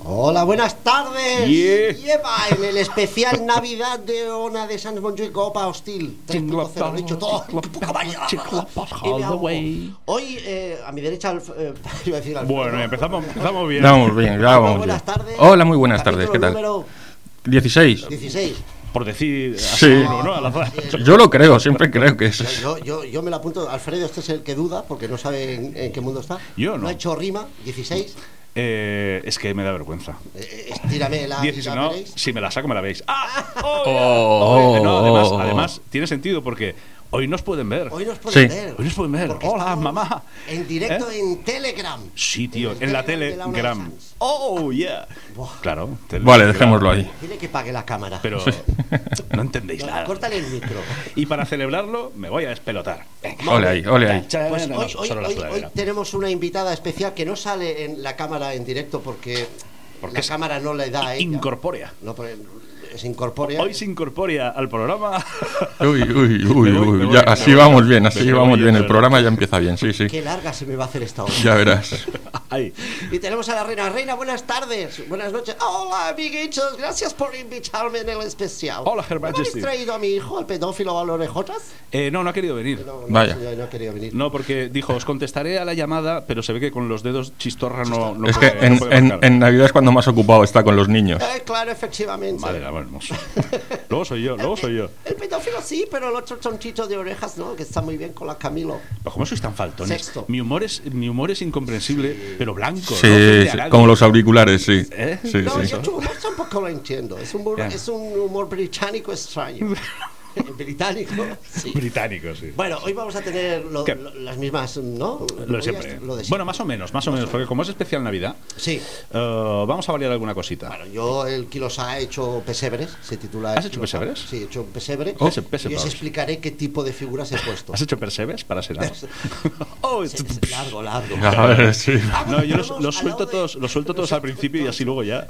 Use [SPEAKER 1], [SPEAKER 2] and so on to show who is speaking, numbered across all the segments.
[SPEAKER 1] Hola, buenas tardes.
[SPEAKER 2] Yeah.
[SPEAKER 1] Lleva en el especial Navidad de Ona de Sans Bonjour Copa Hostil. 3.0, lo he dicho todo. ¡Qué poca vaya!
[SPEAKER 2] Chiclapas,
[SPEAKER 1] Y me
[SPEAKER 2] all the
[SPEAKER 1] ahogo.
[SPEAKER 2] way.
[SPEAKER 1] Hoy, eh, a mi derecha, Alf- eh, iba a decir Alfredo.
[SPEAKER 3] Bueno, empezamos, empezamos bien.
[SPEAKER 4] Vamos bien, ya vamos bien.
[SPEAKER 1] buenas tardes.
[SPEAKER 4] Hola, muy buenas tardes, ¿qué
[SPEAKER 1] Capítulo
[SPEAKER 4] tal?
[SPEAKER 1] número
[SPEAKER 4] 16.
[SPEAKER 1] 16.
[SPEAKER 3] Por decir a
[SPEAKER 4] Sí.
[SPEAKER 3] uno, ¿no? Al azar.
[SPEAKER 4] Yo lo creo, siempre creo que es.
[SPEAKER 1] Eh, Yo, yo, yo me lo apunto. Alfredo, este es el que duda porque no sabe en, en qué mundo está.
[SPEAKER 3] Yo no.
[SPEAKER 1] No ha hecho rima. 16.
[SPEAKER 3] Eh, es que me da vergüenza.
[SPEAKER 1] Eh, estírame la.
[SPEAKER 3] 16,
[SPEAKER 1] la
[SPEAKER 3] no,
[SPEAKER 1] veréis.
[SPEAKER 3] si me la saco me la veis. ¡Ah! ¡Oh,
[SPEAKER 4] Oh,
[SPEAKER 3] yeah!
[SPEAKER 4] oh,
[SPEAKER 3] no, además,
[SPEAKER 4] oh.
[SPEAKER 3] además, tiene sentido porque hoy nos pueden ver.
[SPEAKER 1] Hoy nos pueden
[SPEAKER 4] Sí.
[SPEAKER 1] ver.
[SPEAKER 3] Hoy nos pueden ver.
[SPEAKER 1] Porque
[SPEAKER 3] Hola,
[SPEAKER 1] estamos
[SPEAKER 3] mamá.
[SPEAKER 1] En directo
[SPEAKER 3] ¿Eh?
[SPEAKER 1] en Telegram.
[SPEAKER 3] Sí, tío,
[SPEAKER 1] el
[SPEAKER 3] en la
[SPEAKER 1] Telegram
[SPEAKER 3] tele,
[SPEAKER 1] de la Una de
[SPEAKER 3] Gram.
[SPEAKER 1] Sans.
[SPEAKER 3] ¡Oh, yeah! Claro. tele-
[SPEAKER 4] Vale, dejémoslo ahí.
[SPEAKER 1] Dile que pague la cámara.
[SPEAKER 3] Pero no entendéis
[SPEAKER 1] No,
[SPEAKER 3] nada.
[SPEAKER 1] córtale el micro.
[SPEAKER 3] Y para celebrarlo me voy a despelotar. Venga.
[SPEAKER 4] Ole ahí, ole ahí.
[SPEAKER 3] Cha-
[SPEAKER 1] Pues
[SPEAKER 3] no, no,
[SPEAKER 1] hoy, hoy-
[SPEAKER 3] solo la
[SPEAKER 1] hoy-
[SPEAKER 3] sudadera.
[SPEAKER 1] hoy tenemos una invitada especial que no sale en la cámara en directo porque,
[SPEAKER 3] Porque
[SPEAKER 1] la
[SPEAKER 3] es
[SPEAKER 1] cámara no le da a ella.
[SPEAKER 3] Incorpórea.
[SPEAKER 1] No, pero es incorpórea.
[SPEAKER 3] Hoy se incorpora al programa.
[SPEAKER 4] Uy, uy,
[SPEAKER 3] Me
[SPEAKER 4] uy,
[SPEAKER 3] voy, me
[SPEAKER 4] uy.
[SPEAKER 3] voy,
[SPEAKER 4] ya,
[SPEAKER 3] me
[SPEAKER 4] así
[SPEAKER 3] voy.
[SPEAKER 4] vamos bien, así
[SPEAKER 3] Me voy,
[SPEAKER 4] vamos
[SPEAKER 3] yo
[SPEAKER 4] bien. El
[SPEAKER 3] creo.
[SPEAKER 4] programa ya empieza bien, sí, sí.
[SPEAKER 1] Qué larga se me va a hacer esta hora.
[SPEAKER 4] Ya verás.
[SPEAKER 3] Ay,
[SPEAKER 1] Y tenemos a la reina. Reina, buenas tardes. Buenas noches. Hola, amiguitos. Gracias por invitarme en el especial.
[SPEAKER 3] Hola,
[SPEAKER 1] ¿No
[SPEAKER 3] Her
[SPEAKER 1] me
[SPEAKER 3] Majesty.
[SPEAKER 1] habéis traído a mi hijo, el pedófilo a los orejotas?
[SPEAKER 3] eh, no, no ha querido venir.
[SPEAKER 1] No, no,
[SPEAKER 4] Vaya.
[SPEAKER 1] yo no quería venir.
[SPEAKER 3] No, porque dijo, os contestaré a la llamada, pero se ve que con los dedos chistorra no, no
[SPEAKER 4] Es que
[SPEAKER 3] puede- no
[SPEAKER 4] en,
[SPEAKER 3] puede
[SPEAKER 4] en-
[SPEAKER 3] marcar.
[SPEAKER 4] en Navidad es cuando más ocupado está con los niños.
[SPEAKER 1] Eh, claro, efectivamente.
[SPEAKER 3] Madre, la vamos. Luego soy yo, luego soy yo.
[SPEAKER 1] El pedófilo sí, pero el otro chonchito de orejas no, que está muy bien con la Camilo.
[SPEAKER 3] Pero ¿Cómo sois tan faltones?
[SPEAKER 1] Sexto.
[SPEAKER 3] Mi humor es, mi humor es incomprensible, pero blanco.
[SPEAKER 4] Sí, sí, como los auriculares, sí.
[SPEAKER 3] ¿Eh?
[SPEAKER 4] Sí,
[SPEAKER 1] no,
[SPEAKER 4] sí.
[SPEAKER 1] yo tu humor tampoco lo entiendo. Es un humor,
[SPEAKER 3] Ya.
[SPEAKER 1] es un humor británico extraño. británico, sí.
[SPEAKER 3] británicos, sí.
[SPEAKER 1] Bueno, hoy vamos a tener lo-
[SPEAKER 3] ¿Qué?
[SPEAKER 1] lo- las mismas, ¿no?
[SPEAKER 3] Lo de
[SPEAKER 1] Hoy
[SPEAKER 3] siempre.
[SPEAKER 1] hasta- lo de siempre.
[SPEAKER 3] Bueno, más o menos, más o menos, porque como es especial Navidad,
[SPEAKER 1] Sí.
[SPEAKER 3] eh, vamos a variar alguna cosita.
[SPEAKER 1] Bueno, yo el Kilosa he hecho pesebres, se titula. el
[SPEAKER 3] ¿Has hecho
[SPEAKER 1] Quilosá.
[SPEAKER 3] pesebres?
[SPEAKER 1] Sí, he hecho un pesebre.
[SPEAKER 3] Oh. Pese-
[SPEAKER 1] y
[SPEAKER 3] pesebres.
[SPEAKER 1] os explicaré qué tipo de figuras he puesto.
[SPEAKER 3] ¿Has hecho percebes para ser algo? Oh,
[SPEAKER 1] Es- es largo, largo.
[SPEAKER 4] A ver, sí.
[SPEAKER 3] No, yo los,
[SPEAKER 1] Vamos
[SPEAKER 3] los
[SPEAKER 1] al
[SPEAKER 3] suelto
[SPEAKER 1] lado de-
[SPEAKER 3] todos, los suelto todos al principio y así luego ya.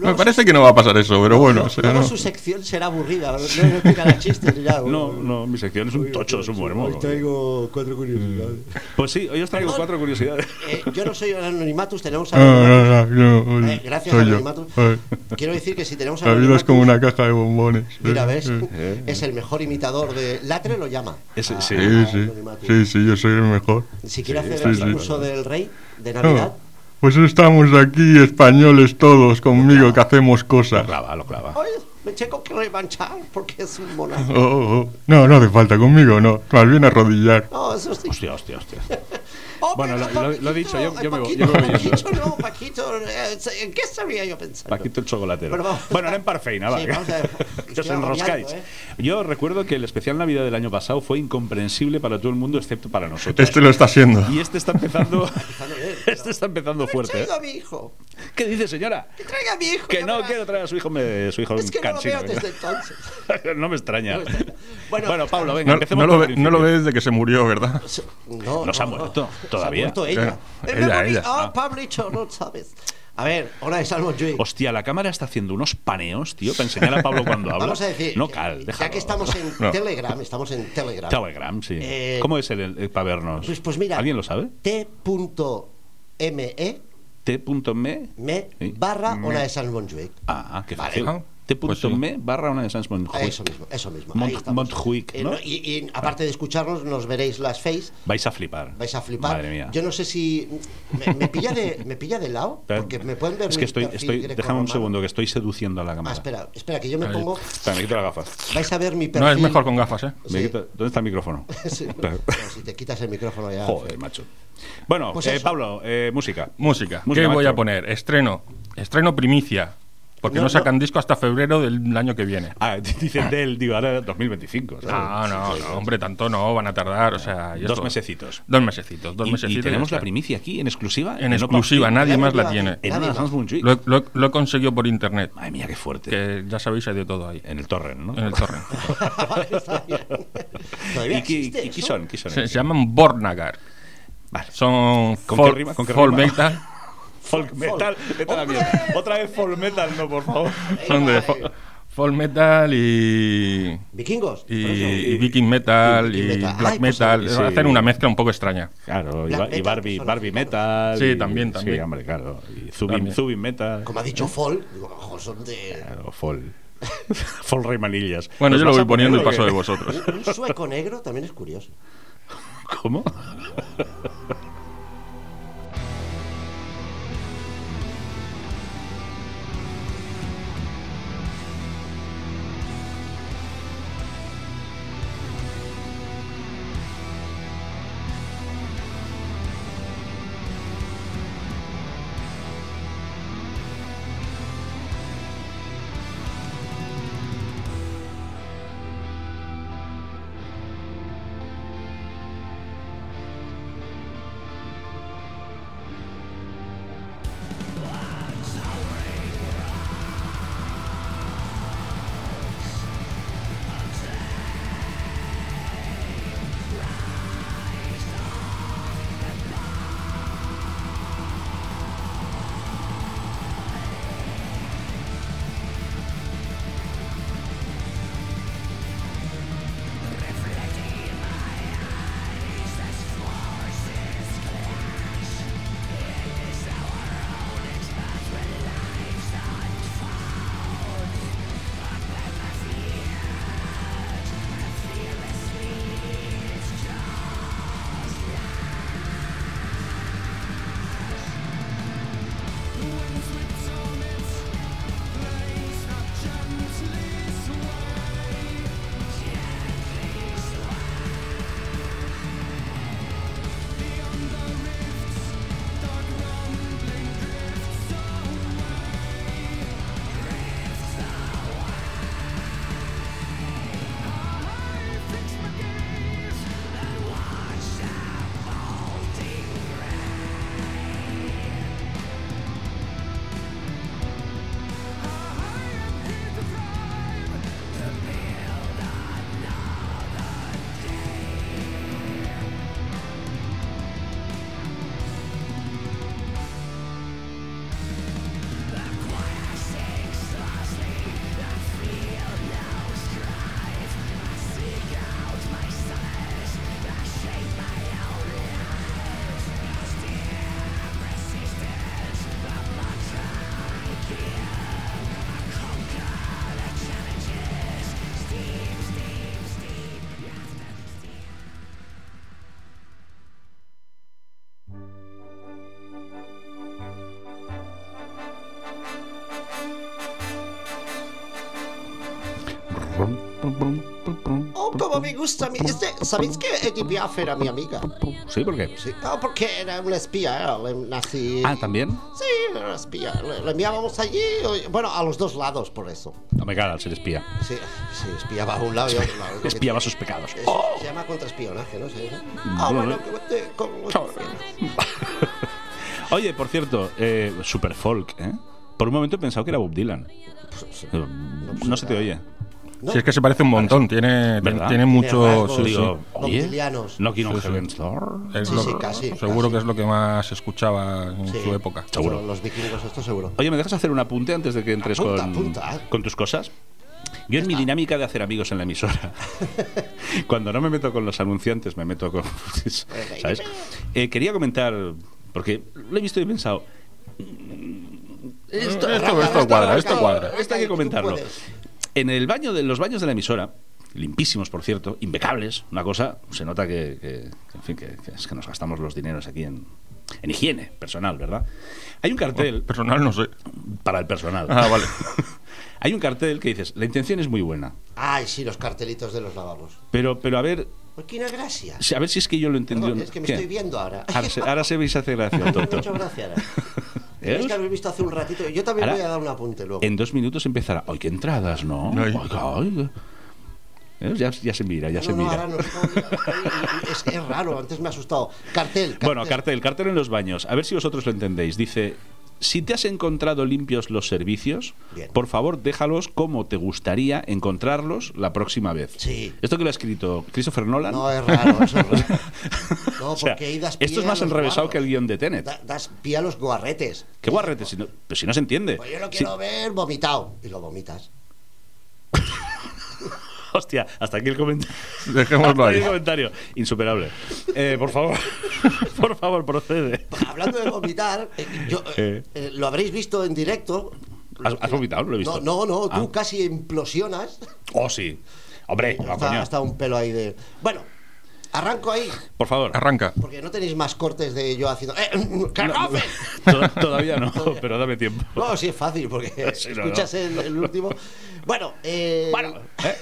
[SPEAKER 4] Me parece que no va a pasar eso, pero bueno. o
[SPEAKER 1] Luego-
[SPEAKER 4] sea,
[SPEAKER 1] luego
[SPEAKER 4] no.
[SPEAKER 1] su sección será aburrida, no, no tirará chistes ni nada.
[SPEAKER 3] No, no, mi sección es un tocho, es un buen mono.
[SPEAKER 1] traigo cuatro curiosidades.
[SPEAKER 3] Pues sí, hoy os traigo
[SPEAKER 1] Perdón.
[SPEAKER 3] cuatro curiosidades.
[SPEAKER 1] Mm. Eh, yo no soy Anonymatus, tenemos
[SPEAKER 4] No, no,
[SPEAKER 1] Anonymatus.
[SPEAKER 4] no, no, no,
[SPEAKER 1] Eh, gracias,
[SPEAKER 4] soy Ah, yo.
[SPEAKER 1] Anonymatus.
[SPEAKER 4] Eh,
[SPEAKER 1] Quiero decir que si tenemos
[SPEAKER 4] La vida
[SPEAKER 1] Anonymatus.
[SPEAKER 4] es como una caja de bombones.
[SPEAKER 1] Mira,
[SPEAKER 4] Eh,
[SPEAKER 1] ves,
[SPEAKER 4] eh.
[SPEAKER 1] es el mejor imitador de. Latre lo llama.
[SPEAKER 3] Ese-
[SPEAKER 1] a-
[SPEAKER 3] sí.
[SPEAKER 1] a
[SPEAKER 4] Sí, sí.
[SPEAKER 1] Anonymatus.
[SPEAKER 4] Sí, sí, yo soy el mejor.
[SPEAKER 1] Si quiere hacer
[SPEAKER 4] sí,
[SPEAKER 1] el
[SPEAKER 4] sí.
[SPEAKER 1] discurso del rey de Navidad.
[SPEAKER 4] No, pues estamos aquí, españoles todos, conmigo, que hacemos cosas.
[SPEAKER 3] Clava, lo clava.
[SPEAKER 1] Ay, me tengo que revanchar porque es un monarca.
[SPEAKER 4] Oh, oh, oh. No, no hace falta conmigo, no. Más bien arrodillar.
[SPEAKER 1] No, eso sí.
[SPEAKER 3] Hostia, hostia, hostia.
[SPEAKER 1] Oh,
[SPEAKER 3] Bueno,
[SPEAKER 1] pero
[SPEAKER 3] lo- lo- lo he dicho, yo- yo me voy-
[SPEAKER 1] Paquito,
[SPEAKER 3] yo me voy yendo.
[SPEAKER 1] Paquito, no, Paquito, eh, ¿en qué estaría yo pensando?
[SPEAKER 3] Paquito el chocolatero.
[SPEAKER 1] Pero vamos-
[SPEAKER 3] bueno, ahora en Parfeina, va.
[SPEAKER 1] Sí, vamos a ver.
[SPEAKER 3] que os
[SPEAKER 1] Estoy eh.
[SPEAKER 3] enroscáis.
[SPEAKER 1] agobiando,
[SPEAKER 3] Yo recuerdo que el especial Navidad del año pasado fue incomprensible para todo el mundo, excepto para nosotros.
[SPEAKER 4] Este lo está haciendo.
[SPEAKER 3] Y este está empezando.
[SPEAKER 1] bien,
[SPEAKER 3] este está empezando fuerte. ¿eh?
[SPEAKER 1] Traigo a mi hijo.
[SPEAKER 3] ¿Qué dice, señora?
[SPEAKER 1] Que traiga a mi hijo.
[SPEAKER 3] Que
[SPEAKER 1] ya
[SPEAKER 3] no
[SPEAKER 1] verás.
[SPEAKER 3] quiero traer a su hijo, me, su hijo
[SPEAKER 1] Es que no lo
[SPEAKER 3] cansino,
[SPEAKER 1] veo desde entonces.
[SPEAKER 3] venga. no me extraña.
[SPEAKER 1] No me extraña. Bueno,
[SPEAKER 3] ¿eh? Bueno, Pablo, venga,
[SPEAKER 4] No,
[SPEAKER 3] empecemos
[SPEAKER 4] no lo
[SPEAKER 3] por el
[SPEAKER 4] ve, no lo
[SPEAKER 3] principio.
[SPEAKER 4] ve desde que se murió, ¿verdad?
[SPEAKER 1] No,
[SPEAKER 3] No se ha muerto, todavía.
[SPEAKER 1] Se ha muerto ella.
[SPEAKER 4] Eh,
[SPEAKER 1] Eh, me
[SPEAKER 4] ella,
[SPEAKER 1] morí.
[SPEAKER 4] ella.
[SPEAKER 1] Ah, Pablito, no sabes. A ver, hora de Salmo Jui.
[SPEAKER 3] Hostia, la cámara está haciendo unos paneos, tío, para enseñar a Pablo cuando habla.
[SPEAKER 1] Vamos a decir,
[SPEAKER 3] No
[SPEAKER 1] eh,
[SPEAKER 3] cal,
[SPEAKER 1] ya
[SPEAKER 3] déjalo.
[SPEAKER 1] que estamos en
[SPEAKER 4] No.
[SPEAKER 1] Telegram, estamos en Telegram.
[SPEAKER 3] Telegram, sí.
[SPEAKER 1] Eh,
[SPEAKER 3] ¿Cómo es el, el para vernos?
[SPEAKER 1] Pues, pues mira,
[SPEAKER 3] ¿Alguien lo sabe?
[SPEAKER 1] T.me
[SPEAKER 3] T.me.
[SPEAKER 1] e, me
[SPEAKER 3] Sí.
[SPEAKER 1] barra hora de San Montjuic.
[SPEAKER 3] Ah, qué
[SPEAKER 1] Vale. Ah,
[SPEAKER 3] fácil.
[SPEAKER 4] Ah,
[SPEAKER 3] T.me
[SPEAKER 4] pues sí.
[SPEAKER 3] barra una de Sans Montjuic.
[SPEAKER 1] Eso mismo, eso mismo.
[SPEAKER 3] Mont-
[SPEAKER 1] ahí estamos.
[SPEAKER 3] Montjuic,
[SPEAKER 1] Eh,
[SPEAKER 3] ¿no?
[SPEAKER 1] Y, y aparte de escucharnos, nos veréis las face,
[SPEAKER 3] Vais a flipar.
[SPEAKER 1] vais a flipar.
[SPEAKER 3] Madre mía.
[SPEAKER 1] Yo no sé si me, me pilla de me pilla de lado
[SPEAKER 3] Espera,
[SPEAKER 1] porque me pueden ver
[SPEAKER 3] Es
[SPEAKER 1] mi
[SPEAKER 3] que estoy,
[SPEAKER 1] perfil
[SPEAKER 3] estoy déjame un
[SPEAKER 1] grecorromano.
[SPEAKER 3] segundo, que estoy seduciendo a la
[SPEAKER 1] Ah,
[SPEAKER 3] cámara.
[SPEAKER 1] espera, espera que yo me pongo,
[SPEAKER 3] Espera, me quito las gafas.
[SPEAKER 1] vais a ver mi perfil.
[SPEAKER 4] No, es mejor con gafas, ¿eh?
[SPEAKER 3] Me
[SPEAKER 1] Sí.
[SPEAKER 3] quito- ¿Dónde está el micrófono?
[SPEAKER 1] Sí.
[SPEAKER 3] Espera.
[SPEAKER 1] No, si te quitas el micrófono ya.
[SPEAKER 3] Joder, macho. Bueno,
[SPEAKER 1] Pues
[SPEAKER 3] eh,
[SPEAKER 1] eso.
[SPEAKER 3] Pablo, eh, música.
[SPEAKER 4] Música.
[SPEAKER 3] Música,
[SPEAKER 4] ¿Qué voy
[SPEAKER 3] macho.
[SPEAKER 4] a poner? Estreno. Estreno primicia. Porque
[SPEAKER 1] No,
[SPEAKER 4] no,
[SPEAKER 1] no.
[SPEAKER 4] sacan disco hasta febrero del año que viene.
[SPEAKER 3] Ah, dicen del, digo, ahora 2025. ¿sabes?
[SPEAKER 4] No, no, no, hombre, tanto no van a tardar. O sea, yo
[SPEAKER 3] Dos
[SPEAKER 4] esto-
[SPEAKER 3] mesecitos.
[SPEAKER 4] Dos mesecitos, dos
[SPEAKER 3] Y-
[SPEAKER 4] mesecitos.
[SPEAKER 3] y, tenemos la
[SPEAKER 4] ya está.
[SPEAKER 3] primicia aquí en exclusiva.
[SPEAKER 4] En exclusiva,
[SPEAKER 3] Opa,
[SPEAKER 4] nadie
[SPEAKER 1] Nadie
[SPEAKER 4] más
[SPEAKER 1] lo
[SPEAKER 4] la
[SPEAKER 1] hace.
[SPEAKER 4] tiene.
[SPEAKER 3] En
[SPEAKER 1] Nadie
[SPEAKER 3] una
[SPEAKER 1] más.
[SPEAKER 3] Sans Montjuic.
[SPEAKER 4] Lo, lo- lo he conseguido por internet.
[SPEAKER 3] Madre mía, qué fuerte.
[SPEAKER 4] Que ya sabéis, hay de todo ahí.
[SPEAKER 3] En el torrent, ¿no?
[SPEAKER 4] En
[SPEAKER 5] Eh.
[SPEAKER 4] el torre.
[SPEAKER 1] Vale, está bien. Todavía
[SPEAKER 3] ¿Y qué,
[SPEAKER 1] existe
[SPEAKER 3] y qué
[SPEAKER 1] eso?
[SPEAKER 3] son? ¿Qué son?
[SPEAKER 4] Se, se llaman Bornagar.
[SPEAKER 3] Vale.
[SPEAKER 4] Son
[SPEAKER 3] ¿Con qué rima? ¿Con qué
[SPEAKER 4] folk
[SPEAKER 3] rima?
[SPEAKER 4] metal.
[SPEAKER 3] Folk metal. Vete a la mierda. Otra vez folk metal, no, por favor.
[SPEAKER 4] Son de
[SPEAKER 1] Venga,
[SPEAKER 4] fo-
[SPEAKER 1] eh.
[SPEAKER 5] Fall Metal y.
[SPEAKER 1] Vikingos.
[SPEAKER 5] Y,
[SPEAKER 1] por eso.
[SPEAKER 5] y Viking Metal y,
[SPEAKER 1] Viking metal.
[SPEAKER 5] Black
[SPEAKER 1] Ay, pues
[SPEAKER 5] Metal.
[SPEAKER 3] sí.
[SPEAKER 5] Hacen una mezcla un poco extraña.
[SPEAKER 3] Claro, y,
[SPEAKER 1] Black
[SPEAKER 3] ba- y
[SPEAKER 1] metal,
[SPEAKER 3] Barbie,
[SPEAKER 1] son los
[SPEAKER 3] Barbie
[SPEAKER 1] mejores.
[SPEAKER 3] Metal.
[SPEAKER 5] Sí,
[SPEAKER 3] y-
[SPEAKER 5] también,
[SPEAKER 3] Sí,
[SPEAKER 5] también.
[SPEAKER 3] hombre, claro. Y Zubin,
[SPEAKER 5] También.
[SPEAKER 3] Zubin Metal.
[SPEAKER 1] Como ha dicho Fall, digo, ojo, son de.
[SPEAKER 3] Claro, Fall. Fall Rey Manillas.
[SPEAKER 5] Bueno,
[SPEAKER 3] ¿Los
[SPEAKER 5] yo lo
[SPEAKER 3] vas
[SPEAKER 5] voy
[SPEAKER 3] Pues a
[SPEAKER 5] poniendo y
[SPEAKER 3] poner o
[SPEAKER 5] paso de
[SPEAKER 3] qué?
[SPEAKER 5] vosotros.
[SPEAKER 1] Un sueco negro también es curioso.
[SPEAKER 3] ¿Cómo?
[SPEAKER 1] Oh, como me gusta a mí. Este, ¿Sabéis que Edith Piaf era mi amiga?
[SPEAKER 3] Sí, ¿por qué?
[SPEAKER 1] Sí. Ah, porque era una espía, era una- nazi.
[SPEAKER 3] Ah, ¿también?
[SPEAKER 1] Sí, era una espía. Le, le enviábamos allí, o- bueno, a los dos lados por eso.
[SPEAKER 3] No me caga al ser espía.
[SPEAKER 1] Sí, sí, espiaba a un lado y a otro lado.
[SPEAKER 3] Espiaba sus pecados.
[SPEAKER 1] Es-
[SPEAKER 3] ¡Oh!
[SPEAKER 1] Se llama contraespionaje, ¿no? ¿Sí? Ah,
[SPEAKER 3] Bueno,
[SPEAKER 1] bueno,
[SPEAKER 3] eh.
[SPEAKER 1] que- eh, como-
[SPEAKER 3] Oye, por cierto, eh, super folk, ¿eh? Por un momento he pensado que era Bob Dylan. Eh, No se te oye.
[SPEAKER 1] Pues, No.
[SPEAKER 5] Si es que se parece un montón, tiene, tiene,
[SPEAKER 3] ¿Verdad?
[SPEAKER 5] tiene
[SPEAKER 1] Tiene
[SPEAKER 5] mucho.
[SPEAKER 1] rasgos.
[SPEAKER 5] sí, sí.
[SPEAKER 3] Digo, oye,
[SPEAKER 1] Bob
[SPEAKER 3] Knocking on
[SPEAKER 5] Sí, sí.
[SPEAKER 3] Heaven's Door.
[SPEAKER 5] Es
[SPEAKER 1] Sí,
[SPEAKER 5] lo-
[SPEAKER 1] sí, casi,
[SPEAKER 5] Seguro
[SPEAKER 1] casi.
[SPEAKER 5] que es lo que más escuchaba en
[SPEAKER 1] Sí.
[SPEAKER 5] su época.
[SPEAKER 3] Seguro.
[SPEAKER 1] Los vikingos, esto seguro.
[SPEAKER 3] Oye, ¿me dejas hacer un apunte antes de que entres
[SPEAKER 1] Apunta,
[SPEAKER 3] con,
[SPEAKER 1] apunta.
[SPEAKER 3] con tus cosas? Yo en mi dinámica de hacer amigos en la emisora, cuando no me meto con los anunciantes, me meto con... ¿Sabes? Eh, quería comentar, porque lo he visto y he pensado...
[SPEAKER 5] Esto, esto, esto cuadra, esto cuadra.
[SPEAKER 3] Esto hay que
[SPEAKER 1] Tú
[SPEAKER 3] comentarlo.
[SPEAKER 1] puedes.
[SPEAKER 3] En el baño de los baños de la emisora, limpísimos por cierto, impecables, una cosa, se nota que, que- que, en fin, que, que es que nos gastamos los dineros aquí en, en higiene personal, ¿verdad? Hay un cartel
[SPEAKER 5] Personal no sé.
[SPEAKER 3] para el personal.
[SPEAKER 5] Ah, vale.
[SPEAKER 3] Hay un cartel que dices, la intención es muy buena,
[SPEAKER 1] Ay, sí, los cartelitos de los lavabos.
[SPEAKER 3] pero, pero a ver,
[SPEAKER 1] Porque una gracia.
[SPEAKER 3] si- a ver si es que yo lo entendí. o
[SPEAKER 1] Perdón,
[SPEAKER 3] no.
[SPEAKER 1] es que me
[SPEAKER 3] ¿Qué? Ah,
[SPEAKER 1] estoy viendo ahora.
[SPEAKER 3] Ahora se, ahora se veis hacer gracia, tonto.
[SPEAKER 1] Muchas gracias.
[SPEAKER 3] ¿Eh?
[SPEAKER 1] Tenéis que haber visto hace un ratito. Yo también
[SPEAKER 3] Ahora-
[SPEAKER 1] voy a dar un apunte luego.
[SPEAKER 3] En dos minutos empezará. ¡Ay, qué entradas, no!
[SPEAKER 5] Ay.
[SPEAKER 3] Oiga, oiga. ¿Eh? Ya, ya se mira, ya
[SPEAKER 1] No,
[SPEAKER 3] se
[SPEAKER 1] no,
[SPEAKER 3] mira.
[SPEAKER 1] ahora no estoy- es, es raro, antes me ha asustado. Cartel, cartel.
[SPEAKER 3] Bueno, cartel, cartel en los baños. A ver si vosotros lo entendéis. Dice, si te has encontrado limpios los servicios,
[SPEAKER 1] Bien.
[SPEAKER 3] por favor déjalos como te gustaría encontrarlos la próxima vez.
[SPEAKER 1] Sí.
[SPEAKER 3] Esto que lo ha escrito Christopher Nolan.
[SPEAKER 1] No, es raro, eso es raro. No,
[SPEAKER 3] O sea,
[SPEAKER 1] porque ahí das pie
[SPEAKER 3] esto es
[SPEAKER 1] a
[SPEAKER 3] más
[SPEAKER 1] los
[SPEAKER 3] enrevesado
[SPEAKER 1] guarros.
[SPEAKER 3] que el guión de Tenet.
[SPEAKER 1] Da- das pie a los guarretes.
[SPEAKER 3] Qué guarrete, si no, pero si no se entiende.
[SPEAKER 1] Pues yo lo
[SPEAKER 3] Si-
[SPEAKER 1] quiero ver vomitado. Y lo vomitas.
[SPEAKER 3] Hostia, hasta aquí el comentario.
[SPEAKER 5] Dejémoslo
[SPEAKER 3] Hasta aquí
[SPEAKER 5] ahí.
[SPEAKER 3] el comentario. Insuperable. Eh, por favor, por favor, procede.
[SPEAKER 1] Pues Hablando de vomitar, eh, yo, eh, eh, lo habréis visto en directo.
[SPEAKER 3] ¿Has, has vomitado? Lo he visto.
[SPEAKER 1] No, no, no, tú
[SPEAKER 3] Ah.
[SPEAKER 1] casi implosionas.
[SPEAKER 3] Oh, sí. Hombre, no,
[SPEAKER 1] Está,
[SPEAKER 3] coño.
[SPEAKER 1] hasta un pelo ahí de. Bueno, arranco ahí,
[SPEAKER 3] Por favor.
[SPEAKER 5] Arranca.
[SPEAKER 1] porque no tenéis más cortes de yo haciendo. ¡Eh! ¡Que
[SPEAKER 3] No,
[SPEAKER 1] rofe!
[SPEAKER 3] to- Todavía no, pero dame tiempo.
[SPEAKER 1] No, sí es fácil, porque
[SPEAKER 3] Sí, no,
[SPEAKER 1] escuchas
[SPEAKER 3] no.
[SPEAKER 1] El, el último. Bueno, eh,
[SPEAKER 3] Bueno, ¿eh?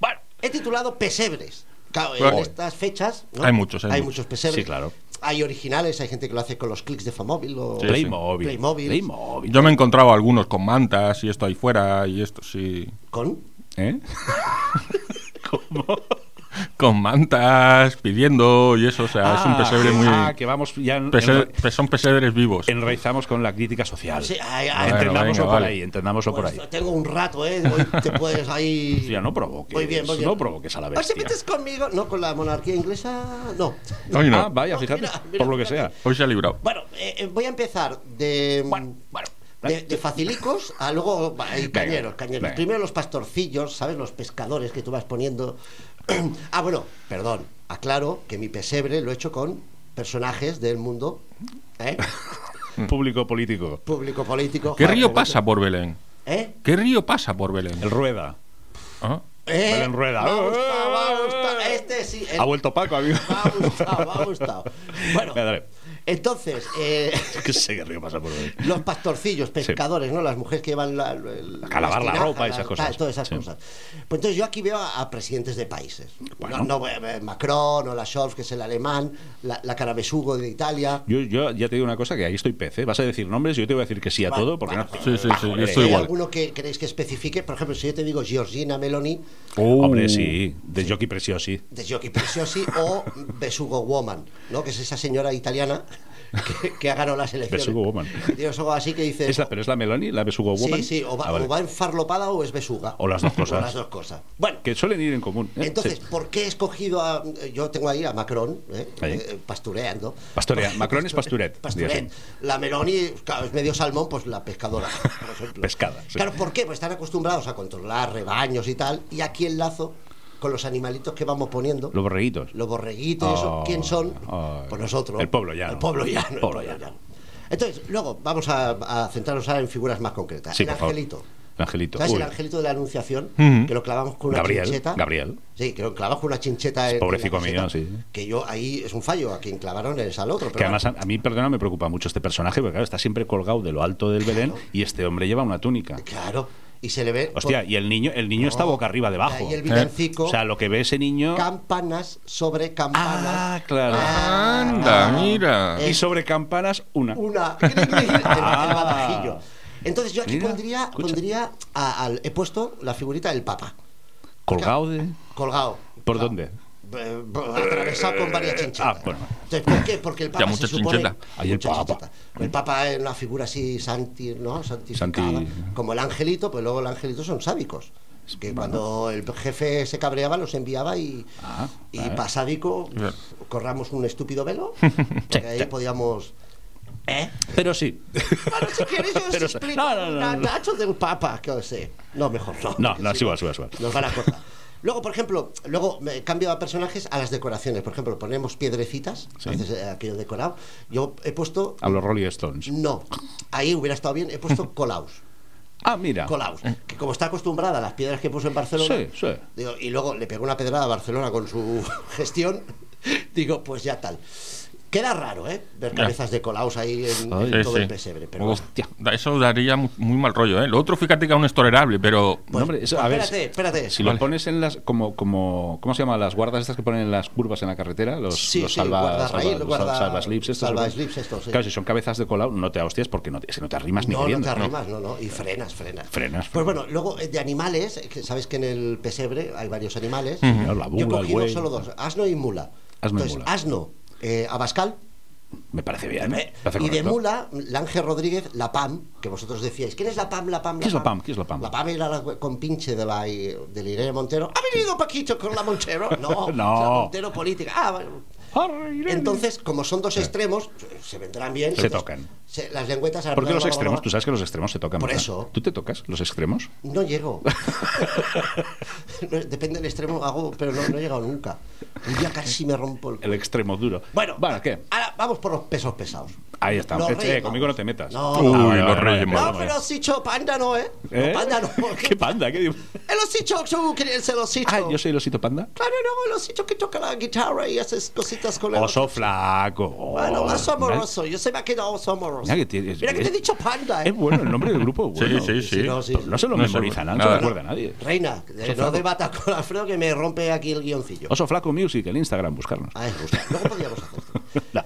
[SPEAKER 3] Bueno,
[SPEAKER 1] he titulado Pesebres. Claro, en
[SPEAKER 5] Bueno.
[SPEAKER 1] estas fechas. ¿no?
[SPEAKER 5] Hay muchos, hay
[SPEAKER 1] muchos.
[SPEAKER 5] muchos.
[SPEAKER 1] pesebres.
[SPEAKER 3] Sí, claro.
[SPEAKER 1] Hay originales, hay gente que lo hace con los clics de Famóvil o.
[SPEAKER 5] Sí, sí.
[SPEAKER 3] Playmobil.
[SPEAKER 1] Playmobil.
[SPEAKER 3] Playmobil.
[SPEAKER 5] Yo me he encontrado algunos con mantas y esto ahí fuera y esto sí.
[SPEAKER 1] Con.
[SPEAKER 3] ¿Eh? ¿Cómo?
[SPEAKER 5] Con mantas, pidiendo y eso, o sea, es un pesebre
[SPEAKER 3] que-
[SPEAKER 5] muy.
[SPEAKER 3] Ah, que vamos ya en-
[SPEAKER 5] pese- pe- son pesebres vivos.
[SPEAKER 3] enraizamos con la crítica social.
[SPEAKER 1] Sí, ay, ay,
[SPEAKER 5] Bueno,
[SPEAKER 3] Entendámoslo
[SPEAKER 5] venga,
[SPEAKER 3] por
[SPEAKER 5] vale.
[SPEAKER 3] ahí, entendámoslo por
[SPEAKER 1] Bueno,
[SPEAKER 3] ahí.
[SPEAKER 1] Pues, Tengo un rato, ¿eh? Hoy te puedes ahí.
[SPEAKER 3] Ya no provoques.
[SPEAKER 1] Muy bien, muy bien.
[SPEAKER 3] No provoques a la
[SPEAKER 1] Ahora
[SPEAKER 3] bestia.
[SPEAKER 1] te metes conmigo. No, con la monarquía inglesa. No.
[SPEAKER 5] Hoy no,
[SPEAKER 3] Ah, vaya,
[SPEAKER 1] No,
[SPEAKER 3] fíjate,
[SPEAKER 1] mira, mira,
[SPEAKER 3] por lo que
[SPEAKER 1] fíjate.
[SPEAKER 3] sea.
[SPEAKER 5] hoy se ha librado.
[SPEAKER 1] Bueno, eh, eh, voy a empezar de.
[SPEAKER 3] Bueno, bueno.
[SPEAKER 1] De, de facilicos a luego hay
[SPEAKER 3] Venga,
[SPEAKER 1] cañeros, cañeros.
[SPEAKER 3] venga.
[SPEAKER 1] Primero los pastorcillos, ¿sabes? Los pescadores que tú vas poniendo. ah, bueno, perdón, aclaro que mi pesebre lo he hecho con personajes del mundo ¿eh?
[SPEAKER 3] Público político.
[SPEAKER 1] público político.
[SPEAKER 5] ¿Qué
[SPEAKER 1] joder,
[SPEAKER 5] río
[SPEAKER 1] qué
[SPEAKER 5] pasa por Belén?
[SPEAKER 1] ¿Eh?
[SPEAKER 5] ¿Qué río pasa por Belén?
[SPEAKER 3] El rueda.
[SPEAKER 5] Ah,
[SPEAKER 1] ¿Eh?
[SPEAKER 3] Belén Rueda.
[SPEAKER 1] Me ha gustado, me ha gustado. Este sí. el-
[SPEAKER 3] Ha vuelto Paco, amigo.
[SPEAKER 1] Me ha gustado, me ha gustado. Bueno,
[SPEAKER 3] Venga, dale.
[SPEAKER 1] entonces, eh,
[SPEAKER 3] Que sé qué río pasa por ahí.
[SPEAKER 1] los pastorcillos, pescadores, ¿no? Las mujeres que llevan la, el-
[SPEAKER 3] A lavar
[SPEAKER 1] las
[SPEAKER 3] la
[SPEAKER 1] tinajas,
[SPEAKER 3] ropa y esas
[SPEAKER 1] las-
[SPEAKER 3] cosas.
[SPEAKER 1] tal, Todas esas
[SPEAKER 3] Sí.
[SPEAKER 1] cosas. Pues entonces yo aquí veo a, a presidentes de países.
[SPEAKER 3] Bueno.
[SPEAKER 1] No, no voy a ver Macron o la Scholz, que es el alemán, la, la Carabesugo de Italia.
[SPEAKER 3] Yo, yo ya te digo una cosa, que ahí estoy pez, ¿eh? Vas a decir nombres, yo te voy a decir que sí a
[SPEAKER 1] Vale,
[SPEAKER 3] todo, porque
[SPEAKER 1] vale.
[SPEAKER 3] no...
[SPEAKER 5] Sí, sí, sí, yo
[SPEAKER 3] Joder,
[SPEAKER 5] estoy
[SPEAKER 1] ¿Hay
[SPEAKER 5] igual.
[SPEAKER 1] alguno que queréis que especifique? Por ejemplo, si yo te digo Georgina Meloni,
[SPEAKER 5] Oh.
[SPEAKER 1] Uh.
[SPEAKER 3] Hombre, sí, de Jockey Preciosi.
[SPEAKER 1] de Giochi Preziosi o Besugo Woman, ¿no? Que es esa señora italiana que, que ha ganado las elecciones.
[SPEAKER 3] Besugo Woman.
[SPEAKER 1] Que tiene los ojos así que dice...
[SPEAKER 3] ¿Es la, ¿Pero es la Meloni, la Besugo Woman?
[SPEAKER 1] Sí, sí, o va,
[SPEAKER 3] Ah, vale.
[SPEAKER 1] o va enfarlopada o es besuga.
[SPEAKER 3] O las dos cosas.
[SPEAKER 1] O las dos cosas. Bueno,
[SPEAKER 3] Que suelen ir en común. ¿eh?
[SPEAKER 1] entonces,
[SPEAKER 3] Sí.
[SPEAKER 1] ¿por qué he escogido a. Yo tengo ahí a Macron, ¿eh?
[SPEAKER 3] Ahí.
[SPEAKER 1] Eh, pastureando.
[SPEAKER 3] Pastorea. Macron es pasturet,
[SPEAKER 1] Pasturet.
[SPEAKER 3] digamos.
[SPEAKER 1] La Meloni, claro, es medio salmón, pues la pescadora, por ejemplo.
[SPEAKER 3] Pescada, sí.
[SPEAKER 1] Claro, ¿por qué? Pues están acostumbrados a controlar rebaños y tal. Y aquí enlazo con los animalitos que vamos poniendo.
[SPEAKER 3] Los borreguitos.
[SPEAKER 1] Los borreguitos, eso,
[SPEAKER 3] Ay,
[SPEAKER 1] ¿quién son?
[SPEAKER 3] ay.
[SPEAKER 1] pues nosotros.
[SPEAKER 3] Oh, El pueblo llano.
[SPEAKER 1] El pueblo llano. el
[SPEAKER 3] Pueblo
[SPEAKER 1] pueblo
[SPEAKER 3] llano.
[SPEAKER 1] Entonces, luego vamos a, a centrarnos ahora en figuras más concretas.
[SPEAKER 3] Sí,
[SPEAKER 1] el
[SPEAKER 3] por favor.
[SPEAKER 1] angelito.
[SPEAKER 3] El angelito.
[SPEAKER 1] ¿Sabes
[SPEAKER 3] Uy,
[SPEAKER 1] el angelito de la Anunciación?
[SPEAKER 5] Ujú.
[SPEAKER 1] Que lo clavamos con una
[SPEAKER 3] Gabriel,
[SPEAKER 1] chincheta.
[SPEAKER 3] Gabriel.
[SPEAKER 1] Sí, que lo clavamos con una chincheta. en- en la
[SPEAKER 3] Pobrecito
[SPEAKER 1] coseta.
[SPEAKER 3] mío, sí.
[SPEAKER 1] Que yo ahí es un fallo. A quien clavaron es al otro. Pero
[SPEAKER 3] Que además a,
[SPEAKER 1] bueno,
[SPEAKER 3] a mí, perdona, me preocupa mucho este personaje, porque claro, está siempre colgado de lo alto del Belén y este hombre lleva una túnica.
[SPEAKER 1] Claro. Y se le ve.
[SPEAKER 3] Hostia, y el niño, el niño está boca arriba debajo. ¿Eh?
[SPEAKER 1] Y el villancico.
[SPEAKER 3] O sea, lo que ve ese niño.
[SPEAKER 1] Campanas sobre campanas.
[SPEAKER 3] Ah, claro.
[SPEAKER 5] Anda, mira.
[SPEAKER 1] eh,
[SPEAKER 3] Y sobre campanas, una.
[SPEAKER 1] Una. El, el badajillo. Entonces yo aquí
[SPEAKER 3] Mira,
[SPEAKER 1] pondría,
[SPEAKER 3] escucha.
[SPEAKER 1] pondría a- al- he puesto la figurita del Papa.
[SPEAKER 3] Colgado de.
[SPEAKER 1] Colgado.
[SPEAKER 3] ¿Por
[SPEAKER 1] Colgado.
[SPEAKER 3] dónde?
[SPEAKER 1] Eh, atravesado con varias chinchetas.
[SPEAKER 3] Ah, bueno.
[SPEAKER 1] Entonces, ¿por qué? Porque el Papa
[SPEAKER 5] Ya mucha
[SPEAKER 1] se supone...
[SPEAKER 5] chincheta.
[SPEAKER 3] Ahí el
[SPEAKER 1] Mucha
[SPEAKER 3] Papa.
[SPEAKER 1] chincheta. El Papa es una figura así santi, ¿no? santificada,
[SPEAKER 3] Santi-
[SPEAKER 1] como el angelito, pues luego el angelito son sádicos. Que cuando el jefe se cabreaba, los enviaba y,
[SPEAKER 3] Ah,
[SPEAKER 1] y
[SPEAKER 3] vale.
[SPEAKER 1] para sádico,
[SPEAKER 5] Bien.
[SPEAKER 1] corramos un estúpido velo. Porque ahí
[SPEAKER 3] sí.
[SPEAKER 1] podíamos... ¿Eh?
[SPEAKER 3] Pero sí.
[SPEAKER 1] Bueno, si quieres, yo os
[SPEAKER 3] Pero-
[SPEAKER 1] explico.
[SPEAKER 3] no, no, no,
[SPEAKER 1] Na-
[SPEAKER 3] no.
[SPEAKER 1] Nacho del Papa, que os sé. No, mejor no.
[SPEAKER 3] No,
[SPEAKER 1] que
[SPEAKER 3] no,
[SPEAKER 1] si
[SPEAKER 3] suba, suba, suba.
[SPEAKER 1] Nos van a cortar. Luego, por ejemplo, luego me cambio a personajes a las decoraciones. Por ejemplo, ponemos piedrecitas,
[SPEAKER 3] Sí.
[SPEAKER 1] haces eh, aquello decorado. Yo he puesto.
[SPEAKER 3] A los Rolling Stones.
[SPEAKER 1] No, ahí hubiera estado bien, he puesto colaus.
[SPEAKER 3] Ah, mira.
[SPEAKER 1] Colaus, que como está acostumbrada a las piedras que puso en Barcelona,
[SPEAKER 3] Sí, sí.
[SPEAKER 1] digo, y luego le pegó una pedrada a Barcelona con su gestión, digo, pues ya tal. Queda raro, ¿eh? Ver cabezas de colaus ahí en, en
[SPEAKER 5] Sí,
[SPEAKER 1] todo
[SPEAKER 5] sí.
[SPEAKER 1] el pesebre. Pero bueno.
[SPEAKER 5] Hostia, da- eso daría mu- muy, mal rollo, ¿eh? Lo otro, fíjate que aún es tolerable, pero.
[SPEAKER 3] No, hombre, eso-
[SPEAKER 1] Pues
[SPEAKER 3] a ver.
[SPEAKER 1] espérate, espérate.
[SPEAKER 3] Si
[SPEAKER 5] Vale.
[SPEAKER 3] lo pones en las. Como, como, ¿Cómo se llama? Las guardas estas que ponen en las curvas en la carretera. Los,
[SPEAKER 1] Sí,
[SPEAKER 3] los
[SPEAKER 1] sí,
[SPEAKER 3] salva,
[SPEAKER 1] guarda
[SPEAKER 3] salva-
[SPEAKER 1] raíl,
[SPEAKER 3] los
[SPEAKER 1] guarda-
[SPEAKER 3] salva slips estos.
[SPEAKER 1] salva
[SPEAKER 3] ¿no?
[SPEAKER 1] slips estos, sí.
[SPEAKER 3] Claro, si son cabezas de colado, no te hostias porque no, te- es que no te arrimas ni
[SPEAKER 1] No, no te
[SPEAKER 3] queriendo.
[SPEAKER 1] arrimas, no, no. Y frenas, frenas. Pues
[SPEAKER 3] Frenas, frenas.
[SPEAKER 1] bueno, luego eh, de animales, eh, que sabes que en el pesebre hay varios animales.
[SPEAKER 3] Claro, la
[SPEAKER 1] Yo he
[SPEAKER 3] mula, el
[SPEAKER 1] cogido
[SPEAKER 3] buey.
[SPEAKER 1] solo dos, asno y mula.
[SPEAKER 3] Asno y
[SPEAKER 1] Entonces,
[SPEAKER 3] mula.
[SPEAKER 1] asno, eh, Abascal.
[SPEAKER 3] Me parece bien. me
[SPEAKER 1] eh,
[SPEAKER 3] parece
[SPEAKER 1] y de
[SPEAKER 3] correcto.
[SPEAKER 1] mula, Ángel Rodríguez, la PAM, que vosotros decíais, ¿quién es la PAM, la PAM,
[SPEAKER 3] ¿Qué es la PAM? ¿Qué es la PAM?
[SPEAKER 1] La PAM era la compinche de la, de la Irene Montero. ¿Ha venido Paquito con la Montero? No,
[SPEAKER 3] No.
[SPEAKER 1] la Montero política. Ah, bueno. Entonces, como son dos extremos, se vendrán bien.
[SPEAKER 3] Se
[SPEAKER 1] entonces,
[SPEAKER 3] tocan.
[SPEAKER 1] se- las lengüetas...
[SPEAKER 3] ¿Por qué los extremos? Tú sabes que los extremos se tocan.
[SPEAKER 1] Por
[SPEAKER 3] ¿verdad?
[SPEAKER 1] eso.
[SPEAKER 3] ¿Tú te tocas los extremos?
[SPEAKER 1] No llego. No, Depende del extremo, hago, pero no, no he llegado nunca. Un día casi me rompo el...
[SPEAKER 3] El extremo duro.
[SPEAKER 1] Bueno,
[SPEAKER 3] Vale, ¿qué?
[SPEAKER 1] ahora vamos por los pesos pesados.
[SPEAKER 3] Ahí está.
[SPEAKER 1] Los
[SPEAKER 3] Eh,
[SPEAKER 1] Reyes Magos.
[SPEAKER 3] conmigo no te metas. Ah,
[SPEAKER 1] No,
[SPEAKER 5] Uy,
[SPEAKER 1] no,
[SPEAKER 5] los
[SPEAKER 3] vale, vale,
[SPEAKER 5] Reyes
[SPEAKER 3] vale,
[SPEAKER 5] Magos.
[SPEAKER 1] No,
[SPEAKER 3] vale.
[SPEAKER 1] pero has dicho panda no, ¿eh?
[SPEAKER 3] ¿Eh?
[SPEAKER 1] No, panda no. porque-
[SPEAKER 3] ¿Qué panda? ¿Qué digo?
[SPEAKER 1] El osito, ¿cómo quieres el osito?
[SPEAKER 3] Ah, yo soy el osito panda.
[SPEAKER 1] Claro, no, el osito que toca la guitarra y haces cositas con el...
[SPEAKER 3] Oso flaco.
[SPEAKER 1] Bueno, oso
[SPEAKER 3] Mira-
[SPEAKER 1] amoroso. Yo se me ha quedado oso amoroso.
[SPEAKER 3] Mira que tienes-
[SPEAKER 1] Mira que te he dicho panda, ¿eh?
[SPEAKER 3] Es bueno el nombre del grupo. es Bueno.
[SPEAKER 5] Sí, sí, sí.
[SPEAKER 1] no, sí.
[SPEAKER 3] Pero No se lo
[SPEAKER 5] No sé,
[SPEAKER 3] memoriza, nada, no se
[SPEAKER 5] nada.
[SPEAKER 3] lo recuerda a nadie.
[SPEAKER 1] Reina, eh,
[SPEAKER 3] Oso
[SPEAKER 1] no
[SPEAKER 3] flaco.
[SPEAKER 1] debatas con Alfredo que me rompe aquí el guioncillo.
[SPEAKER 3] Oso Flaco Music en Instagram, buscarnos.
[SPEAKER 1] Ah, es justo. Luego podríamos hacer.
[SPEAKER 3] No.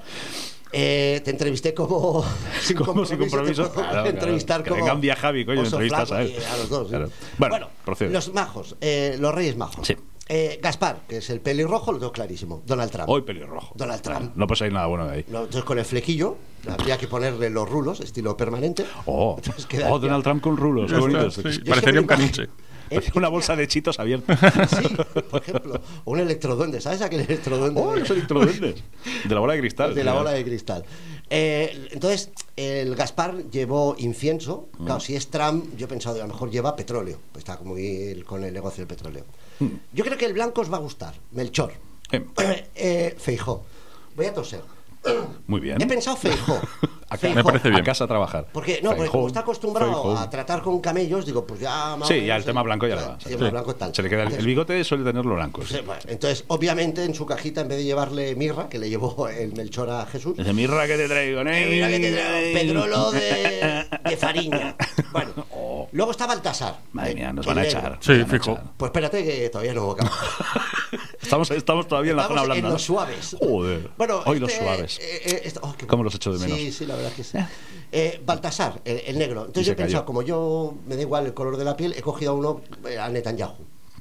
[SPEAKER 1] Eh, te entrevisté como sin
[SPEAKER 3] ¿Cómo,
[SPEAKER 1] compromiso.
[SPEAKER 3] sin compromiso?
[SPEAKER 1] te puedo
[SPEAKER 3] Claro, claro.
[SPEAKER 1] entrevistar
[SPEAKER 3] Que
[SPEAKER 1] como
[SPEAKER 3] venga un día Javi, coño,
[SPEAKER 1] oso
[SPEAKER 3] entrevistas
[SPEAKER 1] flaco
[SPEAKER 3] a él.
[SPEAKER 1] y los dos. ¿eh?
[SPEAKER 3] Claro. Bueno,
[SPEAKER 1] Bueno,
[SPEAKER 3] procede.
[SPEAKER 1] los majos, eh, los reyes majos.
[SPEAKER 3] Sí.
[SPEAKER 1] Eh, Gaspar, que es el pelirrojo, lo tengo clarísimo. Donald Trump.
[SPEAKER 3] Hoy pelirrojo.
[SPEAKER 1] Donald Trump.
[SPEAKER 3] No pasa nada bueno de ahí.
[SPEAKER 1] No, entonces con el flequillo habría que ponerle los rulos, estilo permanente.
[SPEAKER 3] Oh,
[SPEAKER 1] Entonces quedaría-
[SPEAKER 3] oh, Donald Trump con rulos. Qué
[SPEAKER 5] Ya está,
[SPEAKER 3] bonito.
[SPEAKER 5] sí.
[SPEAKER 1] Yo
[SPEAKER 5] Parecería
[SPEAKER 1] siempre
[SPEAKER 5] un caniche.
[SPEAKER 1] Eh,
[SPEAKER 3] Parece Una bolsa de chitos abierta.
[SPEAKER 1] Sí, por ejemplo, o un electroduende. ¿Sabes aquel electroduende?
[SPEAKER 3] Oh, los electroduendes. De la bola de cristal.
[SPEAKER 1] de la
[SPEAKER 3] mira.
[SPEAKER 1] bola de cristal. Eh, entonces, el Gaspar llevó incienso.
[SPEAKER 3] Mm.
[SPEAKER 1] Claro, si es Trump, yo he pensado, a lo mejor lleva petróleo. Pues está como el- con el negocio del petróleo.
[SPEAKER 3] Mm.
[SPEAKER 1] Yo creo que el blanco os va a gustar. Melchor.
[SPEAKER 3] Eh,
[SPEAKER 1] Eh, Feijó. Voy a toser.
[SPEAKER 3] muy bien.
[SPEAKER 1] He pensado Feijó.
[SPEAKER 3] a, ca-
[SPEAKER 1] Feijó.
[SPEAKER 5] me parece bien.
[SPEAKER 3] a casa a trabajar.
[SPEAKER 1] Porque, no, porque
[SPEAKER 3] Feijóo,
[SPEAKER 1] como está acostumbrado
[SPEAKER 3] Feijóo.
[SPEAKER 1] a tratar con camellos, digo, pues ya... más o
[SPEAKER 3] Sí,
[SPEAKER 1] menos,
[SPEAKER 3] ya el tema
[SPEAKER 1] eh,
[SPEAKER 3] blanco ya le
[SPEAKER 1] claro,
[SPEAKER 3] va.
[SPEAKER 1] el tema blanco tal.
[SPEAKER 3] Se le queda el, el
[SPEAKER 1] Entonces,
[SPEAKER 3] bigote suele tenerlo blanco. sí.
[SPEAKER 1] Sí, bueno, Entonces, obviamente, en su cajita, en vez de llevarle mirra, que le llevó el Melchor a Jesús,
[SPEAKER 3] Dice, mirra que te traigo,
[SPEAKER 1] eh,
[SPEAKER 3] ¿eh?
[SPEAKER 1] mira que te traigo pedrolo de, de
[SPEAKER 3] eh,
[SPEAKER 1] fariña. Bueno, luego está Baltasar.
[SPEAKER 3] Madre
[SPEAKER 1] El-
[SPEAKER 3] mía, nos
[SPEAKER 1] el
[SPEAKER 3] van a
[SPEAKER 1] negro.
[SPEAKER 3] echar.
[SPEAKER 5] Sí,
[SPEAKER 3] nos van a
[SPEAKER 5] fijo.
[SPEAKER 3] echar.
[SPEAKER 1] Pues espérate que todavía no acabo.
[SPEAKER 3] Estamos, estamos todavía en la
[SPEAKER 1] Vamos
[SPEAKER 3] zona blanda.
[SPEAKER 1] en
[SPEAKER 3] ¿no?
[SPEAKER 1] los suaves.
[SPEAKER 3] Joder.
[SPEAKER 1] Bueno,
[SPEAKER 3] Hoy
[SPEAKER 1] este,
[SPEAKER 3] los suaves.
[SPEAKER 1] eh, eh, este- oh, qué-
[SPEAKER 3] ¿Cómo los echo de menos?
[SPEAKER 1] Sí, sí, la verdad es que sí. Eh, Baltasar, el, el negro.
[SPEAKER 3] Y
[SPEAKER 1] Entonces
[SPEAKER 3] se
[SPEAKER 1] yo he pensado,
[SPEAKER 3] cayó.
[SPEAKER 1] como yo me da igual el color de la piel, he cogido a uno, eh, a Netanyahu.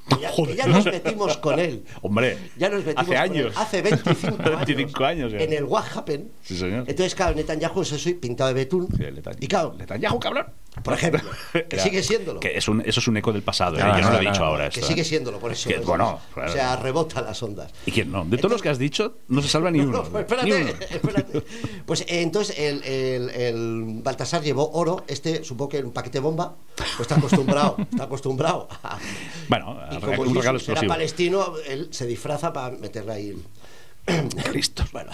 [SPEAKER 1] Que Ya, que
[SPEAKER 3] Joder.
[SPEAKER 1] ya nos metimos con él.
[SPEAKER 3] Hombre,
[SPEAKER 1] Ya nos metimos
[SPEAKER 3] hace
[SPEAKER 1] con él.
[SPEAKER 3] años.
[SPEAKER 1] Hace 25 años.
[SPEAKER 3] 25 años, ya.
[SPEAKER 1] En el What Happened.
[SPEAKER 3] Sí, señor.
[SPEAKER 1] Entonces, claro, Netanyahu es eso, y pintado de betún.
[SPEAKER 3] Sí, el Netan-
[SPEAKER 1] y claro,
[SPEAKER 3] Netanyahu, cabrón.
[SPEAKER 1] por ejemplo, que
[SPEAKER 3] Era-
[SPEAKER 1] sigue siéndolo.
[SPEAKER 3] Que es un, eso es un eco del pasado, ¿eh?
[SPEAKER 5] Ah,
[SPEAKER 3] yo no lo he
[SPEAKER 5] claro.
[SPEAKER 3] dicho ahora.
[SPEAKER 1] que
[SPEAKER 3] esto,
[SPEAKER 1] sigue
[SPEAKER 3] ¿eh?
[SPEAKER 1] siéndolo, por eso.
[SPEAKER 3] Que, bueno, claro.
[SPEAKER 1] O sea, rebota las ondas.
[SPEAKER 3] ¿Y quién no? De todos los que has dicho, no se salva ni
[SPEAKER 1] No,
[SPEAKER 3] uno.
[SPEAKER 1] pues espérate,
[SPEAKER 3] Ni uno.
[SPEAKER 1] espérate. Pues eh, entonces el, el- el Baltasar llevó oro, este supongo que era un paquete bomba, pues está acostumbrado, está acostumbrado. a-
[SPEAKER 3] Bueno,
[SPEAKER 1] y
[SPEAKER 3] Ah, un
[SPEAKER 1] como Jesús
[SPEAKER 3] regalo
[SPEAKER 1] era
[SPEAKER 3] explosivo.
[SPEAKER 1] palestino, él se disfraza para meterle ahí. el-
[SPEAKER 3] Cristo.
[SPEAKER 1] Bueno,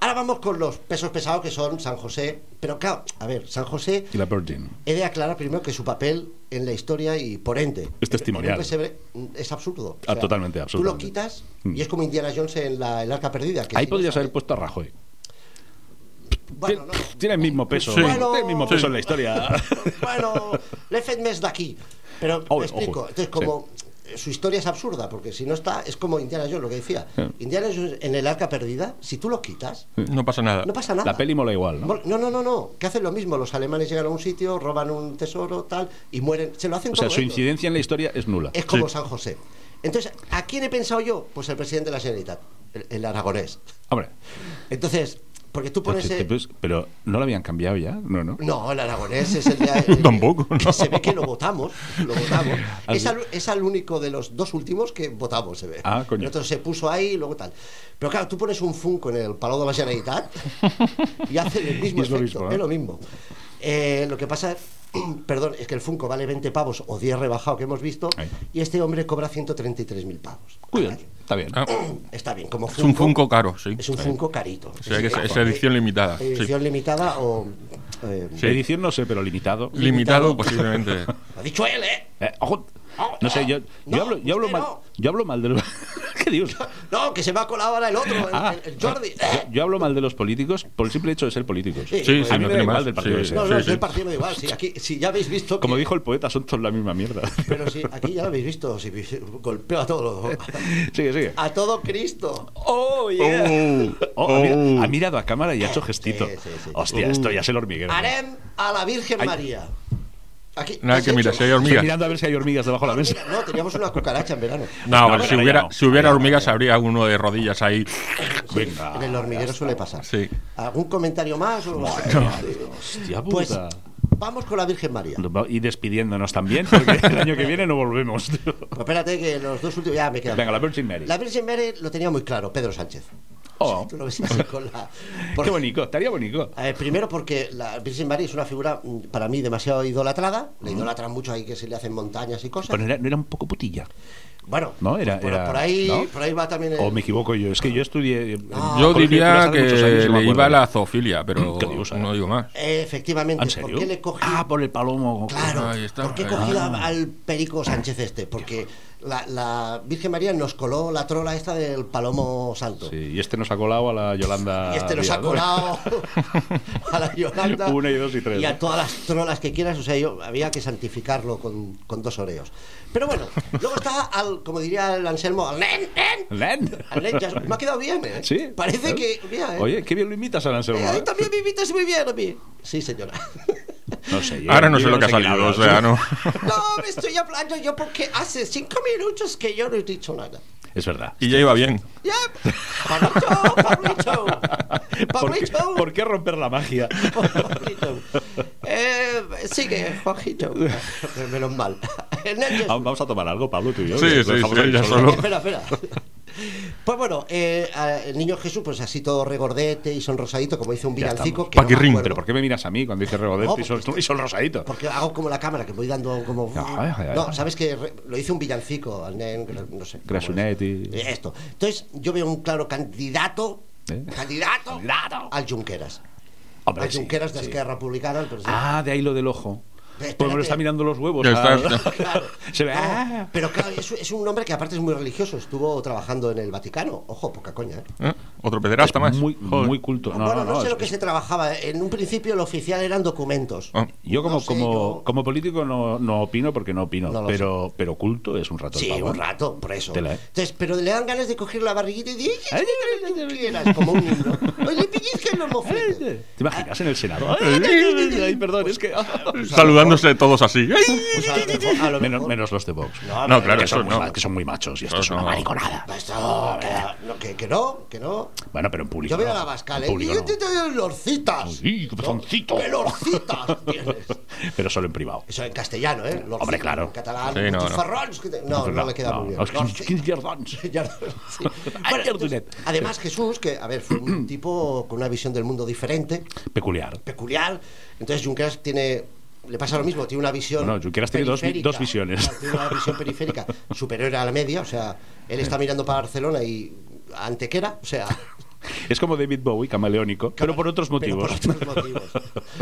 [SPEAKER 1] ahora vamos con los pesos pesados que son San José, pero claro, a ver, San José
[SPEAKER 3] Y la Virgin.
[SPEAKER 1] He de aclarar primero que su papel en la historia y por ende.
[SPEAKER 3] Es testimonial.
[SPEAKER 1] en un pesebre, mm, es absurdo.
[SPEAKER 3] Ah, totalmente,
[SPEAKER 1] Tú lo
[SPEAKER 3] absolutamente.
[SPEAKER 1] quitas
[SPEAKER 3] Mm.
[SPEAKER 1] y es como Indiana Jones en la, el arca perdida. que
[SPEAKER 3] Ahí
[SPEAKER 1] si no
[SPEAKER 3] podrías haber
[SPEAKER 1] sabes-
[SPEAKER 3] puesto a Rajoy.
[SPEAKER 1] Bueno, no.
[SPEAKER 3] Tiene el mismo peso.
[SPEAKER 5] Sí.
[SPEAKER 3] Tiene el mismo
[SPEAKER 1] Sí.
[SPEAKER 3] peso en la historia.
[SPEAKER 1] bueno, le fed mes de aquí. Pero
[SPEAKER 3] Obvio,
[SPEAKER 1] me explico.
[SPEAKER 3] ojo,
[SPEAKER 1] Entonces, como eh, su historia es absurda, porque si no está, es como Indiana Jones, lo que decía. Indiana Jones en el arca perdida, si tú lo quitas,
[SPEAKER 5] No pasa nada.
[SPEAKER 1] no pasa nada.
[SPEAKER 3] La peli mola igual, ¿no?
[SPEAKER 1] Mol- No, no, no, no, que hacen lo mismo. Los alemanes llegan a un sitio, roban un tesoro, tal, y mueren. Se lo hacen
[SPEAKER 3] O sea,
[SPEAKER 1] todo
[SPEAKER 3] su
[SPEAKER 1] ellos.
[SPEAKER 3] incidencia en la historia es nula.
[SPEAKER 1] Es como San José. Entonces, ¿a quién he pensado yo? Pues el presidente de la Generalitat, el, el aragonés.
[SPEAKER 3] Hombre,
[SPEAKER 1] Entonces, porque tú pones...
[SPEAKER 3] pues,
[SPEAKER 1] eh,
[SPEAKER 3] pues, pero no lo habían cambiado ya, ¿no? no?
[SPEAKER 1] no, el aragonés es el día...
[SPEAKER 5] Tampoco, no.
[SPEAKER 1] Se ve que lo votamos, lo votamos.
[SPEAKER 3] Al-
[SPEAKER 1] Es al, es al único de los dos últimos que votamos, se ve.
[SPEAKER 3] Ah, coño.
[SPEAKER 1] Entonces se puso ahí y luego tal. Pero claro, tú pones un funko en el Palau de la Generalitat y hace el mismo
[SPEAKER 3] Y es lo
[SPEAKER 1] efecto,
[SPEAKER 3] mismo, ¿no?
[SPEAKER 1] es lo mismo. Eh, lo que pasa es... Perdón, es que el Funko vale 20 pavos o 10 rebajado que hemos visto
[SPEAKER 3] Ahí.
[SPEAKER 1] y este hombre cobra 133.000 pavos.
[SPEAKER 3] Muy bien, está bien.
[SPEAKER 5] Ah,
[SPEAKER 1] Está bien, como
[SPEAKER 5] es un Funko caro, sí.
[SPEAKER 1] Es un Funko carito.
[SPEAKER 5] O sea que es, es edición limitada. sí.
[SPEAKER 1] Edición limitada o. eh,
[SPEAKER 5] Sí.
[SPEAKER 3] Edición no sé, pero limitado.
[SPEAKER 5] Limitado posiblemente.
[SPEAKER 1] Lo ha dicho él, ¿eh?
[SPEAKER 3] Eh, ojo, no sé, yo, yo
[SPEAKER 1] No,
[SPEAKER 3] hablo, yo, hablo
[SPEAKER 1] usted
[SPEAKER 3] mal,
[SPEAKER 1] no.
[SPEAKER 3] yo hablo mal de los... ¿Qué dios?
[SPEAKER 1] No, que se va a colar ahora el otro, el,
[SPEAKER 3] Ah.
[SPEAKER 1] el- el Jordi.
[SPEAKER 3] Yo, yo hablo mal de los políticos por el simple hecho de ser políticos.
[SPEAKER 1] Sí,
[SPEAKER 5] Sí,
[SPEAKER 1] pues,
[SPEAKER 5] sí,
[SPEAKER 3] a mí
[SPEAKER 5] no
[SPEAKER 3] me da
[SPEAKER 5] tiene
[SPEAKER 3] igual
[SPEAKER 5] más.
[SPEAKER 3] del partido
[SPEAKER 5] Sí,
[SPEAKER 3] que
[SPEAKER 5] sí,
[SPEAKER 3] sea.
[SPEAKER 1] no, no,
[SPEAKER 5] sí,
[SPEAKER 1] es
[SPEAKER 5] sí.
[SPEAKER 1] el partido da igual. Sí, aquí, si ya habéis visto. que-
[SPEAKER 3] Como dijo el poeta, son todos la misma mierda.
[SPEAKER 1] Pero sí, aquí ya lo habéis visto. Si golpeo a todo.
[SPEAKER 3] sigue, sigue.
[SPEAKER 1] A todo Cristo.
[SPEAKER 3] ¡Oh,
[SPEAKER 5] Oh,
[SPEAKER 3] Oh, ha mira-
[SPEAKER 5] oh.
[SPEAKER 3] Ha mirado a cámara y ha hecho gestito.
[SPEAKER 1] Sí, sí, sí.
[SPEAKER 3] Hostia, esto ya es el hormiguero.
[SPEAKER 1] Harem a la Virgen
[SPEAKER 3] Ay.
[SPEAKER 1] María. Aquí,
[SPEAKER 5] Nada
[SPEAKER 1] ¿has
[SPEAKER 5] que mira,
[SPEAKER 1] hecho?
[SPEAKER 5] si hay
[SPEAKER 3] Estoy
[SPEAKER 5] hormigas.
[SPEAKER 3] mirando a ver si hay hormigas debajo de la mesa.
[SPEAKER 1] Mira, No, teníamos una cucaracha en verano.
[SPEAKER 5] No, pero
[SPEAKER 3] No,
[SPEAKER 5] si
[SPEAKER 3] pero
[SPEAKER 5] hubiera,
[SPEAKER 3] ya no.
[SPEAKER 5] si hubiera hormigas habría uno de rodillas ahí.
[SPEAKER 3] Venga.
[SPEAKER 1] En el hormiguero suele pasar.
[SPEAKER 5] Sí.
[SPEAKER 1] ¿Algún comentario más? o-
[SPEAKER 3] Hostia
[SPEAKER 1] Pues
[SPEAKER 3] puta.
[SPEAKER 1] vamos con la Virgen María.
[SPEAKER 3] Y despidiéndonos también, porque el año que viene no volvemos. tío.
[SPEAKER 1] Pero espérate que los dos últimos ya me quedan.
[SPEAKER 3] Venga, la Virgin Mary.
[SPEAKER 1] La Virgen Mary lo tenía muy claro, Pedro Sánchez.
[SPEAKER 3] Oh.
[SPEAKER 1] Tú lo ves así con la-
[SPEAKER 3] Qué
[SPEAKER 1] porque-
[SPEAKER 3] bonito, estaría bonito.
[SPEAKER 1] Eh, primero porque la Virgen María es una figura mm, para mí demasiado idolatrada, la idolatran mucho ahí que se le hacen montañas y cosas.
[SPEAKER 3] Pero era, no era un poco putilla.
[SPEAKER 1] Bueno,
[SPEAKER 3] No,
[SPEAKER 1] pues
[SPEAKER 3] era-
[SPEAKER 1] por,
[SPEAKER 3] era-
[SPEAKER 1] por ahí,
[SPEAKER 3] ¿no?
[SPEAKER 1] por ahí va también el-
[SPEAKER 3] O me equivoco yo, es que yo estudié. eh, en
[SPEAKER 1] No.
[SPEAKER 3] colegio
[SPEAKER 1] Yo
[SPEAKER 3] de
[SPEAKER 4] Yo
[SPEAKER 3] curas
[SPEAKER 4] diría
[SPEAKER 3] hace muchos años
[SPEAKER 4] que
[SPEAKER 3] y no me
[SPEAKER 4] le
[SPEAKER 3] acuerdo.
[SPEAKER 4] iba a la zoofilia, pero
[SPEAKER 3] ¿Qué dios, eh?
[SPEAKER 4] no digo más.
[SPEAKER 1] Eh, efectivamente,
[SPEAKER 3] ¿En serio?
[SPEAKER 1] ¿por qué le cogí?
[SPEAKER 3] Ah, por el palomo.
[SPEAKER 1] Claro,
[SPEAKER 4] Ahí está.
[SPEAKER 1] ¿por qué he
[SPEAKER 4] Ah.
[SPEAKER 1] cogido a- al Perico Sánchez este? Porque la, la Virgen María nos coló la trola esta del Palomo Santo.
[SPEAKER 3] Sí, y este nos ha colado a la Yolanda.
[SPEAKER 1] Y este nos ha
[SPEAKER 3] Díaz, Ah, ¿no?
[SPEAKER 1] colado a la Yolanda.
[SPEAKER 3] Una y dos y tres,
[SPEAKER 1] Y
[SPEAKER 3] ¿no?
[SPEAKER 1] a todas las trolas que quieras. O sea, yo había que santificarlo con, con dos oreos. Pero bueno, luego está, al, como diría el Anselmo, al nen, nen,
[SPEAKER 3] Len.
[SPEAKER 1] al nen, ya- me ha quedado bien, ¿eh?
[SPEAKER 3] Sí.
[SPEAKER 1] Parece
[SPEAKER 3] ¿eh?
[SPEAKER 1] que. Mira, ¿eh?
[SPEAKER 3] Oye, qué bien lo imitas a Anselmo.
[SPEAKER 1] Eh,
[SPEAKER 3] ¿eh?
[SPEAKER 1] ahí también me invitas muy bien a mí. Sí, señora.
[SPEAKER 3] No sé. ¿eh? yo-
[SPEAKER 4] Ahora no
[SPEAKER 3] yo
[SPEAKER 4] sé lo que ha
[SPEAKER 3] quién
[SPEAKER 4] salido, o
[SPEAKER 3] hablas,
[SPEAKER 4] sea, no.
[SPEAKER 1] No, me estoy hablando yo porque hace cinco minutos que yo no he dicho nada.
[SPEAKER 3] Es verdad.
[SPEAKER 4] Y ya iba bien.
[SPEAKER 1] Ya, Pablito, Pablito,
[SPEAKER 3] ¿Por qué,
[SPEAKER 1] Pablito.
[SPEAKER 3] por qué romper la magia?
[SPEAKER 1] Jorgito. Eh, sigue, Jorgito. Menos mal. Hernández.
[SPEAKER 3] Ah, Vamos a tomar algo, Pablo, tú y yo.
[SPEAKER 4] Sí,
[SPEAKER 3] que lo
[SPEAKER 4] sí,
[SPEAKER 3] dejamos
[SPEAKER 4] sí,
[SPEAKER 3] ahí
[SPEAKER 4] ya
[SPEAKER 3] solo.
[SPEAKER 4] solo.
[SPEAKER 1] Espera, espera. Pues bueno, eh, a- el niño Jesús, pues así todo regordete y sonrosadito, como dice un
[SPEAKER 3] Ya
[SPEAKER 1] villancico.
[SPEAKER 3] estamos.
[SPEAKER 1] Que no me
[SPEAKER 4] Paquirrín,
[SPEAKER 1] acuerdo,
[SPEAKER 3] Pero ¿por qué me miras a mí cuando dices regodete
[SPEAKER 1] No,
[SPEAKER 3] y, sol,
[SPEAKER 1] porque-
[SPEAKER 3] y sol rosadito?
[SPEAKER 1] Porque hago como la cámara, que voy dando como.
[SPEAKER 3] Ay, ay, ay.
[SPEAKER 1] No, sabes que re- lo hizo un villancico, al nen, no sé.
[SPEAKER 3] Grasunetti.
[SPEAKER 1] Eh, Esto. Entonces, yo veo un claro candidato.
[SPEAKER 3] ¿Eh?
[SPEAKER 1] Candidato,
[SPEAKER 3] Candidato.
[SPEAKER 1] al Junqueras.
[SPEAKER 3] Hombre,
[SPEAKER 1] al
[SPEAKER 3] sí,
[SPEAKER 1] Junqueras de
[SPEAKER 3] sí.
[SPEAKER 1] Esquerra Republicana. el presidente.
[SPEAKER 3] Ah, de ahí lo del ojo.
[SPEAKER 1] Espérate.
[SPEAKER 3] Pues me lo está mirando los huevos.
[SPEAKER 4] Ya
[SPEAKER 3] ah.
[SPEAKER 4] está.
[SPEAKER 1] Claro.
[SPEAKER 3] Se ve.
[SPEAKER 1] No,
[SPEAKER 3] ah.
[SPEAKER 1] pero claro, es, es un hombre que aparte es muy religioso. Estuvo trabajando en el Vaticano. Ojo, poca coña. ¿eh?
[SPEAKER 4] ¿Eh? Otro pederasta más.
[SPEAKER 3] Muy,
[SPEAKER 4] Joder.
[SPEAKER 3] muy culto. No,
[SPEAKER 1] bueno, no,
[SPEAKER 3] no, no,
[SPEAKER 1] sé
[SPEAKER 3] es-
[SPEAKER 1] lo que
[SPEAKER 3] es-
[SPEAKER 1] se trabajaba. En un principio lo oficial eran documentos.
[SPEAKER 4] Ah,
[SPEAKER 3] Yo como,
[SPEAKER 1] No sé,
[SPEAKER 3] como,
[SPEAKER 1] yo-
[SPEAKER 3] como político no, no opino porque no opino,
[SPEAKER 1] No lo
[SPEAKER 3] pero, pero culto es un rato. el
[SPEAKER 1] Sí,
[SPEAKER 3] pavo,
[SPEAKER 1] un
[SPEAKER 3] ¿eh?
[SPEAKER 1] rato, por eso.
[SPEAKER 3] Tela, ¿eh?
[SPEAKER 1] Entonces, pero le dan ganas de coger la barriguita y decir, "Ay, ay, ay, ay, quieras", como un niño. O le pellizcan los mofletes.
[SPEAKER 3] ¿Te imaginas en el Senado? Ay, perdón, es que... ah.
[SPEAKER 4] Saludándose todos así.
[SPEAKER 1] Pues a lo mejor- a lo
[SPEAKER 3] Menos,
[SPEAKER 1] mejor-
[SPEAKER 3] menos los de Vox.
[SPEAKER 1] No,
[SPEAKER 4] No, claro,
[SPEAKER 3] que,
[SPEAKER 4] eso
[SPEAKER 3] son muy,
[SPEAKER 4] no.
[SPEAKER 3] ma- que son muy machos y esto
[SPEAKER 4] No,
[SPEAKER 3] es una
[SPEAKER 4] no.
[SPEAKER 3] mariconada.
[SPEAKER 1] Pues no, que, no, que, que no, que no.
[SPEAKER 3] Bueno, pero en público.
[SPEAKER 1] Yo veo a la
[SPEAKER 3] no,
[SPEAKER 1] Bascal,
[SPEAKER 3] en
[SPEAKER 1] ¿eh?
[SPEAKER 3] público
[SPEAKER 1] Y
[SPEAKER 3] no.
[SPEAKER 1] yo te doy lorcitas.
[SPEAKER 3] Sí, qué pezoncito.
[SPEAKER 1] ¡Qué lorcitas tienes!
[SPEAKER 3] Pero solo en privado.
[SPEAKER 1] Eso en castellano, ¿eh? Lorcitas,
[SPEAKER 3] Hombre, claro.
[SPEAKER 1] En catalán,
[SPEAKER 4] Sí, no, no.
[SPEAKER 1] butifarrons, que te- no, no, le queda
[SPEAKER 3] no,
[SPEAKER 1] muy bien.
[SPEAKER 3] los
[SPEAKER 1] Lorcitas.
[SPEAKER 3] 15 yardans.
[SPEAKER 1] Ya no- sí.
[SPEAKER 3] Ay,
[SPEAKER 1] Bueno,
[SPEAKER 3] Ardunet.
[SPEAKER 1] entonces, además, Jesús, que, a ver, fue un tipo con una visión del mundo diferente,
[SPEAKER 3] Peculiar.
[SPEAKER 1] peculiar. Entonces, Junqueras tiene. Le pasa lo mismo, tiene una visión.
[SPEAKER 3] Bueno, Junqueras tiene dos vi-
[SPEAKER 1] periférica.
[SPEAKER 3] dos visiones.
[SPEAKER 1] Claro, Tiene una visión periférica superior a la media, o sea, él está mirando para Barcelona y a Antequera, o sea.
[SPEAKER 3] Es como David Bowie, camaleónico, pero por otros
[SPEAKER 1] pero
[SPEAKER 3] motivos.
[SPEAKER 1] por otros motivos.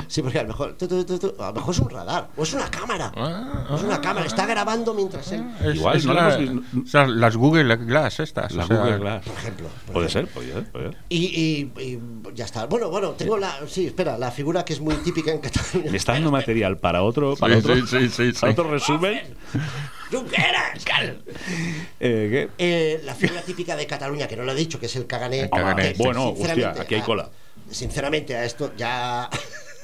[SPEAKER 1] Sí, porque a lo mejor. tu, tu, tu, tu, a lo mejor es un radar, o es una cámara.
[SPEAKER 4] Ah,
[SPEAKER 1] es una cámara, está grabando mientras él.
[SPEAKER 3] Igual, no lo
[SPEAKER 4] la-
[SPEAKER 3] hemos visto.
[SPEAKER 4] o sea, las Google Glass estas.
[SPEAKER 3] La
[SPEAKER 4] o sea, pues
[SPEAKER 3] Google Glass.
[SPEAKER 1] Por ejemplo. por
[SPEAKER 3] Puede
[SPEAKER 1] ejemplo.
[SPEAKER 3] ser, puede ser. puede ser.
[SPEAKER 1] Y, y- y ya está. Bueno, bueno, tengo la. Sí, espera, la figura que es muy típica en Cataluña.
[SPEAKER 3] Me está dando material para otro, para
[SPEAKER 4] Sí,
[SPEAKER 3] otro,
[SPEAKER 4] sí, sí, sí,
[SPEAKER 3] para
[SPEAKER 4] sí.
[SPEAKER 3] otro resumen.
[SPEAKER 1] ¡Junqueras! cal!
[SPEAKER 3] Eh, ¿qué?
[SPEAKER 1] Eh, la figura típica de Cataluña, que no lo he dicho, que es el cagané.
[SPEAKER 4] El cagané.
[SPEAKER 1] Que,
[SPEAKER 3] Bueno,
[SPEAKER 1] sinceramente,
[SPEAKER 3] hostia, aquí hay
[SPEAKER 1] a-
[SPEAKER 3] cola.
[SPEAKER 1] sinceramente, a esto ya.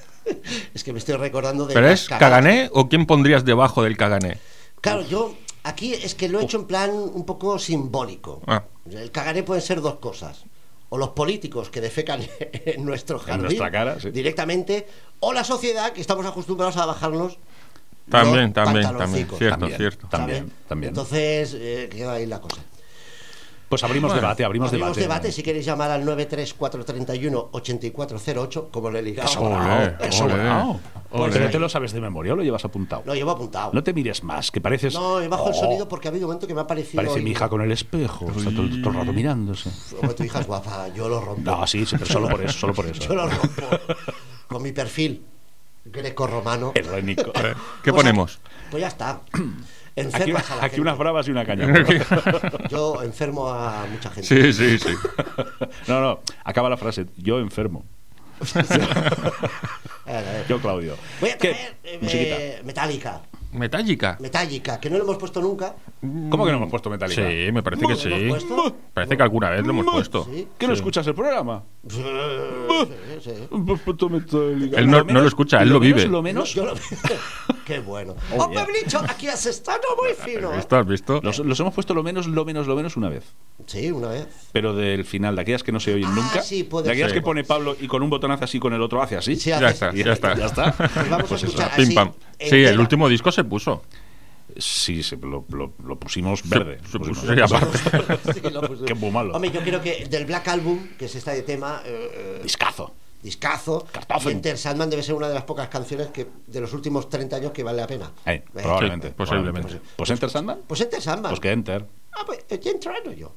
[SPEAKER 1] es que me estoy recordando de.
[SPEAKER 4] ¿Pero
[SPEAKER 1] las
[SPEAKER 4] es
[SPEAKER 1] cagadas.
[SPEAKER 4] Cagané o quién pondrías debajo del Cagané?
[SPEAKER 1] Claro, yo. Aquí es que lo he hecho en plan un poco simbólico.
[SPEAKER 4] Ah.
[SPEAKER 1] El cagané pueden ser dos cosas. O los políticos que defecan en nuestro jardín
[SPEAKER 3] nuestra cara, sí.
[SPEAKER 1] directamente, o la sociedad que estamos acostumbrados a bajarnos
[SPEAKER 4] También,
[SPEAKER 1] los
[SPEAKER 4] también, también.
[SPEAKER 1] pantaloncicos.
[SPEAKER 4] Cierto,
[SPEAKER 3] También.
[SPEAKER 4] cierto.
[SPEAKER 3] Tam-
[SPEAKER 1] ¿sabes?
[SPEAKER 3] También, también.
[SPEAKER 1] Entonces, eh, queda ahí la cosa.
[SPEAKER 3] Pues abrimos debate, abrimos,
[SPEAKER 1] Abrimos
[SPEAKER 3] debate.
[SPEAKER 1] debate si queréis llamar al 93431-8408, como le he ligado.
[SPEAKER 3] Eso,
[SPEAKER 4] Ole,
[SPEAKER 3] bravo, eso,
[SPEAKER 4] ole,
[SPEAKER 3] bravo.
[SPEAKER 1] ole.
[SPEAKER 3] Pero te lo sabes de memoria o lo llevas apuntado.
[SPEAKER 1] Lo llevo apuntado.
[SPEAKER 3] No te mires más, que pareces.
[SPEAKER 1] No, he bajado el
[SPEAKER 3] Oh,
[SPEAKER 1] sonido porque ha habido un momento que me ha parecido.
[SPEAKER 3] Parece mi hija con el espejo. Está todo, todo el rato mirándose.
[SPEAKER 1] Como tu hija es guapa, yo lo rompo.
[SPEAKER 3] No, sí, sí, pero solo por eso, solo por eso.
[SPEAKER 1] Yo lo rompo. Con mi perfil greco-romano.
[SPEAKER 3] Helénico.
[SPEAKER 4] Eh, ¿Qué
[SPEAKER 1] Pues
[SPEAKER 4] ponemos?
[SPEAKER 1] aquí- Pues ya está.
[SPEAKER 3] eh. Aquí,
[SPEAKER 1] Enfermas a la
[SPEAKER 3] aquí
[SPEAKER 1] gente.
[SPEAKER 3] unas bravas y una caña.
[SPEAKER 1] Yo enfermo a mucha gente.
[SPEAKER 4] Sí, sí, sí.
[SPEAKER 3] No, no, acaba la frase. Yo enfermo.
[SPEAKER 1] A ver, a ver.
[SPEAKER 3] Yo, Claudio.
[SPEAKER 1] Voy a
[SPEAKER 3] ¿Qué?
[SPEAKER 1] traer eh,
[SPEAKER 3] Musiquita.
[SPEAKER 1] eh, Metallica.
[SPEAKER 4] ¿Metallica?
[SPEAKER 1] Metallica, que no lo hemos puesto nunca.
[SPEAKER 3] ¿Cómo que no hemos puesto Metallica?
[SPEAKER 4] Sí, me parece que
[SPEAKER 1] ¿Lo hemos
[SPEAKER 4] sí.
[SPEAKER 1] puesto?
[SPEAKER 4] Parece que alguna vez lo hemos
[SPEAKER 3] Mu-
[SPEAKER 4] puesto.
[SPEAKER 1] Sí.
[SPEAKER 3] ¿Que no escuchas el programa?
[SPEAKER 1] Sí, sí, sí.
[SPEAKER 3] Hemos puesto Metallica.
[SPEAKER 4] Él no-
[SPEAKER 3] menos-
[SPEAKER 4] no lo escucha, él lo
[SPEAKER 3] menos-
[SPEAKER 4] vive.
[SPEAKER 3] Lo menos.
[SPEAKER 1] Yo lo- Qué bueno.
[SPEAKER 3] Oh,
[SPEAKER 1] Oh,
[SPEAKER 3] yeah.
[SPEAKER 1] Pablito, aquí has estado muy fino. ¿eh?
[SPEAKER 4] ¿Esto has visto?
[SPEAKER 3] Los, los hemos puesto lo menos, lo menos, lo menos una vez.
[SPEAKER 1] Sí, una vez.
[SPEAKER 3] Pero del final, de aquellas que no se oyen
[SPEAKER 1] Ah,
[SPEAKER 3] nunca.
[SPEAKER 1] sí, puede
[SPEAKER 3] de aquellas
[SPEAKER 1] ser.
[SPEAKER 3] que pone Pablo y con un botón hace así, con el otro hace así.
[SPEAKER 1] Sí,
[SPEAKER 4] Ya
[SPEAKER 1] haces-
[SPEAKER 4] está,
[SPEAKER 1] sí,
[SPEAKER 4] ya está.
[SPEAKER 1] Pues vamos
[SPEAKER 4] Pues
[SPEAKER 1] a
[SPEAKER 4] eso,
[SPEAKER 1] escuchar así,
[SPEAKER 4] pim pam. Sí,
[SPEAKER 1] entera.
[SPEAKER 4] el último disco se puso.
[SPEAKER 3] Sí, se, lo, lo- lo pusimos verde.
[SPEAKER 4] se
[SPEAKER 3] Lo pusimos-
[SPEAKER 4] puso- sí, aparte.
[SPEAKER 1] Sí, lo puse.
[SPEAKER 3] Qué muy malo.
[SPEAKER 1] Hombre, yo creo que del Black Album, que es esta de tema, eh, eh,
[SPEAKER 3] Discazo.
[SPEAKER 1] discazo,
[SPEAKER 3] Kartoffeln.
[SPEAKER 1] Enter Sandman debe ser una de las pocas canciones que de los últimos 30 años que vale la pena.
[SPEAKER 3] Eh,
[SPEAKER 1] Eh,
[SPEAKER 3] probablemente.
[SPEAKER 4] sí, posiblemente.
[SPEAKER 3] probablemente. Pues Enter Sandman.
[SPEAKER 1] Pues Enter Sandman.
[SPEAKER 3] Pues que Enter.
[SPEAKER 1] Ah, pues eh, ya he entrado yo.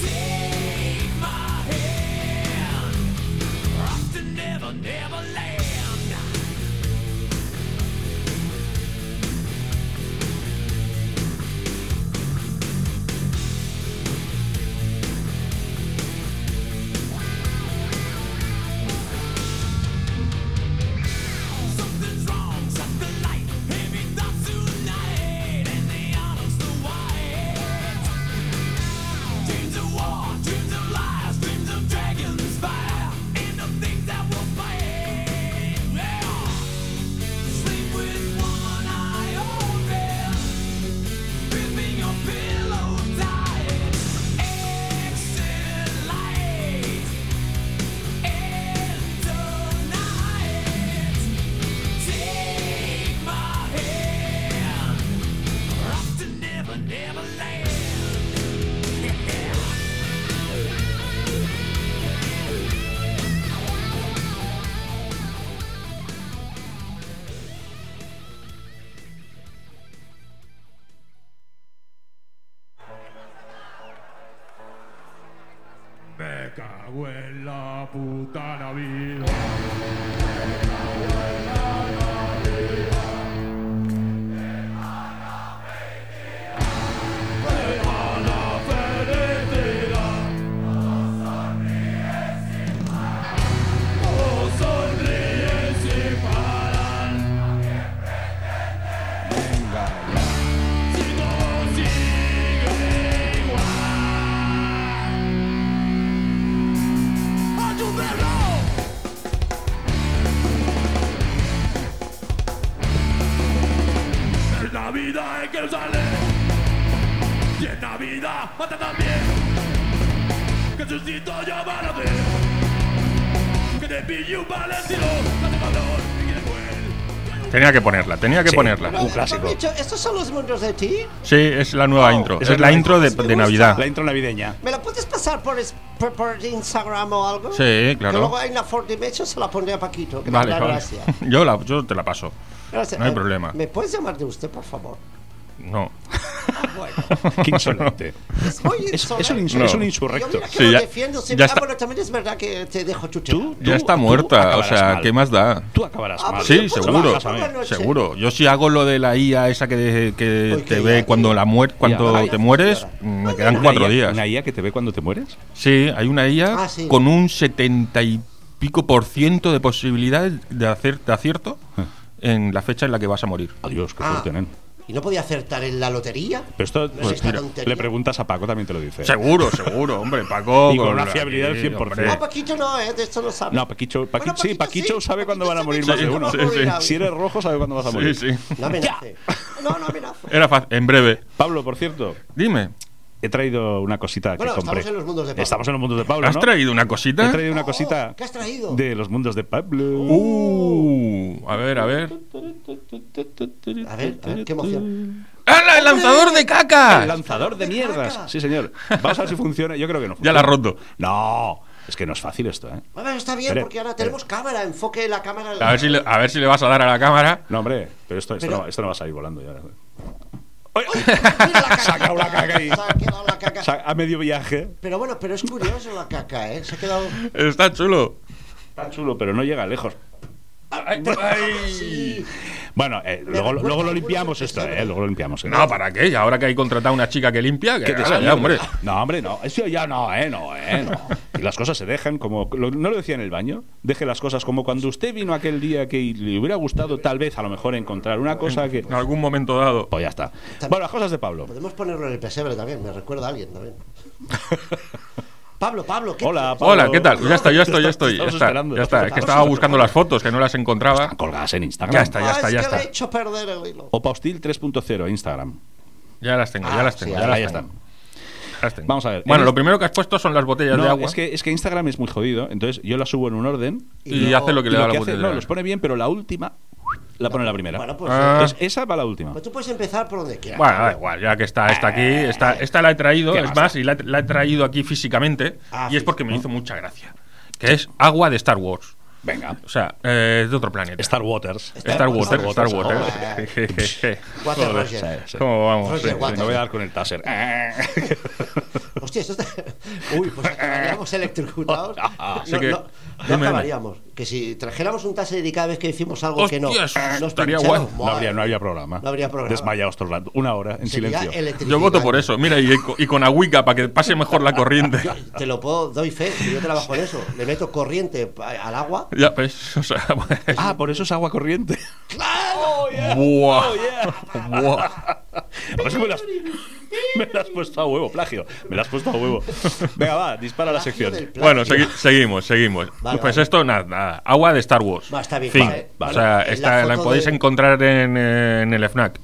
[SPEAKER 6] Take my hand off to never, never land. Something's wrong, shut the light. Heavy thoughts tonight, and the autumn's the white. Dreams of war, dreams of lies, dreams of dragons fire, and the things that will fade. Yeah. Sleep with one eye open, gripping your pillow tight. Exit light, enter night. Take my hand, off to never, never land.
[SPEAKER 7] Me cago en la puta Navidad. Es Navidad hay que usarle. Y en Navidad mata también. Que Jesucito llama a la fe. Que te pille un palestino. Date valor y que vuelva.
[SPEAKER 4] Tenía que ponerla, tenía que
[SPEAKER 3] Sí.
[SPEAKER 4] ponerla.
[SPEAKER 3] Un clásico.
[SPEAKER 1] Dicho, ¿Estos son los mundos de ti?
[SPEAKER 4] Sí, es la nueva intro.
[SPEAKER 3] esa
[SPEAKER 4] Es la intro de,
[SPEAKER 1] me
[SPEAKER 4] de
[SPEAKER 1] gusta.
[SPEAKER 4] Navidad.
[SPEAKER 3] La intro navideña.
[SPEAKER 1] ¿Me la puedes pasar por, es- por, por Instagram o algo?
[SPEAKER 4] Sí, claro.
[SPEAKER 1] Que luego hay una Four Dimensions, se la pondré a Paquito. Que me
[SPEAKER 4] Vale,
[SPEAKER 1] da
[SPEAKER 4] vale.
[SPEAKER 1] gracia.
[SPEAKER 4] Yo, la, yo te la paso.
[SPEAKER 1] Gracias.
[SPEAKER 4] No hay
[SPEAKER 1] Eh,
[SPEAKER 4] problema.
[SPEAKER 1] ¿Me puedes llamar de usted, por favor?
[SPEAKER 4] No.
[SPEAKER 1] Bueno,
[SPEAKER 3] Qué insolente.
[SPEAKER 1] es muy
[SPEAKER 3] es, es
[SPEAKER 1] insolente.
[SPEAKER 3] un insu-
[SPEAKER 4] No.
[SPEAKER 3] es un
[SPEAKER 1] Yo
[SPEAKER 3] insurrecto.
[SPEAKER 1] mira que
[SPEAKER 4] Sí,
[SPEAKER 1] lo
[SPEAKER 4] ya-
[SPEAKER 1] defiendo siempre.
[SPEAKER 4] ya
[SPEAKER 1] Ah,
[SPEAKER 4] está.
[SPEAKER 1] bueno, también es verdad que te dejo chuchar.
[SPEAKER 3] Tú-
[SPEAKER 4] Ya
[SPEAKER 3] tú-
[SPEAKER 4] está
[SPEAKER 3] tú
[SPEAKER 4] muerta, o
[SPEAKER 3] acabarás
[SPEAKER 4] sea,
[SPEAKER 3] mal.
[SPEAKER 4] ¿qué más da?
[SPEAKER 3] Tú acabarás
[SPEAKER 1] Ah,
[SPEAKER 3] mal.
[SPEAKER 1] pues
[SPEAKER 4] Sí,
[SPEAKER 1] yo puedo
[SPEAKER 4] seguro,
[SPEAKER 1] trabajar por la noche.
[SPEAKER 4] seguro. Yo si hago lo de la IA esa que, que
[SPEAKER 1] Uy,
[SPEAKER 4] te
[SPEAKER 1] qué
[SPEAKER 4] ve
[SPEAKER 1] IA,
[SPEAKER 4] cuando
[SPEAKER 1] tío.
[SPEAKER 4] la muer cuando
[SPEAKER 1] Ay,
[SPEAKER 4] te mueres,
[SPEAKER 1] señora.
[SPEAKER 4] me
[SPEAKER 3] Una
[SPEAKER 4] quedan cuatro
[SPEAKER 3] IA
[SPEAKER 4] días.
[SPEAKER 3] ¿Una IA que te ve cuando te mueres?
[SPEAKER 4] Sí, hay una IA
[SPEAKER 1] Ah, sí.
[SPEAKER 4] con un setenta y pico por ciento de
[SPEAKER 3] Ah.
[SPEAKER 4] posibilidades de, hacer, de acierto en la fecha en la que vas a morir.
[SPEAKER 3] Adiós, qué
[SPEAKER 1] Ah.
[SPEAKER 3] suerte, nen.
[SPEAKER 1] ¿Y no podía acertar en la lotería?
[SPEAKER 3] Pero esto
[SPEAKER 1] No es
[SPEAKER 3] pues,
[SPEAKER 1] esta
[SPEAKER 3] mira,
[SPEAKER 1] tontería.
[SPEAKER 3] le preguntas a Paco, también te lo dice.
[SPEAKER 4] Seguro, seguro, hombre, Paco.
[SPEAKER 3] Y con una
[SPEAKER 4] la-
[SPEAKER 3] fiabilidad del
[SPEAKER 4] sí,
[SPEAKER 3] 100%.
[SPEAKER 4] hombre.
[SPEAKER 1] No, Paquito no, eh, de esto no sabe.
[SPEAKER 3] No, Paquicho, Paqui-
[SPEAKER 1] Bueno,
[SPEAKER 3] sí,
[SPEAKER 1] Paquito
[SPEAKER 3] Paquicho
[SPEAKER 1] sí,
[SPEAKER 3] sabe cuándo
[SPEAKER 1] Paquito
[SPEAKER 3] van a
[SPEAKER 1] sí,
[SPEAKER 3] morir
[SPEAKER 1] Paquito
[SPEAKER 3] más
[SPEAKER 1] sí,
[SPEAKER 3] de uno.
[SPEAKER 1] va a morir
[SPEAKER 4] Sí,
[SPEAKER 1] alguien.
[SPEAKER 3] Si eres rojo, sabe cuándo vas a
[SPEAKER 4] Sí,
[SPEAKER 3] morir.
[SPEAKER 4] sí.
[SPEAKER 1] No amenace. No, no amenazo.
[SPEAKER 4] Era fácil. En breve.
[SPEAKER 3] Pablo, por cierto,
[SPEAKER 4] Dime,
[SPEAKER 3] he traído una cosita
[SPEAKER 1] Bueno,
[SPEAKER 3] que compré.
[SPEAKER 1] estamos en los mundos de Pablo.
[SPEAKER 3] Estamos en los mundos de Pablo,
[SPEAKER 4] ¿has
[SPEAKER 3] ¿no?
[SPEAKER 4] traído una
[SPEAKER 3] He
[SPEAKER 4] cosita?
[SPEAKER 3] traído una
[SPEAKER 1] Oh,
[SPEAKER 3] cosita
[SPEAKER 1] ¿qué has traído?
[SPEAKER 3] de los mundos de Pablo.
[SPEAKER 4] Uh, a ver, a ver.
[SPEAKER 1] A ver, a ver, qué emoción.
[SPEAKER 4] ¡Hala, el lanzador de
[SPEAKER 3] El
[SPEAKER 4] caca!
[SPEAKER 3] lanzador Ah, de
[SPEAKER 1] caca.
[SPEAKER 3] mierdas. Sí, señor. Vamos a ver si funciona. Yo creo que no.
[SPEAKER 4] Ya la has roto.
[SPEAKER 3] No, es que no es fácil esto, ¿eh?
[SPEAKER 1] A ver, está bien,
[SPEAKER 3] Espere,
[SPEAKER 1] porque ahora tenemos cámara, enfoque la cámara.
[SPEAKER 4] A ver, si le, a ver si le vas a dar a la cámara.
[SPEAKER 3] No, hombre, pero esto, esto,
[SPEAKER 1] Pero-
[SPEAKER 3] no, esto no va a salir volando ya.
[SPEAKER 1] Mira la caca.
[SPEAKER 3] Se ha quedado la caca ahí.
[SPEAKER 1] Se ha quedado la caca.
[SPEAKER 3] O sea, a medio viaje.
[SPEAKER 1] Pero bueno, pero es curioso la caca, ¿eh? Se ha quedado...
[SPEAKER 4] Está chulo.
[SPEAKER 3] Está chulo, pero no llega lejos.
[SPEAKER 1] Sí.
[SPEAKER 3] Bueno, eh, luego,
[SPEAKER 1] recuerda
[SPEAKER 3] luego lo
[SPEAKER 1] algunos
[SPEAKER 3] limpiamos esto,
[SPEAKER 1] episodios.
[SPEAKER 3] ¿eh? Luego lo limpiamos. ¿eh?
[SPEAKER 4] No, ¿para qué? Y ahora que hay contratado una chica que limpia, que
[SPEAKER 3] ¿Qué te
[SPEAKER 4] ala,
[SPEAKER 3] sale?
[SPEAKER 4] ya, hombre.
[SPEAKER 3] No, hombre, no. Eso ya no, ¿eh? No, ¿eh? No. Y las cosas se dejan como... lo- ¿No lo decía en el baño? Deje las cosas como cuando usted vino aquel día que le hubiera gustado tal vez a lo mejor encontrar una cosa que...
[SPEAKER 4] En algún momento dado.
[SPEAKER 3] Pues ya está. Bueno, las cosas de Pablo.
[SPEAKER 1] Podemos ponerlo en el pesebre también, me recuerda a alguien también. Pablo, Pablo, ¿qué
[SPEAKER 3] Hola,
[SPEAKER 1] tienes?
[SPEAKER 3] Pablo.
[SPEAKER 4] Hola, ¿qué tal? Ya está, ya estoy, ya estoy. Ya
[SPEAKER 3] Estamos
[SPEAKER 4] está,
[SPEAKER 3] esperando.
[SPEAKER 4] ya está. Es que estaba buscando las fotos, que no las encontraba.
[SPEAKER 3] Colgadas en Instagram.
[SPEAKER 4] Ya está, ya
[SPEAKER 1] Ah,
[SPEAKER 4] está,
[SPEAKER 1] es
[SPEAKER 4] ya
[SPEAKER 1] que
[SPEAKER 4] está.
[SPEAKER 1] le he hecho perder el hilo.
[SPEAKER 3] Opa Hostil 3.0, Instagram.
[SPEAKER 4] Ya las tengo, ya las tengo.
[SPEAKER 1] sí,
[SPEAKER 4] ya las
[SPEAKER 3] Ah, ahí
[SPEAKER 4] tengo,
[SPEAKER 3] están.
[SPEAKER 4] ya las tengo.
[SPEAKER 3] Vamos a ver.
[SPEAKER 4] Bueno,
[SPEAKER 3] En-
[SPEAKER 4] lo primero que has puesto son las botellas de
[SPEAKER 3] No,
[SPEAKER 4] agua.
[SPEAKER 3] es que, es que Instagram es muy jodido, entonces yo la subo en un orden.
[SPEAKER 4] Y,
[SPEAKER 1] luego-
[SPEAKER 4] hace lo que
[SPEAKER 3] y
[SPEAKER 4] le da
[SPEAKER 3] lo
[SPEAKER 4] la
[SPEAKER 3] que
[SPEAKER 4] botella.
[SPEAKER 3] hace, no, los pone bien, pero la última la pone la primera.
[SPEAKER 1] Bueno, pues,
[SPEAKER 4] Ah.
[SPEAKER 3] Entonces, esa va la última.
[SPEAKER 1] pues tú puedes empezar por donde quieras.
[SPEAKER 4] Bueno, da igual, ya que está, está aquí, está, esta la he traído,
[SPEAKER 3] Ah, ¿Qué
[SPEAKER 4] es
[SPEAKER 3] pasa?
[SPEAKER 4] más, y la, la he traído aquí físicamente,
[SPEAKER 1] Ah,
[SPEAKER 4] y es
[SPEAKER 1] sí,
[SPEAKER 4] porque me hizo mucha gracia, que es agua de Star Wars,
[SPEAKER 3] Venga.
[SPEAKER 4] o sea, eh, es de otro planeta.
[SPEAKER 3] Star Waters.
[SPEAKER 4] Star Wars,
[SPEAKER 1] Star
[SPEAKER 4] Star
[SPEAKER 1] Wars,
[SPEAKER 4] Wars.
[SPEAKER 1] Star Wars.
[SPEAKER 4] Jejeje.
[SPEAKER 1] Water
[SPEAKER 3] Joder,
[SPEAKER 1] Roger.
[SPEAKER 3] sí, sí.
[SPEAKER 4] ¿Cómo vamos?
[SPEAKER 1] Roger
[SPEAKER 4] Sí.
[SPEAKER 1] Water.
[SPEAKER 3] Me voy a dar con el taser.
[SPEAKER 1] Hostia, esto está... Uy, pues acabaríamos electrocutados. No,
[SPEAKER 3] Así
[SPEAKER 4] Ah, que-
[SPEAKER 1] no, no
[SPEAKER 4] dime, dime.
[SPEAKER 1] acabaríamos. Que si trajéramos un taser y cada vez que decimos algo que no,
[SPEAKER 4] Hostia, eso
[SPEAKER 1] nos
[SPEAKER 4] estaría
[SPEAKER 1] pinchamos.
[SPEAKER 4] guay.
[SPEAKER 3] No habría, no había programa.
[SPEAKER 1] No habría programa.
[SPEAKER 3] Desmayados todo el rato. Una hora en
[SPEAKER 1] Sería
[SPEAKER 3] silencio.
[SPEAKER 1] electricidad.
[SPEAKER 4] Yo voto por eso, mira, y, co- y con agüica para que pase mejor la corriente.
[SPEAKER 1] Te lo puedo, doy fe, que yo trabajo en eso. Le meto corriente pa- al agua.
[SPEAKER 4] Ya, pues, o sea, bueno.
[SPEAKER 3] Ah, por eso es agua corriente.
[SPEAKER 4] Buah. Buah.
[SPEAKER 3] Ahora sí me las, me las has puesto a huevo, plagio. Me las has puesto a huevo. Venga, va, dispara la
[SPEAKER 1] Plagio
[SPEAKER 3] sección.
[SPEAKER 1] del plagio.
[SPEAKER 4] Bueno, segui- seguimos, seguimos.
[SPEAKER 1] Vale,
[SPEAKER 4] pues
[SPEAKER 1] vale.
[SPEAKER 4] esto, nada, nada. Agua de Star Wars.
[SPEAKER 1] Va, está bien,
[SPEAKER 4] Fin.
[SPEAKER 1] vale,
[SPEAKER 3] vale.
[SPEAKER 4] O sea,
[SPEAKER 1] En la
[SPEAKER 4] esta- la,
[SPEAKER 1] foto
[SPEAKER 4] podéis
[SPEAKER 1] de-
[SPEAKER 4] encontrar en, eh, en el FNAC.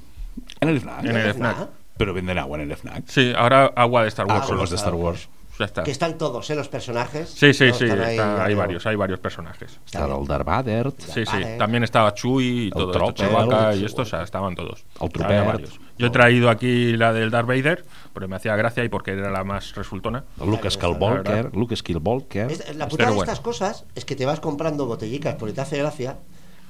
[SPEAKER 3] En el FNAC.
[SPEAKER 4] En el FNAC.
[SPEAKER 1] Ah,
[SPEAKER 3] Pero venden agua en el FNAC.
[SPEAKER 4] Sí, ahora agua de Star
[SPEAKER 3] Ah,
[SPEAKER 4] Wars.
[SPEAKER 3] con
[SPEAKER 1] bueno,
[SPEAKER 3] los de Star Wars.
[SPEAKER 4] Ya está.
[SPEAKER 1] Que están todos, ¿eh? Los personajes.
[SPEAKER 4] Sí, sí,
[SPEAKER 1] Todos
[SPEAKER 4] sí.
[SPEAKER 1] están
[SPEAKER 4] está- hay
[SPEAKER 1] ¿no?
[SPEAKER 4] varios, hay varios personajes.
[SPEAKER 1] Está bien.
[SPEAKER 3] Badert.
[SPEAKER 4] Sí, sí.
[SPEAKER 1] vale.
[SPEAKER 4] También estaba Chuy y todo esto,
[SPEAKER 3] Trooper,
[SPEAKER 4] Chewbacca
[SPEAKER 1] el
[SPEAKER 4] y esto, o sea, estaban todos.
[SPEAKER 3] El Trooper.
[SPEAKER 4] Había varios. Yo he traído aquí la del Darth Vader, pero me hacía gracia y porque era la más resultona.
[SPEAKER 3] Lucas Skywalker. Lucas Skywalker.
[SPEAKER 1] Es- la putada de
[SPEAKER 4] bueno.
[SPEAKER 1] estas cosas es que te vas comprando botellicas porque te hace gracia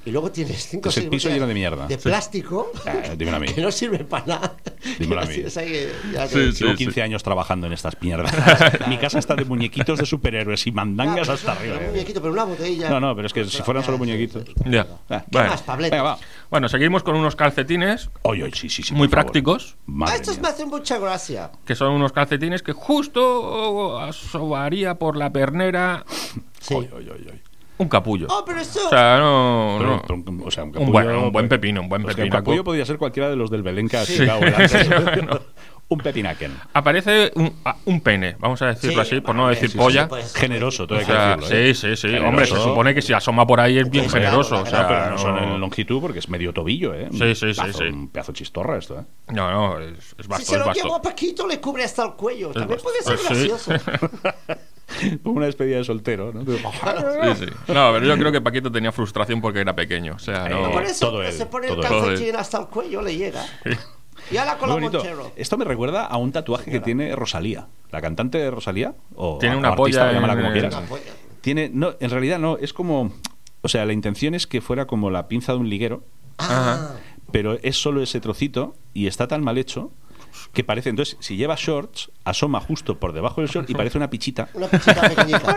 [SPEAKER 1] y luego tienes cinco o
[SPEAKER 3] Es el
[SPEAKER 1] seis
[SPEAKER 3] piso
[SPEAKER 1] botellas
[SPEAKER 3] lleno de mierda.
[SPEAKER 1] De
[SPEAKER 3] Sí.
[SPEAKER 1] plástico
[SPEAKER 3] Ah, dímelo a mí.
[SPEAKER 1] que no sirve para nada.
[SPEAKER 3] Dímelo
[SPEAKER 1] Que
[SPEAKER 3] a
[SPEAKER 1] las
[SPEAKER 3] mí.
[SPEAKER 1] tienes ahí que ya te-
[SPEAKER 4] Sí, sí.
[SPEAKER 3] Eh, Llevo 15 años trabajando en estas mierdas. Mi casa está de muñequitos de superhéroes y
[SPEAKER 1] Ah,
[SPEAKER 3] mandangas
[SPEAKER 1] pero
[SPEAKER 3] hasta
[SPEAKER 1] es un
[SPEAKER 3] arriba. eh.
[SPEAKER 1] muñequito, pero una botella.
[SPEAKER 3] No, no, pero es que si fueran solo muñequitos.
[SPEAKER 4] Ya.
[SPEAKER 3] Ah, ¿qué
[SPEAKER 4] Bueno.
[SPEAKER 1] más, Pabletos?
[SPEAKER 3] Venga, va.
[SPEAKER 4] bueno, seguimos con unos calcetines
[SPEAKER 3] Oye, oye, sí, sí, sí.
[SPEAKER 4] muy
[SPEAKER 3] por favor.
[SPEAKER 4] prácticos.
[SPEAKER 1] Ah,
[SPEAKER 3] Madre
[SPEAKER 1] estos
[SPEAKER 3] mía.
[SPEAKER 1] me hacen mucha gracia.
[SPEAKER 4] que son unos calcetines que justo asobaría por la pernera
[SPEAKER 1] Sí.
[SPEAKER 3] Oye, oye, oye, oye.
[SPEAKER 4] un capullo.
[SPEAKER 1] Oh, pero esto.
[SPEAKER 4] O sea, no.
[SPEAKER 3] Pero
[SPEAKER 4] no.
[SPEAKER 3] un tronco- o sea, un
[SPEAKER 4] Un
[SPEAKER 3] capullo-
[SPEAKER 4] buen, un buen pepino, un buen
[SPEAKER 3] Pues que un
[SPEAKER 4] pepinaco.
[SPEAKER 3] capullo podría ser cualquiera de los del Belenca.
[SPEAKER 1] Sí.
[SPEAKER 3] Chicago, ¿verdad?
[SPEAKER 1] Sí,
[SPEAKER 4] bueno.
[SPEAKER 3] Un pepinaken.
[SPEAKER 4] Aparece un, ah, un pene, vamos a decirlo así, por no
[SPEAKER 1] vale,
[SPEAKER 4] decir
[SPEAKER 1] sí, sí,
[SPEAKER 4] polla.
[SPEAKER 1] sí, pues,
[SPEAKER 3] Generoso, todo
[SPEAKER 4] O
[SPEAKER 3] hay que
[SPEAKER 4] sea,
[SPEAKER 3] decirlo. ¿eh?
[SPEAKER 4] sí, sí, sí.
[SPEAKER 3] Generoso.
[SPEAKER 4] Hombre, se supone que si asoma por ahí es bien
[SPEAKER 1] Pues claro,
[SPEAKER 4] generoso. O
[SPEAKER 1] claro,
[SPEAKER 4] sea,
[SPEAKER 3] No, pero no son
[SPEAKER 4] no-
[SPEAKER 3] en longitud porque es medio tobillo, ¿eh? Un
[SPEAKER 4] Sí, sí, sí,
[SPEAKER 3] pedazo-
[SPEAKER 4] sí.
[SPEAKER 3] Un pedazo chistorra esto, ¿eh?
[SPEAKER 4] No, no, es, es
[SPEAKER 1] si
[SPEAKER 4] vasto,
[SPEAKER 1] se
[SPEAKER 4] es
[SPEAKER 1] lo llevo a
[SPEAKER 4] vasto.
[SPEAKER 1] Paquito, le cubre hasta el cuello. También
[SPEAKER 4] vasto.
[SPEAKER 1] puede ser
[SPEAKER 4] Pues sí.
[SPEAKER 1] gracioso.
[SPEAKER 3] ¿eh? Como una despedida de soltero, ¿no?
[SPEAKER 4] Sí, sí. No, pero yo creo que Paquito tenía frustración porque era pequeño. O sea, no.
[SPEAKER 3] Eh,
[SPEAKER 1] Por eso
[SPEAKER 3] todo él,
[SPEAKER 1] se pone
[SPEAKER 3] todo
[SPEAKER 1] el
[SPEAKER 3] él.
[SPEAKER 4] Todo
[SPEAKER 1] calcetín hasta el cuello, le llega. Y ahora con
[SPEAKER 3] Muy
[SPEAKER 1] la
[SPEAKER 3] bonito.
[SPEAKER 1] Monchero.
[SPEAKER 4] Eh,
[SPEAKER 3] Esto me recuerda a un tatuaje que tiene Rosalía. La cantante de Rosalía. O
[SPEAKER 4] Tiene
[SPEAKER 3] o
[SPEAKER 4] una
[SPEAKER 3] artista,
[SPEAKER 4] polla
[SPEAKER 3] llámala
[SPEAKER 4] en-
[SPEAKER 3] como quieras.
[SPEAKER 1] Una polla.
[SPEAKER 3] Tiene, no, en realidad no, es como. O sea, la intención es que fuera como la pinza de un liguero,
[SPEAKER 1] Ah,
[SPEAKER 3] pero es solo ese trocito y está tan mal hecho que parece. Entonces, si lleva shorts, asoma justo por debajo del short y parece una pichita.
[SPEAKER 1] una pichita pequeñita.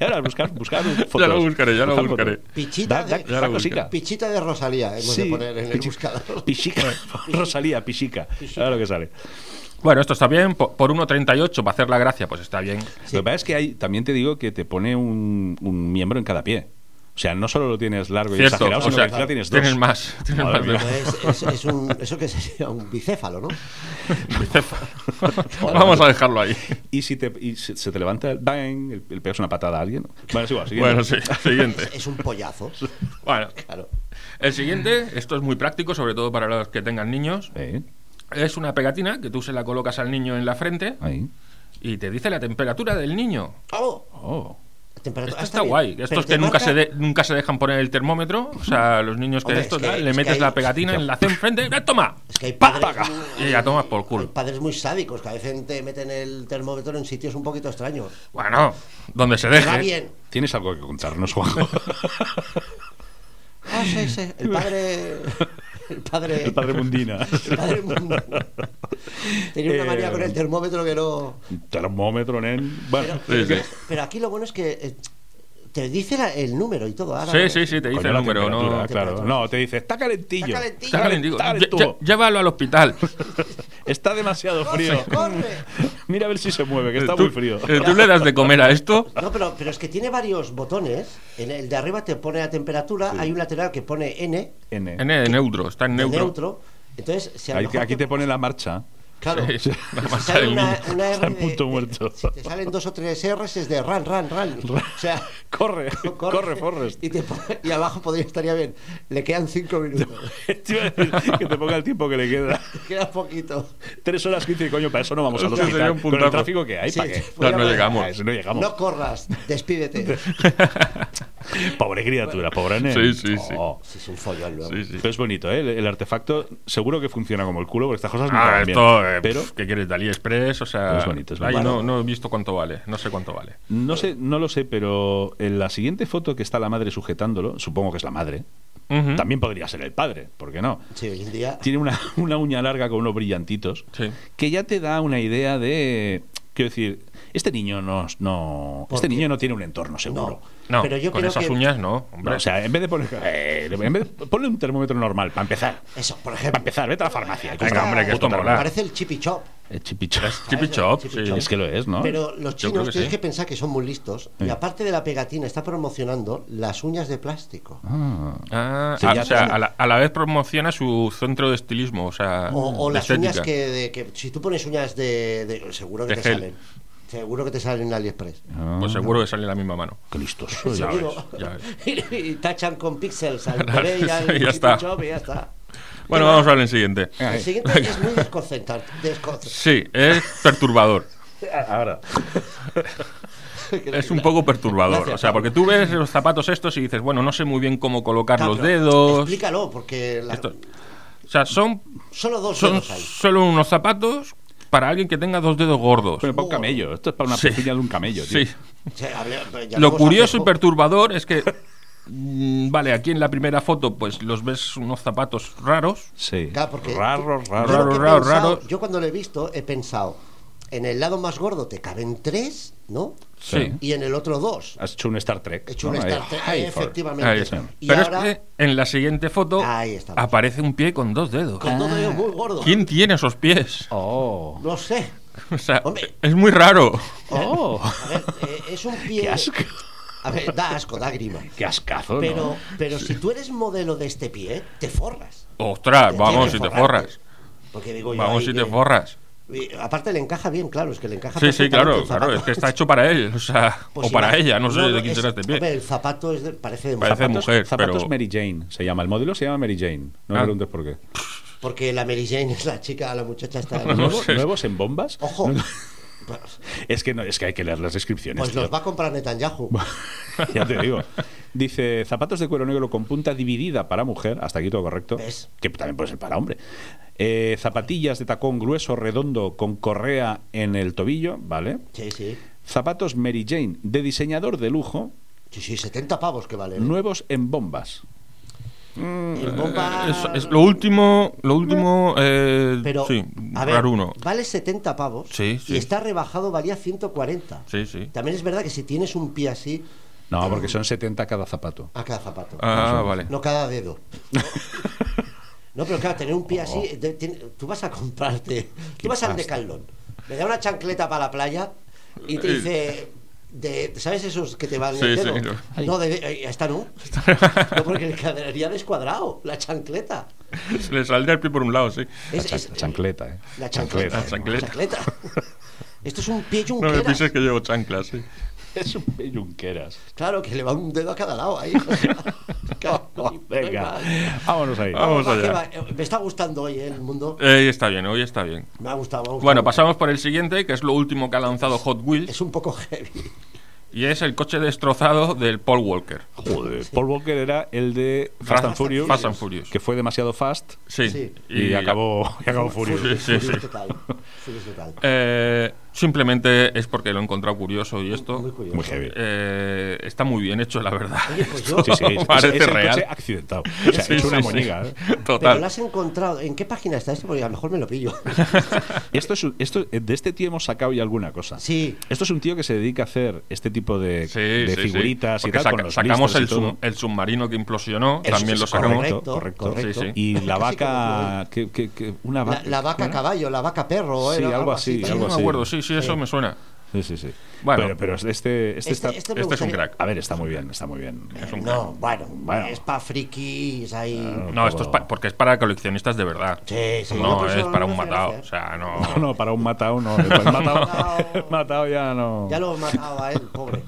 [SPEAKER 3] Y ahora, buscar, buscar fotos.
[SPEAKER 4] Ya lo buscaré, ya lo
[SPEAKER 3] Buscar
[SPEAKER 4] buscaré.
[SPEAKER 3] fotos.
[SPEAKER 1] Pichita
[SPEAKER 3] Da- da-
[SPEAKER 1] de-
[SPEAKER 3] da
[SPEAKER 1] Ya lo
[SPEAKER 3] cosica.
[SPEAKER 1] Pichita de Rosalía, hemos de
[SPEAKER 3] Sí.
[SPEAKER 1] poner en el buscador.
[SPEAKER 3] Pichica. Rosalía, pichica. Ahora lo que sale.
[SPEAKER 4] Bueno, esto está bien. Por, por 1.38, para hacer la gracia, pues está bien.
[SPEAKER 1] Sí.
[SPEAKER 3] Lo que pasa es que hay, también te digo que te pone un, un miembro en cada pie. O sea, no solo lo tienes largo y
[SPEAKER 4] Cierto,
[SPEAKER 3] Pues exagerado,
[SPEAKER 4] o
[SPEAKER 3] sino
[SPEAKER 4] sea,
[SPEAKER 3] que encima tienes dos.
[SPEAKER 4] tienes más. Tienes
[SPEAKER 3] Madre
[SPEAKER 4] más
[SPEAKER 3] mía.
[SPEAKER 4] de-
[SPEAKER 1] Pues es, es un, eso que sería un bicéfalo, ¿no?
[SPEAKER 4] Vamos a dejarlo ahí.
[SPEAKER 3] Y si te, y se, se te levanta el bang, el, el pegas una patada a alguien. Bueno, es igual, siguiente.
[SPEAKER 4] Bueno, sí, siguiente.
[SPEAKER 1] Es un pollazo.
[SPEAKER 4] Bueno,
[SPEAKER 1] Claro.
[SPEAKER 4] el siguiente, esto es muy práctico, sobre todo para los que tengan niños.
[SPEAKER 3] Eh,
[SPEAKER 4] Es una pegatina que tú se la colocas al niño en la frente
[SPEAKER 3] ahí.
[SPEAKER 4] y te dice la temperatura del niño.
[SPEAKER 1] ¡Oh!
[SPEAKER 3] Oh.
[SPEAKER 1] Temperatura-
[SPEAKER 4] Esto
[SPEAKER 1] ah,
[SPEAKER 4] está
[SPEAKER 1] bien.
[SPEAKER 4] guay.
[SPEAKER 1] Pero
[SPEAKER 4] Estos
[SPEAKER 1] te
[SPEAKER 4] que nunca
[SPEAKER 1] marca-
[SPEAKER 4] se, de- nunca se dejan poner el termómetro, o sea, los niños que
[SPEAKER 1] Hombre,
[SPEAKER 4] esto
[SPEAKER 1] es que-
[SPEAKER 4] tal, le
[SPEAKER 1] es que
[SPEAKER 4] metes
[SPEAKER 1] hay-
[SPEAKER 4] la pegatina en la frente, ¡eh, ¡toma!
[SPEAKER 1] Es que hay
[SPEAKER 4] ¡Pa!
[SPEAKER 1] padres,
[SPEAKER 4] Y ya tomas por culo.
[SPEAKER 1] hay padres muy sádicos que a veces te meten el termómetro en sitios un poquito extraños.
[SPEAKER 4] Bueno, donde se
[SPEAKER 1] Va
[SPEAKER 4] deje.
[SPEAKER 1] bien.
[SPEAKER 3] ¿Tienes algo que contarnos, Juanjo?
[SPEAKER 1] Ah, sí, sí. El padre. El padre.
[SPEAKER 3] el padre Mundina.
[SPEAKER 1] el padre mundo. Tenía una manía con el termómetro que no.
[SPEAKER 3] Termómetro, nen. Bueno,
[SPEAKER 4] Sí, sí.
[SPEAKER 1] Pero aquí lo bueno es que eh, te dice la- el número y todo. Ahora,
[SPEAKER 4] Sí, sí, sí, te
[SPEAKER 3] coño,
[SPEAKER 4] dice el
[SPEAKER 3] la
[SPEAKER 4] número,
[SPEAKER 3] temperatura,
[SPEAKER 4] no.
[SPEAKER 3] Claro. No, te dice, está calentillo.
[SPEAKER 1] Está calentillo.
[SPEAKER 4] Está calentico.
[SPEAKER 3] Está
[SPEAKER 4] Lle- lle-
[SPEAKER 3] calentudo.
[SPEAKER 4] Llévalo al hospital.
[SPEAKER 3] Está demasiado
[SPEAKER 1] ¡Corre,
[SPEAKER 3] frío.
[SPEAKER 1] corre!
[SPEAKER 3] Mira a ver si se mueve, que está muy frío.
[SPEAKER 4] Eh, Tú le das de comer a esto.
[SPEAKER 1] No, pero, pero es que tiene varios botones. En el de arriba te pone la temperatura, hay un lateral que pone N,
[SPEAKER 3] N.
[SPEAKER 4] N de neutro, está en
[SPEAKER 1] de neutro.
[SPEAKER 4] neutro.
[SPEAKER 1] Entonces, si a lo
[SPEAKER 3] Ahí-
[SPEAKER 1] mejor
[SPEAKER 3] aquí te pone la marcha.
[SPEAKER 1] Claro.
[SPEAKER 4] Sí, sí, la
[SPEAKER 1] Si
[SPEAKER 4] masa
[SPEAKER 1] sale
[SPEAKER 4] del
[SPEAKER 1] una,
[SPEAKER 4] niño.
[SPEAKER 1] una R
[SPEAKER 3] Está en
[SPEAKER 1] de-
[SPEAKER 3] punto
[SPEAKER 1] de-
[SPEAKER 3] muerto.
[SPEAKER 1] si te salen dos o tres R's es de ran, ran, ran. O sea,
[SPEAKER 3] Corre, corre, Forrest.
[SPEAKER 1] Y, te pone- y abajo podría estaría bien. Le quedan cinco minutos.
[SPEAKER 3] Te iba a decir que te ponga el tiempo que le queda.
[SPEAKER 1] Queda poquito.
[SPEAKER 3] Tres horas quince, coño, para eso no vamos al
[SPEAKER 4] Hostia,
[SPEAKER 3] hospital.
[SPEAKER 4] sería un
[SPEAKER 3] Con el
[SPEAKER 4] puntazo.
[SPEAKER 3] tráfico que hay,
[SPEAKER 1] Sí,
[SPEAKER 3] ¿para qué?
[SPEAKER 1] voy a
[SPEAKER 4] No, no
[SPEAKER 1] poner-
[SPEAKER 4] llegamos.
[SPEAKER 3] A eso no llegamos.
[SPEAKER 1] No corras, despídete. pues.
[SPEAKER 3] Pobre criatura, pobre nene.
[SPEAKER 4] Sí, sí, sí.
[SPEAKER 3] Oh.
[SPEAKER 1] Sí, es un follón luego.
[SPEAKER 4] Sí, sí.
[SPEAKER 3] Pero es bonito, ¿eh? El, el artefacto seguro que funciona como el culo, porque estas cosas no
[SPEAKER 4] Ah,
[SPEAKER 3] acaban bien.
[SPEAKER 4] esto, eh,
[SPEAKER 3] Pero
[SPEAKER 4] pf, ¿qué quieres? De AliExpress, o sea.
[SPEAKER 3] Es bonito, es
[SPEAKER 4] ay,
[SPEAKER 3] bonito.
[SPEAKER 4] no, no he visto cuánto vale, no sé cuánto vale.
[SPEAKER 3] no, sé, no lo sé, pero en la siguiente foto que está la madre sujetándolo, supongo que es la madre,
[SPEAKER 4] Ujú.
[SPEAKER 3] también podría ser el padre, ¿por qué no?
[SPEAKER 1] Sí, hoy en día.
[SPEAKER 3] Tiene una, una uña larga con unos brillantitos
[SPEAKER 4] Sí.
[SPEAKER 3] que ya te da una idea de. Quiero decir, este niño no. no
[SPEAKER 1] ¿Por
[SPEAKER 3] este
[SPEAKER 1] qué?
[SPEAKER 3] niño no tiene un entorno seguro.
[SPEAKER 1] No,
[SPEAKER 4] No,
[SPEAKER 1] pero yo
[SPEAKER 4] con
[SPEAKER 1] creo
[SPEAKER 4] esas
[SPEAKER 1] que.
[SPEAKER 4] uñas no,
[SPEAKER 3] No,
[SPEAKER 4] hombre.
[SPEAKER 3] o sea, en vez de poner. eh, en vez de- ponle un termómetro normal, para empezar.
[SPEAKER 1] Eso, por
[SPEAKER 3] Para
[SPEAKER 1] ejemplo.
[SPEAKER 3] empezar, vete a la farmacia. y
[SPEAKER 4] Venga,
[SPEAKER 3] compra
[SPEAKER 4] hombre, que
[SPEAKER 3] un puto
[SPEAKER 4] esto mola.
[SPEAKER 3] termómetro.
[SPEAKER 1] Parece el chippy chop.
[SPEAKER 3] Eh, chipicho.
[SPEAKER 4] Chip y chop, sí.
[SPEAKER 1] Chip y chop.
[SPEAKER 3] Es que lo es, ¿no?
[SPEAKER 1] Pero los
[SPEAKER 4] Yo creo
[SPEAKER 1] chinos
[SPEAKER 4] que
[SPEAKER 1] tienes
[SPEAKER 4] sí.
[SPEAKER 1] que pensar que son muy listos. Y
[SPEAKER 3] Sí.
[SPEAKER 1] aparte de la pegatina, está promocionando las uñas de plástico.
[SPEAKER 3] Ah.
[SPEAKER 4] Ah,
[SPEAKER 3] Sí,
[SPEAKER 4] ah,
[SPEAKER 3] ya
[SPEAKER 4] o sea,
[SPEAKER 3] está.
[SPEAKER 4] a la, a la vez promociona su centro de estilismo, o sea,
[SPEAKER 1] O, o
[SPEAKER 4] de
[SPEAKER 1] las
[SPEAKER 4] estética.
[SPEAKER 1] uñas que, de- que- Si tú pones uñas de. de- seguro que
[SPEAKER 4] De
[SPEAKER 1] te
[SPEAKER 4] gel.
[SPEAKER 1] salen. Seguro que te salen en AliExpress.
[SPEAKER 3] Ah,
[SPEAKER 4] Pues seguro que sale la misma mano.
[SPEAKER 3] Qué listos.
[SPEAKER 1] Seguro.
[SPEAKER 4] ves, pues ya
[SPEAKER 1] y, y tachan con pixels al
[SPEAKER 4] Claro,
[SPEAKER 1] bebé y al
[SPEAKER 4] ya
[SPEAKER 1] Chippy
[SPEAKER 4] está.
[SPEAKER 1] Chop y ya está.
[SPEAKER 4] Bueno,
[SPEAKER 1] Venga,
[SPEAKER 4] vamos a ver el siguiente.
[SPEAKER 1] El siguiente es muy desconcentrante. desconcentrante.
[SPEAKER 4] Sí, es perturbador.
[SPEAKER 3] Ahora.
[SPEAKER 4] Es un poco perturbador.
[SPEAKER 1] Gracias,
[SPEAKER 4] o sea,
[SPEAKER 1] Pablo.
[SPEAKER 4] porque tú ves los zapatos estos y dices, bueno, no sé muy bien cómo colocar los
[SPEAKER 1] Claro,
[SPEAKER 4] dedos.
[SPEAKER 1] Explícalo, porque la-
[SPEAKER 4] Esto- O sea, son,
[SPEAKER 1] solo dos
[SPEAKER 4] son
[SPEAKER 1] dedos hay.
[SPEAKER 4] solo unos zapatos para alguien que tenga dos dedos gordos.
[SPEAKER 3] Pero para un camello. Esto es para una
[SPEAKER 4] Sí.
[SPEAKER 3] pezuña de un camello, tío.
[SPEAKER 4] Sí.
[SPEAKER 1] O sea, hable- ya
[SPEAKER 4] Lo
[SPEAKER 1] vamos a
[SPEAKER 4] curioso y
[SPEAKER 1] viejo.
[SPEAKER 4] perturbador es que, mm, vale, aquí en la primera foto pues los ves unos zapatos raros.
[SPEAKER 3] Sí.
[SPEAKER 1] Claro, porque
[SPEAKER 3] raro,
[SPEAKER 1] yo
[SPEAKER 3] raro.
[SPEAKER 1] lo que he
[SPEAKER 4] Raro, raro,
[SPEAKER 1] pensado-
[SPEAKER 4] raro.
[SPEAKER 1] Yo cuando lo he visto he pensado, en el lado más gordo te caben tres, ¿no?
[SPEAKER 4] Sí.
[SPEAKER 1] Y en el otro dos.
[SPEAKER 3] Has hecho un Star Trek.
[SPEAKER 1] He hecho un
[SPEAKER 3] ¿no?
[SPEAKER 1] Star
[SPEAKER 3] Eh,
[SPEAKER 1] Trek,
[SPEAKER 3] hi, for-
[SPEAKER 1] efectivamente.
[SPEAKER 4] Ahí está.
[SPEAKER 1] Y
[SPEAKER 4] Pero
[SPEAKER 1] ahora,
[SPEAKER 4] es que en la siguiente foto
[SPEAKER 1] Ahí estamos.
[SPEAKER 4] aparece un pie con dos dedos.
[SPEAKER 1] con todo ello muy gordo.
[SPEAKER 4] ¿Quién tiene esos pies?
[SPEAKER 3] Oh.
[SPEAKER 1] No sé.
[SPEAKER 4] O sea,
[SPEAKER 1] Hombre.
[SPEAKER 4] es muy raro.
[SPEAKER 3] Oh.
[SPEAKER 1] A ver, eh, es un pie...
[SPEAKER 3] Qué asco.
[SPEAKER 1] A ver, da asco, da grima.
[SPEAKER 3] Qué ascazo, ¿no?
[SPEAKER 1] Pero, pero si tú eres modelo de este pie, te forras.
[SPEAKER 4] Ostras,
[SPEAKER 1] Tienes
[SPEAKER 4] Ah, vamos
[SPEAKER 1] que
[SPEAKER 4] si te
[SPEAKER 1] forrarte.
[SPEAKER 4] forras.
[SPEAKER 1] pues, Porque digo yo
[SPEAKER 4] Vamos
[SPEAKER 1] ahí
[SPEAKER 4] si
[SPEAKER 1] que-
[SPEAKER 4] te forras.
[SPEAKER 1] Y Aparte le encaja bien, claro, es que le encaja
[SPEAKER 4] Sí, sí,
[SPEAKER 1] perfectamente
[SPEAKER 4] claro,
[SPEAKER 1] el
[SPEAKER 4] claro,
[SPEAKER 1] zapato.
[SPEAKER 4] es que está hecho para él, o sea,
[SPEAKER 1] Pues
[SPEAKER 4] o para
[SPEAKER 1] imag-
[SPEAKER 4] ella, no sé de quién
[SPEAKER 1] es-
[SPEAKER 4] será este
[SPEAKER 1] hombre,
[SPEAKER 4] pie.
[SPEAKER 1] el zapato es de- parece de
[SPEAKER 4] Parece
[SPEAKER 1] mujer.
[SPEAKER 3] Zapatos-
[SPEAKER 4] mujer,
[SPEAKER 3] zapatos
[SPEAKER 4] pero-
[SPEAKER 3] Mary Jane se llama. El modelo se llama Mary Jane. No me
[SPEAKER 4] Ah.
[SPEAKER 3] preguntes por qué.
[SPEAKER 1] Porque la Mary Jane es la chica, la muchacha está.
[SPEAKER 4] No
[SPEAKER 3] ¿Nuevos,
[SPEAKER 4] sé.
[SPEAKER 3] nuevos en bombas?
[SPEAKER 1] Ojo.
[SPEAKER 3] No, no.
[SPEAKER 1] Pues-
[SPEAKER 3] Es que, no, es que hay que leer las descripciones.
[SPEAKER 1] Pues los
[SPEAKER 3] tío.
[SPEAKER 1] va a comprar Netanyahu.
[SPEAKER 3] ya te digo. Dice, zapatos de cuero negro con punta dividida para mujer, hasta aquí todo correcto,
[SPEAKER 1] ¿Ves?
[SPEAKER 3] que también puede ser para hombre. Eh, zapatillas de tacón grueso, redondo, con correa en el tobillo, ¿vale?
[SPEAKER 1] Sí, sí.
[SPEAKER 3] Zapatos Mary Jane, de diseñador de lujo,
[SPEAKER 1] Sí, sí, 70 pavos que valen. ¿eh?
[SPEAKER 3] nuevos en bombas.
[SPEAKER 1] El bomba-
[SPEAKER 4] eh, Es, es lo último, lo último, eh,
[SPEAKER 1] Pero,
[SPEAKER 4] sí,
[SPEAKER 1] a ver,
[SPEAKER 4] raro uno.
[SPEAKER 1] vale 70 pavos y
[SPEAKER 4] Sí, sí.
[SPEAKER 1] está rebajado, valía 140.
[SPEAKER 4] Sí, sí.
[SPEAKER 1] También es verdad que si tienes un pie así,
[SPEAKER 3] No, porque son 70 cada zapato.
[SPEAKER 1] a cada zapato.
[SPEAKER 4] Ah, vale.
[SPEAKER 1] No cada dedo. No, pero claro, tener un pie
[SPEAKER 4] Oh.
[SPEAKER 1] así, de- tiene- tú vas a comprarte, tú vas al
[SPEAKER 3] pasta.
[SPEAKER 1] Decathlon, le da una chancleta para la playa y te
[SPEAKER 4] Eh.
[SPEAKER 1] dice de, ¿Sabes esos que te van
[SPEAKER 4] Sí,
[SPEAKER 1] el dedo?
[SPEAKER 4] sí, lo-
[SPEAKER 8] Ay.
[SPEAKER 1] No, de- eh, esta no. No, porque el cadenaría descuadrado, la chancleta.
[SPEAKER 4] Se le saldría el pie por un lado, sí.
[SPEAKER 1] Es- es-
[SPEAKER 3] Chancleta, ¿eh?
[SPEAKER 1] la chancleta.
[SPEAKER 4] La chancleta.
[SPEAKER 1] la chancleta. Esto es un pie y un
[SPEAKER 4] No me
[SPEAKER 1] quedas.
[SPEAKER 4] pises que llevo chanclas, sí.
[SPEAKER 3] Es un pellunqueras.
[SPEAKER 1] Claro, que le va un dedo a cada lado ahí. Claro, no hay
[SPEAKER 3] Venga,
[SPEAKER 1] más.
[SPEAKER 3] vámonos ahí.
[SPEAKER 4] Vamos
[SPEAKER 1] Va, que
[SPEAKER 4] allá.
[SPEAKER 1] va, eh, Me está gustando hoy eh, el mundo.
[SPEAKER 4] Eh, está bien, hoy está bien.
[SPEAKER 1] Me ha gustado. me ha gustado.
[SPEAKER 4] Bueno, pasamos por el siguiente, que es lo último que ha lanzado Hot Wheels,
[SPEAKER 1] Es un poco heavy.
[SPEAKER 4] y es el coche destrozado del Paul Walker.
[SPEAKER 3] Joder, Paul Walker era el de Fast and Furious.
[SPEAKER 4] Fast and Furious.
[SPEAKER 3] Que fue demasiado fast
[SPEAKER 4] Sí.
[SPEAKER 1] Sí.
[SPEAKER 3] y, acabó, y acabó furioso.
[SPEAKER 4] Sí, sí,
[SPEAKER 1] Furioso
[SPEAKER 4] sí.
[SPEAKER 1] total. Furioso total.
[SPEAKER 4] Eh, simplemente es porque lo he encontrado curioso y esto.
[SPEAKER 1] Muy curioso.
[SPEAKER 3] Muy heavy.
[SPEAKER 4] Eh, está muy bien hecho, la verdad.
[SPEAKER 1] Oye, pues yo-
[SPEAKER 3] Sí, sí, es,
[SPEAKER 4] Parece
[SPEAKER 3] es el
[SPEAKER 4] real.
[SPEAKER 3] coche accidentado. O sea,
[SPEAKER 4] Sí,
[SPEAKER 3] es una
[SPEAKER 4] sí, sí.
[SPEAKER 3] moñiga. ¿eh?
[SPEAKER 1] Pero lo
[SPEAKER 4] Total.
[SPEAKER 1] has encontrado. ¿En qué página está esto? Porque a lo mejor me lo pillo.
[SPEAKER 3] Y esto es un- esto, de este tío hemos sacado ya alguna cosa.
[SPEAKER 1] Sí.
[SPEAKER 3] Esto es un tío que se dedica a hacer este tipo de,
[SPEAKER 4] Sí,
[SPEAKER 3] de
[SPEAKER 4] sí, sí.
[SPEAKER 3] figuritas y
[SPEAKER 4] Porque
[SPEAKER 3] tal.
[SPEAKER 4] saca-
[SPEAKER 3] con los
[SPEAKER 4] sacamos
[SPEAKER 3] blisters
[SPEAKER 4] el,
[SPEAKER 3] y todo.
[SPEAKER 4] sub- el submarino que implosionó,
[SPEAKER 1] Eso
[SPEAKER 4] también
[SPEAKER 1] es
[SPEAKER 4] lo sacamos.
[SPEAKER 1] correcto,
[SPEAKER 3] correcto.
[SPEAKER 1] correcto.
[SPEAKER 4] Sí, sí.
[SPEAKER 3] Y la
[SPEAKER 1] Casi
[SPEAKER 3] vaca. Que, que- que- una
[SPEAKER 1] La, la
[SPEAKER 3] ¿cómo
[SPEAKER 1] vaca
[SPEAKER 3] era?
[SPEAKER 1] caballo, la vaca perro.
[SPEAKER 3] Sí,
[SPEAKER 1] era
[SPEAKER 3] algo así,
[SPEAKER 4] Sí,
[SPEAKER 1] también.
[SPEAKER 3] algo
[SPEAKER 4] no me
[SPEAKER 3] así.
[SPEAKER 4] acuerdo, sí, sí, eso
[SPEAKER 1] Sí.
[SPEAKER 4] me suena.
[SPEAKER 3] Sí, sí, sí.
[SPEAKER 4] Bueno.
[SPEAKER 3] pero, pero este, este, está.
[SPEAKER 1] Este- este me
[SPEAKER 4] Este es un
[SPEAKER 1] gustaría-
[SPEAKER 4] crack.
[SPEAKER 3] A ver, está muy bien, está muy bien.
[SPEAKER 1] No, bueno,
[SPEAKER 3] Bueno.
[SPEAKER 1] es para frikis ahí.
[SPEAKER 4] No, esto es pa- porque es para coleccionistas de verdad.
[SPEAKER 1] Sí, sí. No,
[SPEAKER 4] No,
[SPEAKER 1] pues
[SPEAKER 4] es
[SPEAKER 1] no,
[SPEAKER 4] para
[SPEAKER 1] no
[SPEAKER 4] un
[SPEAKER 1] me hace
[SPEAKER 4] matado. O
[SPEAKER 1] gracia.
[SPEAKER 4] sea,
[SPEAKER 3] No,
[SPEAKER 4] no.
[SPEAKER 3] no, para un matado no. El matado,
[SPEAKER 1] No.
[SPEAKER 3] el matado ya no.
[SPEAKER 1] Ya lo he matado a él, pobre.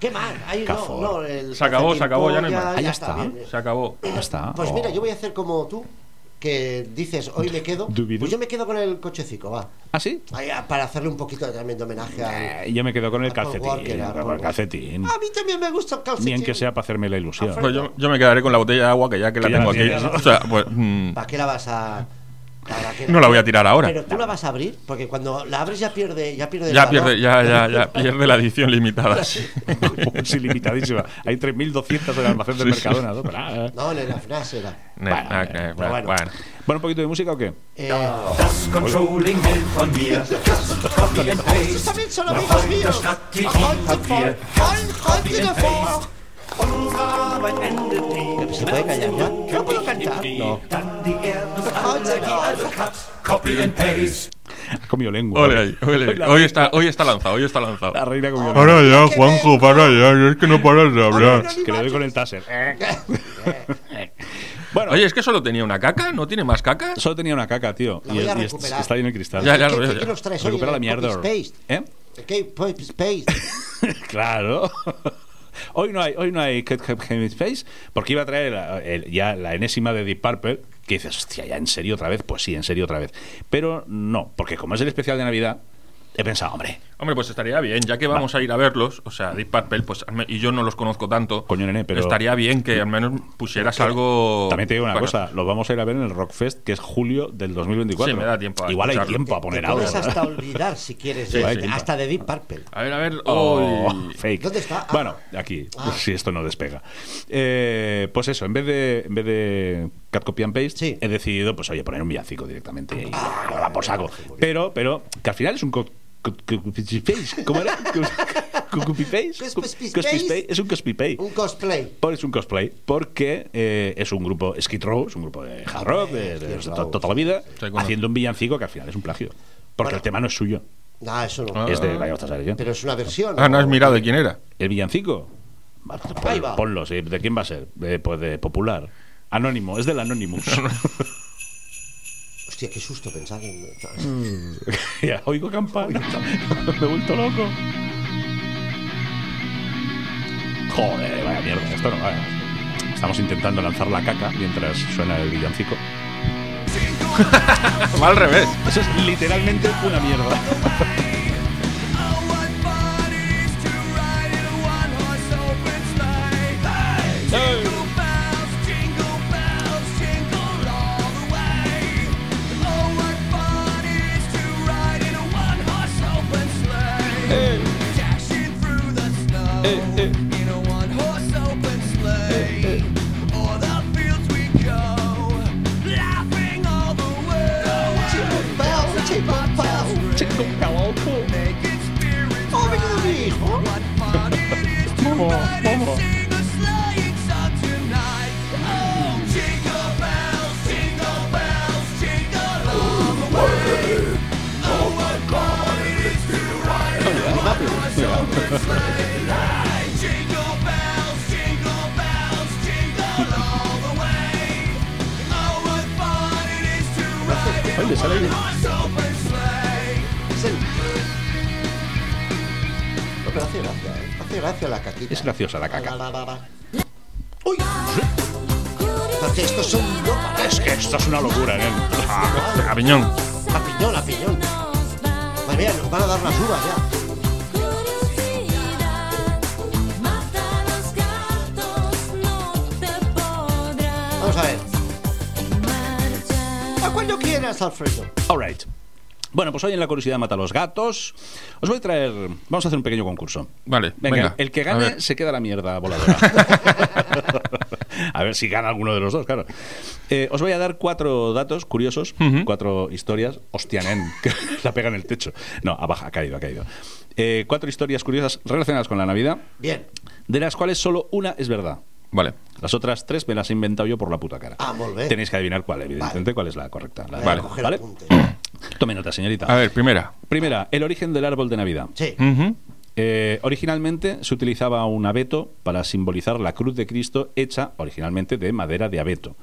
[SPEAKER 1] ¿Qué más? Ahí no,
[SPEAKER 3] Cafor.
[SPEAKER 1] no, el
[SPEAKER 4] Se acabó, se acabó, ya no hay
[SPEAKER 1] calcetín
[SPEAKER 4] más.
[SPEAKER 1] polla,
[SPEAKER 3] Ah, ya
[SPEAKER 1] está.
[SPEAKER 3] está.
[SPEAKER 1] bien.
[SPEAKER 4] Se acabó.
[SPEAKER 3] Ya está.
[SPEAKER 1] Pues mira,
[SPEAKER 3] Oh.
[SPEAKER 1] yo voy a hacer como tú, que dices, hoy me quedo.
[SPEAKER 3] Dubidú.
[SPEAKER 1] Pues yo me quedo con el cochecico, va.
[SPEAKER 3] ¿Ah, sí?
[SPEAKER 1] Ahí, a- Para hacerle un poquito también de homenaje al...
[SPEAKER 3] Eh, yo me quedo con el
[SPEAKER 1] Apple
[SPEAKER 3] calcetín.
[SPEAKER 1] Walker,
[SPEAKER 3] con
[SPEAKER 1] Apple
[SPEAKER 3] el
[SPEAKER 4] Mm.
[SPEAKER 3] calcetín.
[SPEAKER 1] A mí también me gusta el calcetín.
[SPEAKER 3] Ni en que sea para hacerme la ilusión.
[SPEAKER 1] Alfredo.
[SPEAKER 4] Pues yo, yo me quedaré con la botella de agua que ya que la
[SPEAKER 3] Que ya
[SPEAKER 4] tengo
[SPEAKER 3] la
[SPEAKER 4] aquí.
[SPEAKER 3] tienes, ¿no?
[SPEAKER 4] O sea, pues. mm,
[SPEAKER 1] ¿Para qué la vas a...? para qué
[SPEAKER 4] no la voy a tirar ahora.
[SPEAKER 1] Pero tú la vas a abrir, porque cuando la abres ya pierde, ya pierde el
[SPEAKER 4] Ya
[SPEAKER 1] sabor.
[SPEAKER 4] pierde, ya, ya, ya pierde la edición limitada. sí.
[SPEAKER 3] Pues ilimitadísima. Hay 3.200 en el almacén de
[SPEAKER 4] Sí, sí.
[SPEAKER 3] Mercadona. ¿no? Pero, ah, ah.
[SPEAKER 1] No, en la frase era.
[SPEAKER 4] Ne- ah, que-
[SPEAKER 1] pero bueno.
[SPEAKER 4] bueno.
[SPEAKER 3] Bueno, un poquito de música o qué?
[SPEAKER 1] Eh,
[SPEAKER 9] Das Controlling will von mir. Copy and
[SPEAKER 1] Esos
[SPEAKER 9] Paste.
[SPEAKER 1] también son
[SPEAKER 9] Noch
[SPEAKER 1] amigos
[SPEAKER 9] heute
[SPEAKER 1] míos.
[SPEAKER 9] statt die
[SPEAKER 1] Ein Häuptling
[SPEAKER 9] Papier.
[SPEAKER 1] vor. Ein Häuptling vor.
[SPEAKER 9] Unsere Arbeit endet nie.
[SPEAKER 1] Se puede callar ya. No puedo cantar.
[SPEAKER 9] No. Dann die Erdnussallergie, also cut. Copy and Paste.
[SPEAKER 3] Has comido lengua.
[SPEAKER 4] Ole ahí, ole ahí. Hoy está, hoy está lanzado, hoy está lanzado.
[SPEAKER 3] La reina ha comido lengua.
[SPEAKER 5] Para ya, Juanjo, para ya, es que no paras de hablar.
[SPEAKER 3] Que le doy con el taser. Bueno,
[SPEAKER 4] Oye, es que solo tenía una caca, ¿no tiene más caca?
[SPEAKER 3] solo tenía una caca, tío.
[SPEAKER 1] La
[SPEAKER 3] y
[SPEAKER 1] voy a
[SPEAKER 3] es- y es-
[SPEAKER 1] recuperar.
[SPEAKER 3] está ahí en el cristal.
[SPEAKER 4] Ya, ya.
[SPEAKER 1] ¿Qué-
[SPEAKER 4] lo veo,
[SPEAKER 1] qué- qué nos traes hoy?
[SPEAKER 3] Recupera la
[SPEAKER 1] El
[SPEAKER 3] mierda.
[SPEAKER 1] Copy Space.
[SPEAKER 3] ¿Eh?
[SPEAKER 1] ¿Qué? Pues, Copy Space.
[SPEAKER 3] Claro. Hoy no hay, hoy no hay Cat Cat Cat Space porque iba a traer la- el- ya la enésima de Deep Purple que dices, hostia, ya en serio otra vez, pues sí, en serio otra vez. Pero no, porque como es el especial de Navidad, he pensado, hombre,
[SPEAKER 4] Hombre, pues estaría bien, ya que vamos a ir a verlos, o sea, Deep Purple, pues al me- y yo no los conozco tanto.
[SPEAKER 3] Coño, nene, pero-
[SPEAKER 4] estaría bien que al menos pusieras algo.
[SPEAKER 3] también te digo una
[SPEAKER 4] Oh, Bueno,
[SPEAKER 3] cosa, los vamos a ir a ver en el Rockfest que es julio del 2024.
[SPEAKER 4] Sí, me da tiempo a
[SPEAKER 3] Igual hay
[SPEAKER 4] escucharlo.
[SPEAKER 3] tiempo a poner
[SPEAKER 1] Te
[SPEAKER 3] algo.
[SPEAKER 1] Puedes
[SPEAKER 3] ¿no?
[SPEAKER 1] hasta olvidar si quieres.
[SPEAKER 4] Sí,
[SPEAKER 1] de-
[SPEAKER 3] sí.
[SPEAKER 1] Hasta de Deep Purple.
[SPEAKER 4] A ver, a ver.
[SPEAKER 3] Oh,
[SPEAKER 4] uy.
[SPEAKER 3] fake.
[SPEAKER 1] ¿Dónde está? Ah.
[SPEAKER 3] Bueno, aquí,
[SPEAKER 1] Ah.
[SPEAKER 3] si esto no despega. Eh, pues eso, en vez de, en vez de cat copy and paste,
[SPEAKER 1] Sí. Ah.
[SPEAKER 3] he decidido, pues oye, poner un villancico directamente y ahora por saco. Pero, pero, que al final es un co- co- co- copy paste. ¿Cómo era? Co- copy paste.
[SPEAKER 1] Cospi-
[SPEAKER 3] Cospi- paste. Es un cospi paste.
[SPEAKER 1] Un cosplay.
[SPEAKER 3] Por- Es un cosplay, porque eh, es un grupo, Skid Row, es un grupo de hard rock, de, de- de- to- toda la vida,
[SPEAKER 4] Sí, bueno.
[SPEAKER 3] haciendo un villancico que al final es un plagio. Porque
[SPEAKER 1] Bueno.
[SPEAKER 3] el tema no es suyo,
[SPEAKER 1] No, eso no.
[SPEAKER 3] es de Vaya Baltasar Ayllón.
[SPEAKER 1] Pero es una versión.
[SPEAKER 4] Ah, no has
[SPEAKER 1] ¿no?
[SPEAKER 4] mirado de quién era.
[SPEAKER 3] ¿El villancico? Vale, pon-
[SPEAKER 1] Ahí va.
[SPEAKER 3] Ponlo, sí. ¿De quién va a ser? Eh, pues de popular. Anónimo, es del Anonymous.
[SPEAKER 1] Hostia, qué susto pensar en.
[SPEAKER 3] Ya, Oigo campana. Me he vuelto loco. Joder, vaya mierda. Esto no va. Estamos intentando lanzar la caca mientras suena el villancico.
[SPEAKER 4] Va al revés.
[SPEAKER 3] Eso es literalmente una mierda.
[SPEAKER 6] Oh, Laughing all the way. Naked spirits rise. What fun it is to ride and sing a sleighing song tonight. Oh, jingle bells, jingle bells, jingle all the way. Oh, what fun it is to ride in a one-horse open sleigh.
[SPEAKER 3] le sale bien.
[SPEAKER 1] Es el- No, pero hace gracia, ¿eh? Hace gracia la caquita.
[SPEAKER 3] Es graciosa la caca.
[SPEAKER 1] La, la, la, la. ¡Uy! Porque estos son...
[SPEAKER 3] Es que esto es una locura, ¿eh?
[SPEAKER 4] A piñón.
[SPEAKER 1] A piñón, a piñón. Madre mía, nos van a dar las uvas ya. Vamos a ver. A cuando quieras, Alfredo.
[SPEAKER 3] All right. Bueno, pues hoy en la curiosidad mata a los gatos. Os voy a traer. Vamos a hacer un pequeño concurso.
[SPEAKER 4] Vale,
[SPEAKER 3] Venga,
[SPEAKER 4] venga,
[SPEAKER 3] el que
[SPEAKER 4] a
[SPEAKER 3] gane
[SPEAKER 4] ver.
[SPEAKER 3] se queda la mierda voladora. a ver si gana alguno de los dos, claro. Eh, os voy a dar cuatro datos curiosos,
[SPEAKER 4] Ujú.
[SPEAKER 3] cuatro historias. Hostia, nen, que la pega en el techo. No, abajo, ha caído, ha caído. Eh, cuatro historias curiosas relacionadas con la Navidad,
[SPEAKER 1] Bien.
[SPEAKER 3] de las cuales solo una es verdad.
[SPEAKER 4] Vale.
[SPEAKER 3] Las otras tres me las he inventado yo por la puta cara.
[SPEAKER 1] Ah, molt bé.
[SPEAKER 3] Tenéis que adivinar cuál, evidentemente, cuál es la correcta. La-
[SPEAKER 1] Voy a
[SPEAKER 4] Vale,
[SPEAKER 1] coger
[SPEAKER 3] ¿vale?
[SPEAKER 1] apuntes.
[SPEAKER 3] Tome nota, señorita.
[SPEAKER 4] A ver, primera.
[SPEAKER 3] Primera, el origen del árbol de Navidad.
[SPEAKER 1] Sí.
[SPEAKER 4] Ujú.
[SPEAKER 3] Eh, originalmente se utilizaba un abeto para simbolizar la cruz de Cristo hecha originalmente de madera de abeto,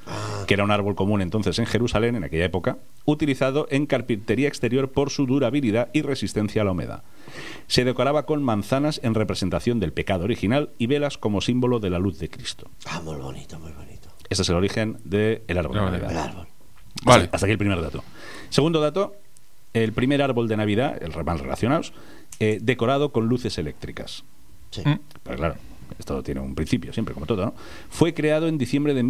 [SPEAKER 3] que era un árbol común entonces en Jerusalén en aquella época, utilizado en carpintería exterior por su durabilidad y resistencia a la humedad. Se decoraba con manzanas en representación del pecado original y velas como símbolo de la luz de Cristo.
[SPEAKER 1] Ah, muy bonito, muy bonito.
[SPEAKER 3] Este es el origen del árbol de
[SPEAKER 4] Árbol de
[SPEAKER 3] Navidad.
[SPEAKER 1] El árbol.
[SPEAKER 4] Vale.
[SPEAKER 3] Hasta aquí el primer dato. Segundo dato, el primer árbol de Navidad, el mal relacionados, eh, decorado con luces eléctricas.
[SPEAKER 1] Sí.
[SPEAKER 4] Mm.
[SPEAKER 3] Pero claro, esto tiene un principio siempre, como todo, ¿no? Fue creado en diciembre de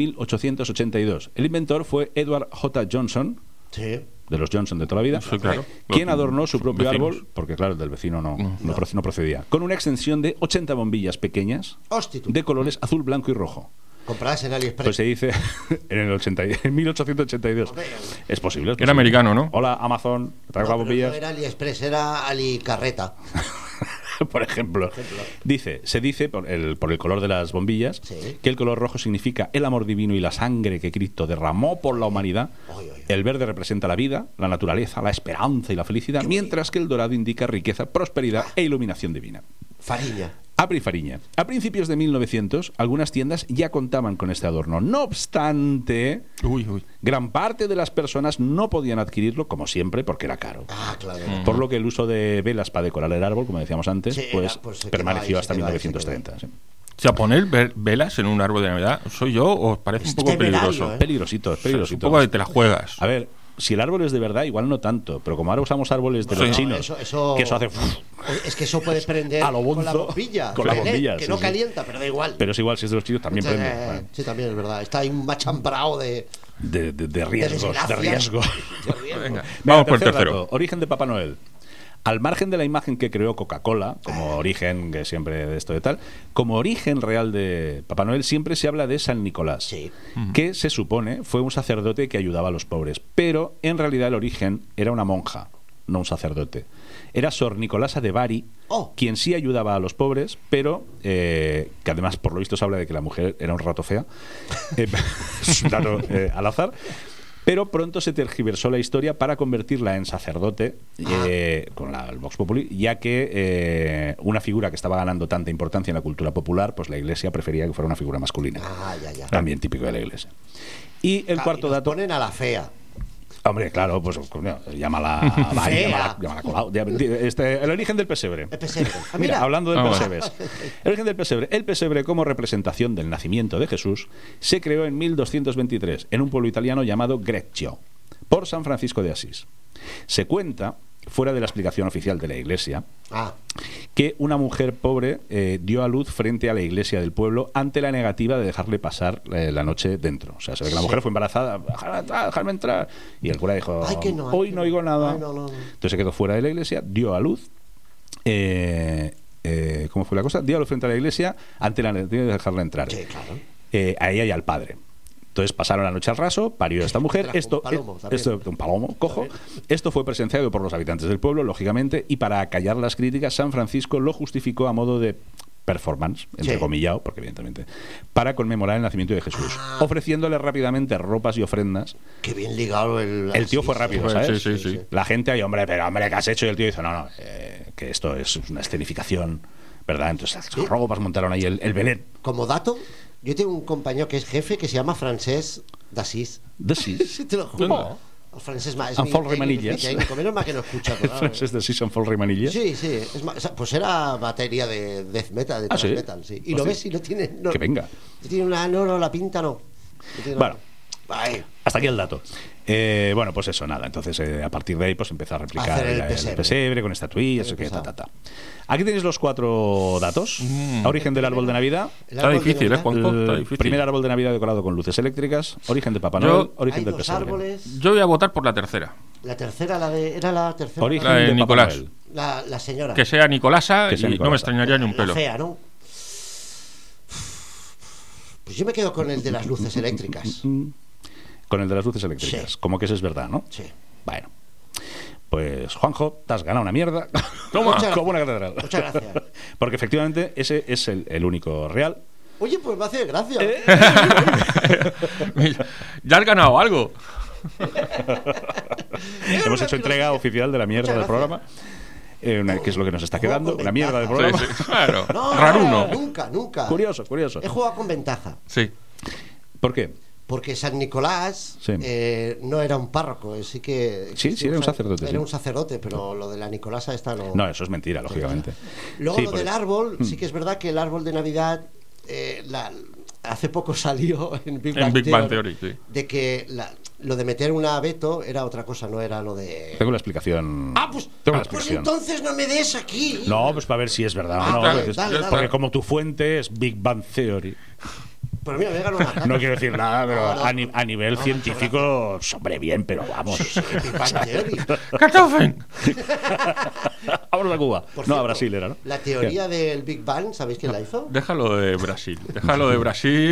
[SPEAKER 3] 1882. El inventor fue Edward J. Johnson,
[SPEAKER 1] Sí.
[SPEAKER 3] de los Johnson de toda la vida,
[SPEAKER 4] Sí, claro.
[SPEAKER 3] quien
[SPEAKER 4] Los
[SPEAKER 3] adornó su propio
[SPEAKER 4] vecinos. Mm.
[SPEAKER 3] árbol, porque claro, el del vecino no, no,
[SPEAKER 1] No.
[SPEAKER 3] proce- no procedía, con una extensión de 80 bombillas pequeñas
[SPEAKER 1] Hostia, tú.
[SPEAKER 3] de colores azul, blanco y rojo.
[SPEAKER 1] Compradas en AliExpress.
[SPEAKER 3] Pues se dice en el 80 y- en 1882.
[SPEAKER 1] Hombre.
[SPEAKER 3] Es posible. es
[SPEAKER 4] Era
[SPEAKER 3] posible.
[SPEAKER 4] americano, ¿no?
[SPEAKER 3] Hola, Amazon, traigo la
[SPEAKER 1] no, pero
[SPEAKER 3] bombilla.
[SPEAKER 1] no era AliExpress, era AliCarreta.
[SPEAKER 3] por ejemplo. Dice, se dice, por el, por el color de las bombillas,
[SPEAKER 1] Sí.
[SPEAKER 3] que el color rojo significa el amor divino y la sangre que Cristo derramó por la humanidad.
[SPEAKER 1] Oy, oy, oy.
[SPEAKER 3] El verde representa la vida, la naturaleza, la esperanza y la felicidad, mientras que el dorado indica riqueza, prosperidad e iluminación divina.
[SPEAKER 1] Fariña.
[SPEAKER 3] Apri Fariña. A principios de 1900, algunas tiendas ya contaban con este adorno. No obstante,
[SPEAKER 4] Uy, uy.
[SPEAKER 3] gran parte de las personas no podían adquirirlo, como siempre, porque era caro.
[SPEAKER 1] Ah, claro.
[SPEAKER 3] Por lo que el uso de velas para decorar el árbol, como decíamos antes,
[SPEAKER 1] Sí, era,
[SPEAKER 3] pues,
[SPEAKER 1] pues, se quedó ahí,
[SPEAKER 3] permaneció
[SPEAKER 1] se
[SPEAKER 3] hasta
[SPEAKER 1] quedó ahí, se
[SPEAKER 3] 1930. sí.
[SPEAKER 4] O sea, poner ver- velas en un árbol de Navidad, ¿soy yo o os parece un
[SPEAKER 1] Es
[SPEAKER 4] poco
[SPEAKER 1] temerario,
[SPEAKER 4] peligroso?
[SPEAKER 1] ¿eh?
[SPEAKER 3] Peligrosito, es
[SPEAKER 4] O sea, es
[SPEAKER 3] peligrosito.
[SPEAKER 4] un poco de te la juegas.
[SPEAKER 3] A ver, si el árbol es de verdad, igual no tanto, pero como ahora usamos árboles de
[SPEAKER 4] Sí.
[SPEAKER 3] los
[SPEAKER 4] No,
[SPEAKER 3] chinos,
[SPEAKER 1] eso- eso-
[SPEAKER 3] que eso hace...
[SPEAKER 1] Oye, Es que eso puede prender
[SPEAKER 3] A lo
[SPEAKER 1] con la
[SPEAKER 3] bonzo,
[SPEAKER 1] bombilla.
[SPEAKER 3] con la
[SPEAKER 1] que-
[SPEAKER 3] bombilla,
[SPEAKER 1] Que
[SPEAKER 3] sí,
[SPEAKER 1] no
[SPEAKER 3] sí.
[SPEAKER 1] calienta, pero da igual.
[SPEAKER 3] Pero es igual, si es de los chinos, también
[SPEAKER 1] Sí,
[SPEAKER 3] prende.
[SPEAKER 1] eh,
[SPEAKER 3] Bueno,
[SPEAKER 1] Sí, también es verdad. Está ahí un machambrao de,
[SPEAKER 3] De, de- de
[SPEAKER 1] de
[SPEAKER 3] riesgos, de
[SPEAKER 1] desgracias.
[SPEAKER 3] riesgo.
[SPEAKER 1] De riesgo.
[SPEAKER 4] Venga,
[SPEAKER 3] Venga,
[SPEAKER 4] vamos por el tercero.
[SPEAKER 3] dato, origen de Papá Noel. Al margen de la imagen que creó Coca-Cola, como origen que siempre de esto de tal, como origen real de Papá Noel siempre se habla de San Nicolás,
[SPEAKER 1] Sí.
[SPEAKER 3] que se supone fue un sacerdote que ayudaba a los pobres, pero en realidad el origen era una monja, no un sacerdote. Era Sor Nicolasa de Bari,
[SPEAKER 1] Oh.
[SPEAKER 3] quien sí ayudaba a los pobres, pero eh, que además por lo visto se habla de que la mujer era un rato fea, Eh, es un dato eh, al azar. Pero pronto se tergiversó la historia para convertirla en sacerdote
[SPEAKER 1] Ah.
[SPEAKER 3] eh, con la, el Vox Populi, ya que eh, una figura que estaba ganando tanta importancia en la cultura popular, pues la iglesia prefería que fuera una figura masculina.
[SPEAKER 1] Ah, ya, ya.
[SPEAKER 3] También típico de la iglesia. Y el
[SPEAKER 1] Ah,
[SPEAKER 3] cuarto
[SPEAKER 1] y nos
[SPEAKER 3] dato.
[SPEAKER 1] Ponen a la fea.
[SPEAKER 3] Hombre, claro, pues coño, llámala. Bari,
[SPEAKER 1] Fea.
[SPEAKER 3] llámala, llámala Colau. Ya, este, el origen del pesebre.
[SPEAKER 1] El pesebre. Ah,
[SPEAKER 3] Mira,
[SPEAKER 1] mira.
[SPEAKER 3] hablando del
[SPEAKER 4] Ah, bueno.
[SPEAKER 3] pesebre. El origen del pesebre. El pesebre, como representación del nacimiento de Jesús, se creó en 1223 en un pueblo italiano llamado Greccio, por San Francisco de Asís. Se cuenta, fuera de la explicación oficial de la iglesia,
[SPEAKER 1] Ah,
[SPEAKER 3] que una mujer pobre eh, dio a luz frente a la iglesia del pueblo ante la negativa de dejarle pasar eh, la noche dentro. O sea, se ve que la mujer fue embarazada, "Dejadme entrar, dejadme entrar. Y el cura dijo,
[SPEAKER 1] Ay, que no, ay,
[SPEAKER 3] hoy
[SPEAKER 1] que
[SPEAKER 3] no
[SPEAKER 1] no.
[SPEAKER 3] oigo nada.
[SPEAKER 1] Ay, no, no, no.
[SPEAKER 3] Entonces se quedó fuera de la iglesia, dio a luz. eh, eh, ¿Cómo fue la cosa? Dio a luz frente a la iglesia ante la negativa de dejarla entrar.
[SPEAKER 1] sí, claro.
[SPEAKER 3] Eh, a ella y al padre. Entonces pasaron la noche al raso, parió esta mujer.
[SPEAKER 1] Trajo un
[SPEAKER 3] Esto,
[SPEAKER 1] palomo también.
[SPEAKER 3] esto, un palomo, cojo. Esto fue presenciado por los habitantes del pueblo, lógicamente, y para acallar las críticas, San Francisco lo justificó a modo de performance, entre
[SPEAKER 1] Sí.
[SPEAKER 3] comillado, porque evidentemente, para conmemorar el nacimiento de Jesús, ofreciéndole rápidamente ropas y ofrendas.
[SPEAKER 1] Qué bien ligado el.
[SPEAKER 3] El tío fue
[SPEAKER 1] sí,
[SPEAKER 3] rápido,
[SPEAKER 4] sí,
[SPEAKER 3] ¿sabes?
[SPEAKER 4] sí, sí, sí.
[SPEAKER 3] La gente ahí, hombre, pero hombre, ¿qué has hecho? Y el tío dice, no, no, eh, que esto es una escenificación, ¿verdad? Entonces, las ropas montaron ahí el, el Belén.
[SPEAKER 1] sí. Como dato, yo tengo un compañero que es jefe que se llama Francés Dasís.
[SPEAKER 3] This is-
[SPEAKER 1] Sí, te lo juro. francés más.
[SPEAKER 3] And Fall Remanillas.
[SPEAKER 1] eh, Menos más que no escucha.
[SPEAKER 3] El
[SPEAKER 1] claro.
[SPEAKER 3] francés de Season Fall Remanillas.
[SPEAKER 1] Sí, sí. es más- o sea, pues era batería de death metal, de
[SPEAKER 3] Ah,
[SPEAKER 1] thrash
[SPEAKER 3] ¿sí?
[SPEAKER 1] metal, sí. Y
[SPEAKER 3] Hostia.
[SPEAKER 1] lo ves y no tiene. no-
[SPEAKER 3] Que venga.
[SPEAKER 1] No tiene una. No, no, la pinta no. No tiene
[SPEAKER 3] Bueno.
[SPEAKER 1] nada. Ay,
[SPEAKER 3] Hasta aquí el dato. Eh, bueno, pues eso, nada. Entonces, eh, a partir de ahí, pues empieza a replicar
[SPEAKER 1] Hacer el
[SPEAKER 3] el, el
[SPEAKER 1] pesebre.
[SPEAKER 3] pesebre con estatuillas,
[SPEAKER 1] El
[SPEAKER 3] que, ta,
[SPEAKER 1] pesado. Mm.
[SPEAKER 3] ta, ta. Aquí tenéis los cuatro datos. Origen del árbol de Navidad.
[SPEAKER 1] el
[SPEAKER 4] Está
[SPEAKER 1] árbol de
[SPEAKER 4] difícil, ¿eh,
[SPEAKER 1] Navidad-
[SPEAKER 4] Juan? Tampoco está
[SPEAKER 3] el
[SPEAKER 4] difícil.
[SPEAKER 3] primer árbol de Navidad decorado con luces eléctricas. Origen de Papá
[SPEAKER 4] Yo-
[SPEAKER 3] Noel.
[SPEAKER 1] Hay
[SPEAKER 3] Origen del
[SPEAKER 1] dos
[SPEAKER 3] pesebre.
[SPEAKER 1] árboles.
[SPEAKER 4] Yo voy a votar por la tercera.
[SPEAKER 1] La tercera, la de. Era la tercera.
[SPEAKER 3] Origen
[SPEAKER 4] La de
[SPEAKER 3] de Papá
[SPEAKER 4] Nicolás.
[SPEAKER 3] Noel.
[SPEAKER 1] La, la señora.
[SPEAKER 4] Que sea Nicolasa
[SPEAKER 3] Que sea
[SPEAKER 4] y no
[SPEAKER 3] Nicolasa.
[SPEAKER 4] me extrañaría ni un
[SPEAKER 1] La
[SPEAKER 4] pelo.
[SPEAKER 1] fea, ¿no? Pues yo me quedo con el de las luces eléctricas.
[SPEAKER 3] Con el de las luces eléctricas.
[SPEAKER 1] Sí.
[SPEAKER 3] Como que eso es verdad, ¿no?
[SPEAKER 1] Sí.
[SPEAKER 3] Bueno. Pues, Juanjo, te has ganado una mierda.
[SPEAKER 1] Toma. Muchas
[SPEAKER 3] como una
[SPEAKER 1] gracias.
[SPEAKER 3] catedral.
[SPEAKER 1] Muchas gracias.
[SPEAKER 3] Porque efectivamente ese es el, el único real.
[SPEAKER 1] Oye, pues me hace gracia.
[SPEAKER 3] ¿Eh?
[SPEAKER 4] Mira, ya has ganado algo.
[SPEAKER 3] Hemos hecho entrega oficial de la mierda
[SPEAKER 1] Muchas
[SPEAKER 3] del
[SPEAKER 1] gracias.
[SPEAKER 3] programa. Eh, una- que es lo que nos está
[SPEAKER 1] Juego
[SPEAKER 3] quedando.
[SPEAKER 1] con
[SPEAKER 3] Una mierda del
[SPEAKER 4] Sí,
[SPEAKER 3] programa.
[SPEAKER 4] sí, claro.
[SPEAKER 1] No, no,
[SPEAKER 4] Raruno.
[SPEAKER 1] Nunca, nunca.
[SPEAKER 3] Curioso, curioso.
[SPEAKER 1] He jugado con ventaja.
[SPEAKER 4] Sí.
[SPEAKER 3] ¿Por qué?
[SPEAKER 1] Porque San Nicolás
[SPEAKER 3] Sí.
[SPEAKER 1] eh, no era un párroco, así que.
[SPEAKER 3] Sí, sí, era un sacerdote,
[SPEAKER 1] Era
[SPEAKER 3] sí.
[SPEAKER 1] un sacerdote, pero lo de la Nicolasa esta no.
[SPEAKER 3] No, eso es mentira, lógicamente.
[SPEAKER 1] Luego
[SPEAKER 3] Sí, Mm.
[SPEAKER 1] lo
[SPEAKER 3] por
[SPEAKER 1] del
[SPEAKER 3] eso.
[SPEAKER 1] árbol, sí que es verdad que el árbol de Navidad. eh, la- hace poco salió en Big
[SPEAKER 4] En
[SPEAKER 1] Bang,
[SPEAKER 4] Big Bang Theory, sí.
[SPEAKER 1] de que la- lo de meter una abeto era otra cosa, no era lo de.
[SPEAKER 3] Tengo la explicación.
[SPEAKER 1] Ah, pues,
[SPEAKER 3] Tengo la
[SPEAKER 1] pues
[SPEAKER 3] explicación.
[SPEAKER 1] entonces no me des aquí.
[SPEAKER 3] No, pues para ver si es verdad o
[SPEAKER 1] Ah,
[SPEAKER 3] no.
[SPEAKER 1] dale,
[SPEAKER 3] porque-
[SPEAKER 1] dale, dale.
[SPEAKER 3] Porque como tu fuente es Big Bang Theory.
[SPEAKER 1] Pero mira, me ganó una
[SPEAKER 3] No quiero decir nada, pero
[SPEAKER 1] No, no.
[SPEAKER 3] a, ni- a nivel
[SPEAKER 1] No,
[SPEAKER 3] científico, hombre, bien, pero vamos.
[SPEAKER 1] Big Bang Theory.
[SPEAKER 4] ¡Kartoffeln!
[SPEAKER 3] Vamos a Cuba.
[SPEAKER 1] Por
[SPEAKER 3] no, a
[SPEAKER 1] cierto,
[SPEAKER 3] Brasil era, ¿no?
[SPEAKER 1] La teoría del Big Bang, ¿sabéis quién la hizo?
[SPEAKER 4] Déjalo de Brasil. Déjalo de Brasil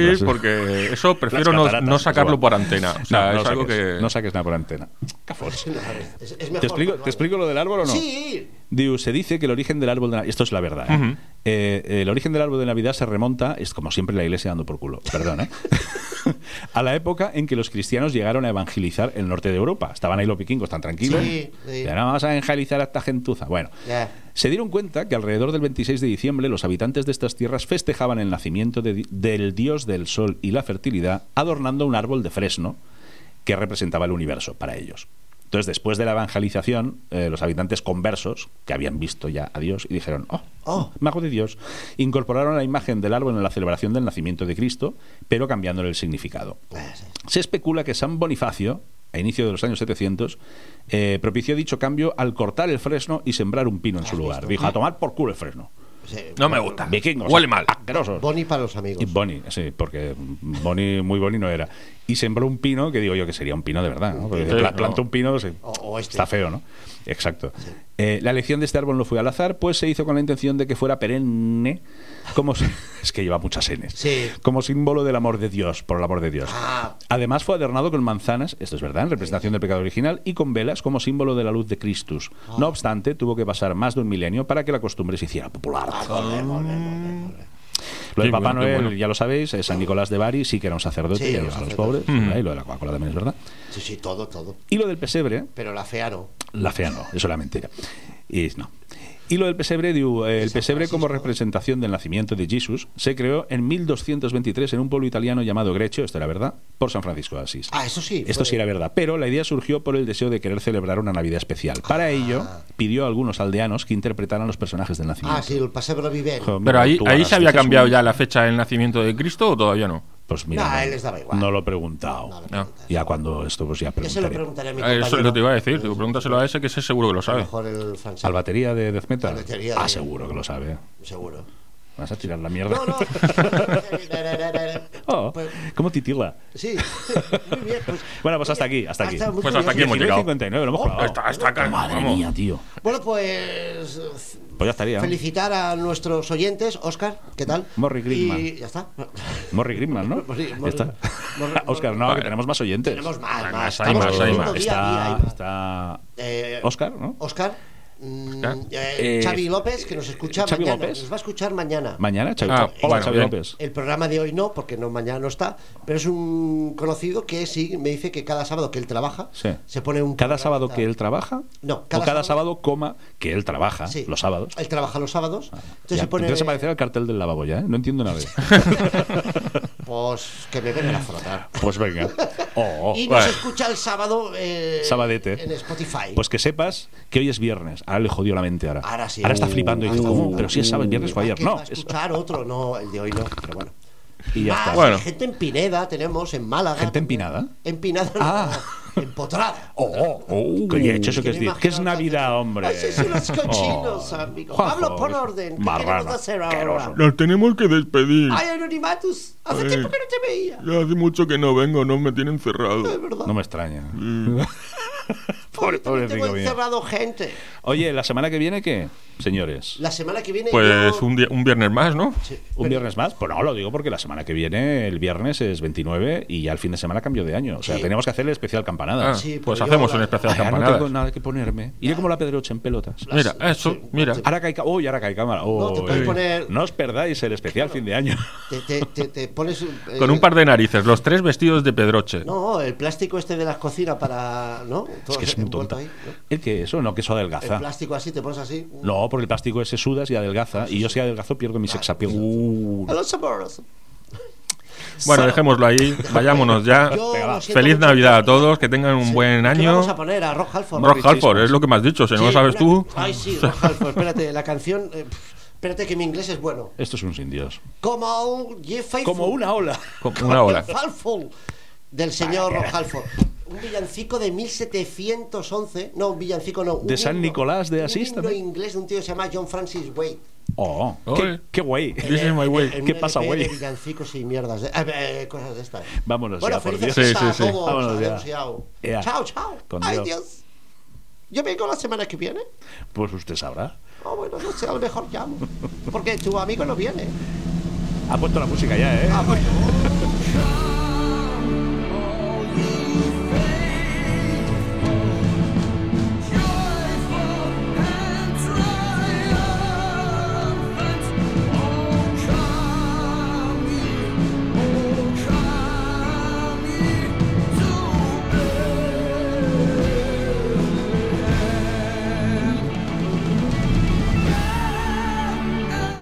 [SPEAKER 3] Brasil.
[SPEAKER 4] porque eso prefiero no,
[SPEAKER 3] cataratas,
[SPEAKER 4] no sacarlo
[SPEAKER 3] bueno.
[SPEAKER 4] por antena. O sea,
[SPEAKER 3] No, no
[SPEAKER 4] es algo
[SPEAKER 3] saques,
[SPEAKER 4] que.
[SPEAKER 3] No saques nada por antena. Cafos.
[SPEAKER 1] Es, es mejor,
[SPEAKER 3] ¿Te explico,
[SPEAKER 1] pero
[SPEAKER 3] ¿Te explico lo del árbol o no?
[SPEAKER 1] Sí,
[SPEAKER 3] Diu, se dice que el origen del árbol de Navidad. Esto es la verdad. ¿eh?
[SPEAKER 4] Ujú.
[SPEAKER 3] Eh, el origen del árbol de Navidad se remonta, es como siempre la iglesia dando por culo, perdón, ¿eh? a la época en que los cristianos llegaron a evangelizar el norte de Europa. Estaban ahí los vikingos tan tranquilos.
[SPEAKER 1] Sí, sí.
[SPEAKER 3] Y ahora vamos a evangelizar a esta gentuza. Bueno,
[SPEAKER 1] Ya.
[SPEAKER 3] se dieron cuenta que alrededor del 26 de diciembre los habitantes de estas tierras festejaban el nacimiento de di- del dios del sol y la fertilidad adornando un árbol de fresno que representaba el universo para ellos. Entonces, después de la evangelización, eh, los habitantes conversos, que habían visto ya a Dios y dijeron, oh,
[SPEAKER 1] Oh.
[SPEAKER 3] mago de Dios, incorporaron la imagen del árbol en la celebración del nacimiento de Cristo, pero cambiándole el significado. Se especula que San Bonifacio, a inicio de los años 700, eh, propició dicho cambio al cortar el fresno y sembrar un pino en
[SPEAKER 1] Ah,
[SPEAKER 3] su lugar. Dijo, a tomar por culo el fresno.
[SPEAKER 1] sí.
[SPEAKER 4] No me gusta.
[SPEAKER 3] Vikingos.
[SPEAKER 4] Huele mal.
[SPEAKER 3] asquerosos".
[SPEAKER 1] Bonnie para los amigos.
[SPEAKER 3] Y Bonnie, sí, porque Bonnie muy Bonnie no era. Y sembró un pino que digo yo que sería un pino de verdad, ¿no? Porque
[SPEAKER 4] pino.
[SPEAKER 3] pla-
[SPEAKER 4] Sí,
[SPEAKER 3] planta
[SPEAKER 4] no.
[SPEAKER 3] un pino, sí.
[SPEAKER 1] O- o este.
[SPEAKER 3] está feo, ¿no? Exacto. Eh, la elección de este árbol no fue al azar, pues se hizo con la intención de que fuera perenne, como si- es que lleva muchas N's,
[SPEAKER 1] Sí.
[SPEAKER 3] como símbolo del amor de Dios, por el amor de Dios.
[SPEAKER 1] Ah.
[SPEAKER 3] Además fue adornado con manzanas, esto es verdad, en representación del pecado original, y con velas como símbolo de la luz de Cristus.
[SPEAKER 1] Ah.
[SPEAKER 3] No obstante, tuvo que pasar más de un milenio para que la costumbre se hiciera popular.
[SPEAKER 1] Joder, joder, joder, joder.
[SPEAKER 3] Lo
[SPEAKER 4] Qué
[SPEAKER 3] de Papá
[SPEAKER 4] bueno, qué
[SPEAKER 3] Noel,
[SPEAKER 4] bueno.
[SPEAKER 3] ya lo sabéis, eh, San Nicolás de Bari sí que era un sacerdote
[SPEAKER 1] Sí,
[SPEAKER 3] y
[SPEAKER 1] era un
[SPEAKER 3] ayudaba a los
[SPEAKER 1] sacerdote.
[SPEAKER 3] pobres. ¿verdad? Y lo de la Coca-Cola también es verdad.
[SPEAKER 1] Sí, sí, todo, todo.
[SPEAKER 3] Y lo del pesebre,
[SPEAKER 1] Pero la fea no.
[SPEAKER 3] la fea no, eso era mentira. Y no. Y lo del pesebre, diu, eh, el
[SPEAKER 1] San
[SPEAKER 3] pesebre como
[SPEAKER 1] Francisco.
[SPEAKER 3] representación del nacimiento de Jesús se creó en 1223 en un pueblo italiano llamado Grecho, esto era verdad, por San Francisco de Asís.
[SPEAKER 1] Ah, eso sí.
[SPEAKER 3] Esto
[SPEAKER 1] fue-
[SPEAKER 3] sí era verdad, pero la idea surgió por el deseo de querer celebrar una Navidad especial.
[SPEAKER 1] Ah.
[SPEAKER 3] Para ello, pidió a algunos aldeanos que interpretaran los personajes del nacimiento.
[SPEAKER 1] Ah, sí, el paseo vive.
[SPEAKER 3] Dijo, "Mira,
[SPEAKER 4] Pero ahí,
[SPEAKER 3] tú
[SPEAKER 4] ahí
[SPEAKER 3] harás
[SPEAKER 4] se había
[SPEAKER 3] este es
[SPEAKER 4] cambiado
[SPEAKER 3] un-
[SPEAKER 4] ya la fecha del nacimiento de Cristo o todavía no.
[SPEAKER 3] Pues mira,
[SPEAKER 1] Nah,
[SPEAKER 3] no,
[SPEAKER 1] él les daba igual.
[SPEAKER 3] no lo he preguntado.
[SPEAKER 1] No, no,
[SPEAKER 4] No.
[SPEAKER 3] Ya cuando esto, pues ya
[SPEAKER 1] Yo se lo
[SPEAKER 3] preguntaré.
[SPEAKER 1] preguntaré a mi
[SPEAKER 4] Eh,
[SPEAKER 1] compañero.
[SPEAKER 4] Eso lo te iba a decir. Digo, pregúntaselo a ese que ese seguro que
[SPEAKER 1] A
[SPEAKER 4] lo
[SPEAKER 1] lo
[SPEAKER 4] sabe.
[SPEAKER 1] mejor el francés.
[SPEAKER 3] ¿Al batería de Death Metal?
[SPEAKER 1] Al batería
[SPEAKER 3] ah,
[SPEAKER 1] de-
[SPEAKER 3] seguro que lo sabe.
[SPEAKER 1] Seguro.
[SPEAKER 3] Vas a tirar la mierda.
[SPEAKER 1] No, no.
[SPEAKER 3] Oh,
[SPEAKER 1] Pues,
[SPEAKER 3] ¿Cómo titila?
[SPEAKER 1] sí. Muy bien. Pues,
[SPEAKER 3] Bueno, pues hasta aquí, hasta aquí.
[SPEAKER 1] Ha estado muy
[SPEAKER 4] Pues
[SPEAKER 1] curioso.
[SPEAKER 4] hasta aquí hemos llegado.
[SPEAKER 3] 59, lo hemos
[SPEAKER 1] Oh,
[SPEAKER 3] probado.
[SPEAKER 4] Está, está cal-
[SPEAKER 3] Madre
[SPEAKER 4] vamos.
[SPEAKER 3] mía, tío.
[SPEAKER 1] Bueno, pues
[SPEAKER 3] Pues ya estaría.
[SPEAKER 1] felicitar a nuestros oyentes. Oscar, ¿qué tal?
[SPEAKER 3] Morri Greenman.
[SPEAKER 1] Y ya está.
[SPEAKER 3] Morri Grimman, ¿no?
[SPEAKER 1] Morri-
[SPEAKER 3] Ya
[SPEAKER 1] Morri-
[SPEAKER 3] está.
[SPEAKER 1] Morri-
[SPEAKER 3] Oscar, no, que tenemos más oyentes.
[SPEAKER 1] Tenemos más, más.
[SPEAKER 4] hay
[SPEAKER 1] Estamos
[SPEAKER 4] más, hay
[SPEAKER 1] creciendo
[SPEAKER 4] más.
[SPEAKER 1] día a día, hay
[SPEAKER 3] Está,
[SPEAKER 1] más.
[SPEAKER 3] está
[SPEAKER 1] Eh,
[SPEAKER 3] Oscar, ¿no?
[SPEAKER 1] Oscar. Mm,
[SPEAKER 4] Ah.
[SPEAKER 1] eh,
[SPEAKER 3] Eh,
[SPEAKER 1] Xavi López, que nos escucha
[SPEAKER 3] Xavi
[SPEAKER 1] mañana.
[SPEAKER 3] López.
[SPEAKER 1] Nos va a escuchar mañana.
[SPEAKER 3] Mañana, Xavi.
[SPEAKER 4] Ah,
[SPEAKER 3] Hola,
[SPEAKER 4] bueno,
[SPEAKER 3] Xavi
[SPEAKER 4] bien.
[SPEAKER 3] López.
[SPEAKER 1] El programa de hoy no, porque no mañana no está, pero es un conocido que sí me dice que cada sábado que él trabaja
[SPEAKER 3] Sí.
[SPEAKER 1] se pone un
[SPEAKER 3] Cada
[SPEAKER 1] programa
[SPEAKER 3] sábado
[SPEAKER 1] tal.
[SPEAKER 3] que él trabaja.
[SPEAKER 1] No,
[SPEAKER 3] o cada sábado, coma, que él trabaja
[SPEAKER 1] sí.
[SPEAKER 3] los sábados. Ah,
[SPEAKER 1] Él trabaja los sábados. Entonces
[SPEAKER 3] Ya,
[SPEAKER 1] se pone
[SPEAKER 3] Empieza a parecer al cartel del lavabo ya, ¿eh? No entiendo nada.
[SPEAKER 1] pues que me vengan a frotar.
[SPEAKER 3] pues venga. Oh, oh.
[SPEAKER 1] Y
[SPEAKER 4] bueno.
[SPEAKER 1] nos escucha el sábado eh,
[SPEAKER 3] Sabadete.
[SPEAKER 1] en Spotify.
[SPEAKER 3] Pues que sepas que hoy es viernes. Ahora le jodió la mente ahora.
[SPEAKER 1] Ahora sí.
[SPEAKER 3] está
[SPEAKER 1] Uh,
[SPEAKER 3] flipando y dice,
[SPEAKER 1] ahora está
[SPEAKER 3] ¿cómo?
[SPEAKER 1] flipando.
[SPEAKER 3] Pero si es sábado, el viernes fue
[SPEAKER 1] Hay
[SPEAKER 3] ayer.
[SPEAKER 1] que
[SPEAKER 3] No. es-
[SPEAKER 1] escuchar otro, no, el de hoy no, pero bueno.
[SPEAKER 3] Y ya
[SPEAKER 1] Más,
[SPEAKER 3] está.
[SPEAKER 4] Bueno.
[SPEAKER 1] Gente en Pineda tenemos, en Málaga.
[SPEAKER 3] ¿Gente
[SPEAKER 1] también.
[SPEAKER 3] empinada?
[SPEAKER 1] Empinada.
[SPEAKER 3] Ah.
[SPEAKER 1] no, empotrada.
[SPEAKER 3] Oh, oh,
[SPEAKER 1] Uh,
[SPEAKER 3] oh, que he hecho eso que es,
[SPEAKER 1] Quiero
[SPEAKER 3] que es
[SPEAKER 1] imaginar-
[SPEAKER 3] Navidad, hombre. Oh.
[SPEAKER 1] Ay, sois unos cochinos, amigo.
[SPEAKER 3] Juanjo,
[SPEAKER 1] Pablo, pon orden. ¿Qué
[SPEAKER 3] marrano,
[SPEAKER 1] queremos hacer
[SPEAKER 3] asqueroso.
[SPEAKER 1] ahora?
[SPEAKER 5] Nos tenemos que despedir.
[SPEAKER 1] Ay, Anonimatus, hace
[SPEAKER 5] Ay.
[SPEAKER 1] tiempo que no te veía.
[SPEAKER 5] Ya hace mucho que no vengo, no me tienen
[SPEAKER 1] Es
[SPEAKER 5] cerrado.
[SPEAKER 1] verdad.
[SPEAKER 3] No me extraña.
[SPEAKER 1] Pobre,
[SPEAKER 3] pobre
[SPEAKER 1] tengo
[SPEAKER 3] amigo mío.
[SPEAKER 1] encerrado gente.
[SPEAKER 3] Oye, ¿la semana que viene qué, señores?
[SPEAKER 1] La semana que viene.
[SPEAKER 5] Pues
[SPEAKER 1] yo-
[SPEAKER 5] un, día- un viernes más, ¿no?
[SPEAKER 1] Sí,
[SPEAKER 3] ¿Un viernes más? Pues no, lo digo porque la semana que viene, el viernes es 29 y ya el fin de semana cambio de año. O sea,
[SPEAKER 1] Sí.
[SPEAKER 3] tenemos que hacer el especial campanada.
[SPEAKER 4] Ah,
[SPEAKER 1] sí,
[SPEAKER 4] pues
[SPEAKER 1] pero yo
[SPEAKER 4] hacemos
[SPEAKER 1] la-
[SPEAKER 4] un especial
[SPEAKER 3] Ay, ahora no
[SPEAKER 4] campanada.
[SPEAKER 3] tengo nada que ponerme. Iré como la Pedroche en pelotas.
[SPEAKER 4] Mira, eso, mira.
[SPEAKER 3] Ahora que hay, ca- uy, ahora que hay cámara. Oh,
[SPEAKER 1] No, te puedes
[SPEAKER 3] eh.
[SPEAKER 1] poner-
[SPEAKER 3] No os perdáis el especial fin de año.
[SPEAKER 1] Te, te- te- te pones. eh,
[SPEAKER 4] Con un par de narices, los tres vestidos de Pedroche.
[SPEAKER 1] No, el plástico este de las cocinas para. ¿No?
[SPEAKER 3] Es
[SPEAKER 1] Todo
[SPEAKER 3] que es muy
[SPEAKER 1] envuelto
[SPEAKER 3] tonta.
[SPEAKER 1] ahí, ¿no?
[SPEAKER 3] ¿El que eso? No, que eso
[SPEAKER 1] El
[SPEAKER 3] adelgaza.
[SPEAKER 1] plástico así, te pones así.
[SPEAKER 3] No, porque el plástico ese sudas y adelgaza. Y yo si adelgazo pierdo mi sexapil. Uh,
[SPEAKER 1] A los sabores.
[SPEAKER 4] Bueno, dejémoslo ahí, vayámonos ya.
[SPEAKER 1] Yo lo siento
[SPEAKER 4] Feliz
[SPEAKER 1] mucho.
[SPEAKER 4] Navidad a todos, que tengan un
[SPEAKER 1] Sí.
[SPEAKER 4] buen
[SPEAKER 1] ¿Qué
[SPEAKER 4] año.
[SPEAKER 1] Vamos a poner a Rock Halford.
[SPEAKER 4] Rock Halford, es lo que me has dicho, si no lo
[SPEAKER 1] Sí,
[SPEAKER 4] sabes
[SPEAKER 1] una-
[SPEAKER 4] tú.
[SPEAKER 1] Ay, sí, Rock Halford. Espérate, la canción. eh, pff, espérate que mi inglés es bueno.
[SPEAKER 3] Esto es un sin Dios.
[SPEAKER 1] Como un Ye Faithful.
[SPEAKER 3] Como una ola.
[SPEAKER 4] Como Una ola.
[SPEAKER 1] Halford, del señor Rock Halford. Un villancico de 1711. No, un villancico no. un
[SPEAKER 3] De San
[SPEAKER 1] himno-
[SPEAKER 3] Nicolás de
[SPEAKER 1] Un
[SPEAKER 3] Asís
[SPEAKER 1] himno
[SPEAKER 3] también.
[SPEAKER 1] inglés de un tío que se llama John Francis Wade.
[SPEAKER 3] Oh,
[SPEAKER 4] Oye.
[SPEAKER 3] qué, qué guay.
[SPEAKER 4] This is my way.
[SPEAKER 1] En
[SPEAKER 3] ¿Qué
[SPEAKER 1] un
[SPEAKER 3] pasa,
[SPEAKER 1] LP
[SPEAKER 3] güey?
[SPEAKER 1] De villancicos y mierdas. de- eh, eh, cosas de estas.
[SPEAKER 3] Vámonos
[SPEAKER 1] bueno,
[SPEAKER 3] ya, por
[SPEAKER 1] felices
[SPEAKER 3] Dios.
[SPEAKER 4] Sí,
[SPEAKER 1] fiestas
[SPEAKER 4] sí, sí.
[SPEAKER 1] a todos.
[SPEAKER 3] Vámonos ya.
[SPEAKER 1] Adiós, yao.
[SPEAKER 3] Ea.
[SPEAKER 1] Chao, chao.
[SPEAKER 3] Con
[SPEAKER 1] Ay,
[SPEAKER 3] Dios.
[SPEAKER 1] Dios. Yo vengo la semana que viene.
[SPEAKER 3] Pues usted sabrá.
[SPEAKER 1] Oh, bueno, no sé, a lo mejor llamo. Porque tu amigo no viene.
[SPEAKER 3] Ha puesto la música ya, ¿eh?
[SPEAKER 1] Ah, bueno.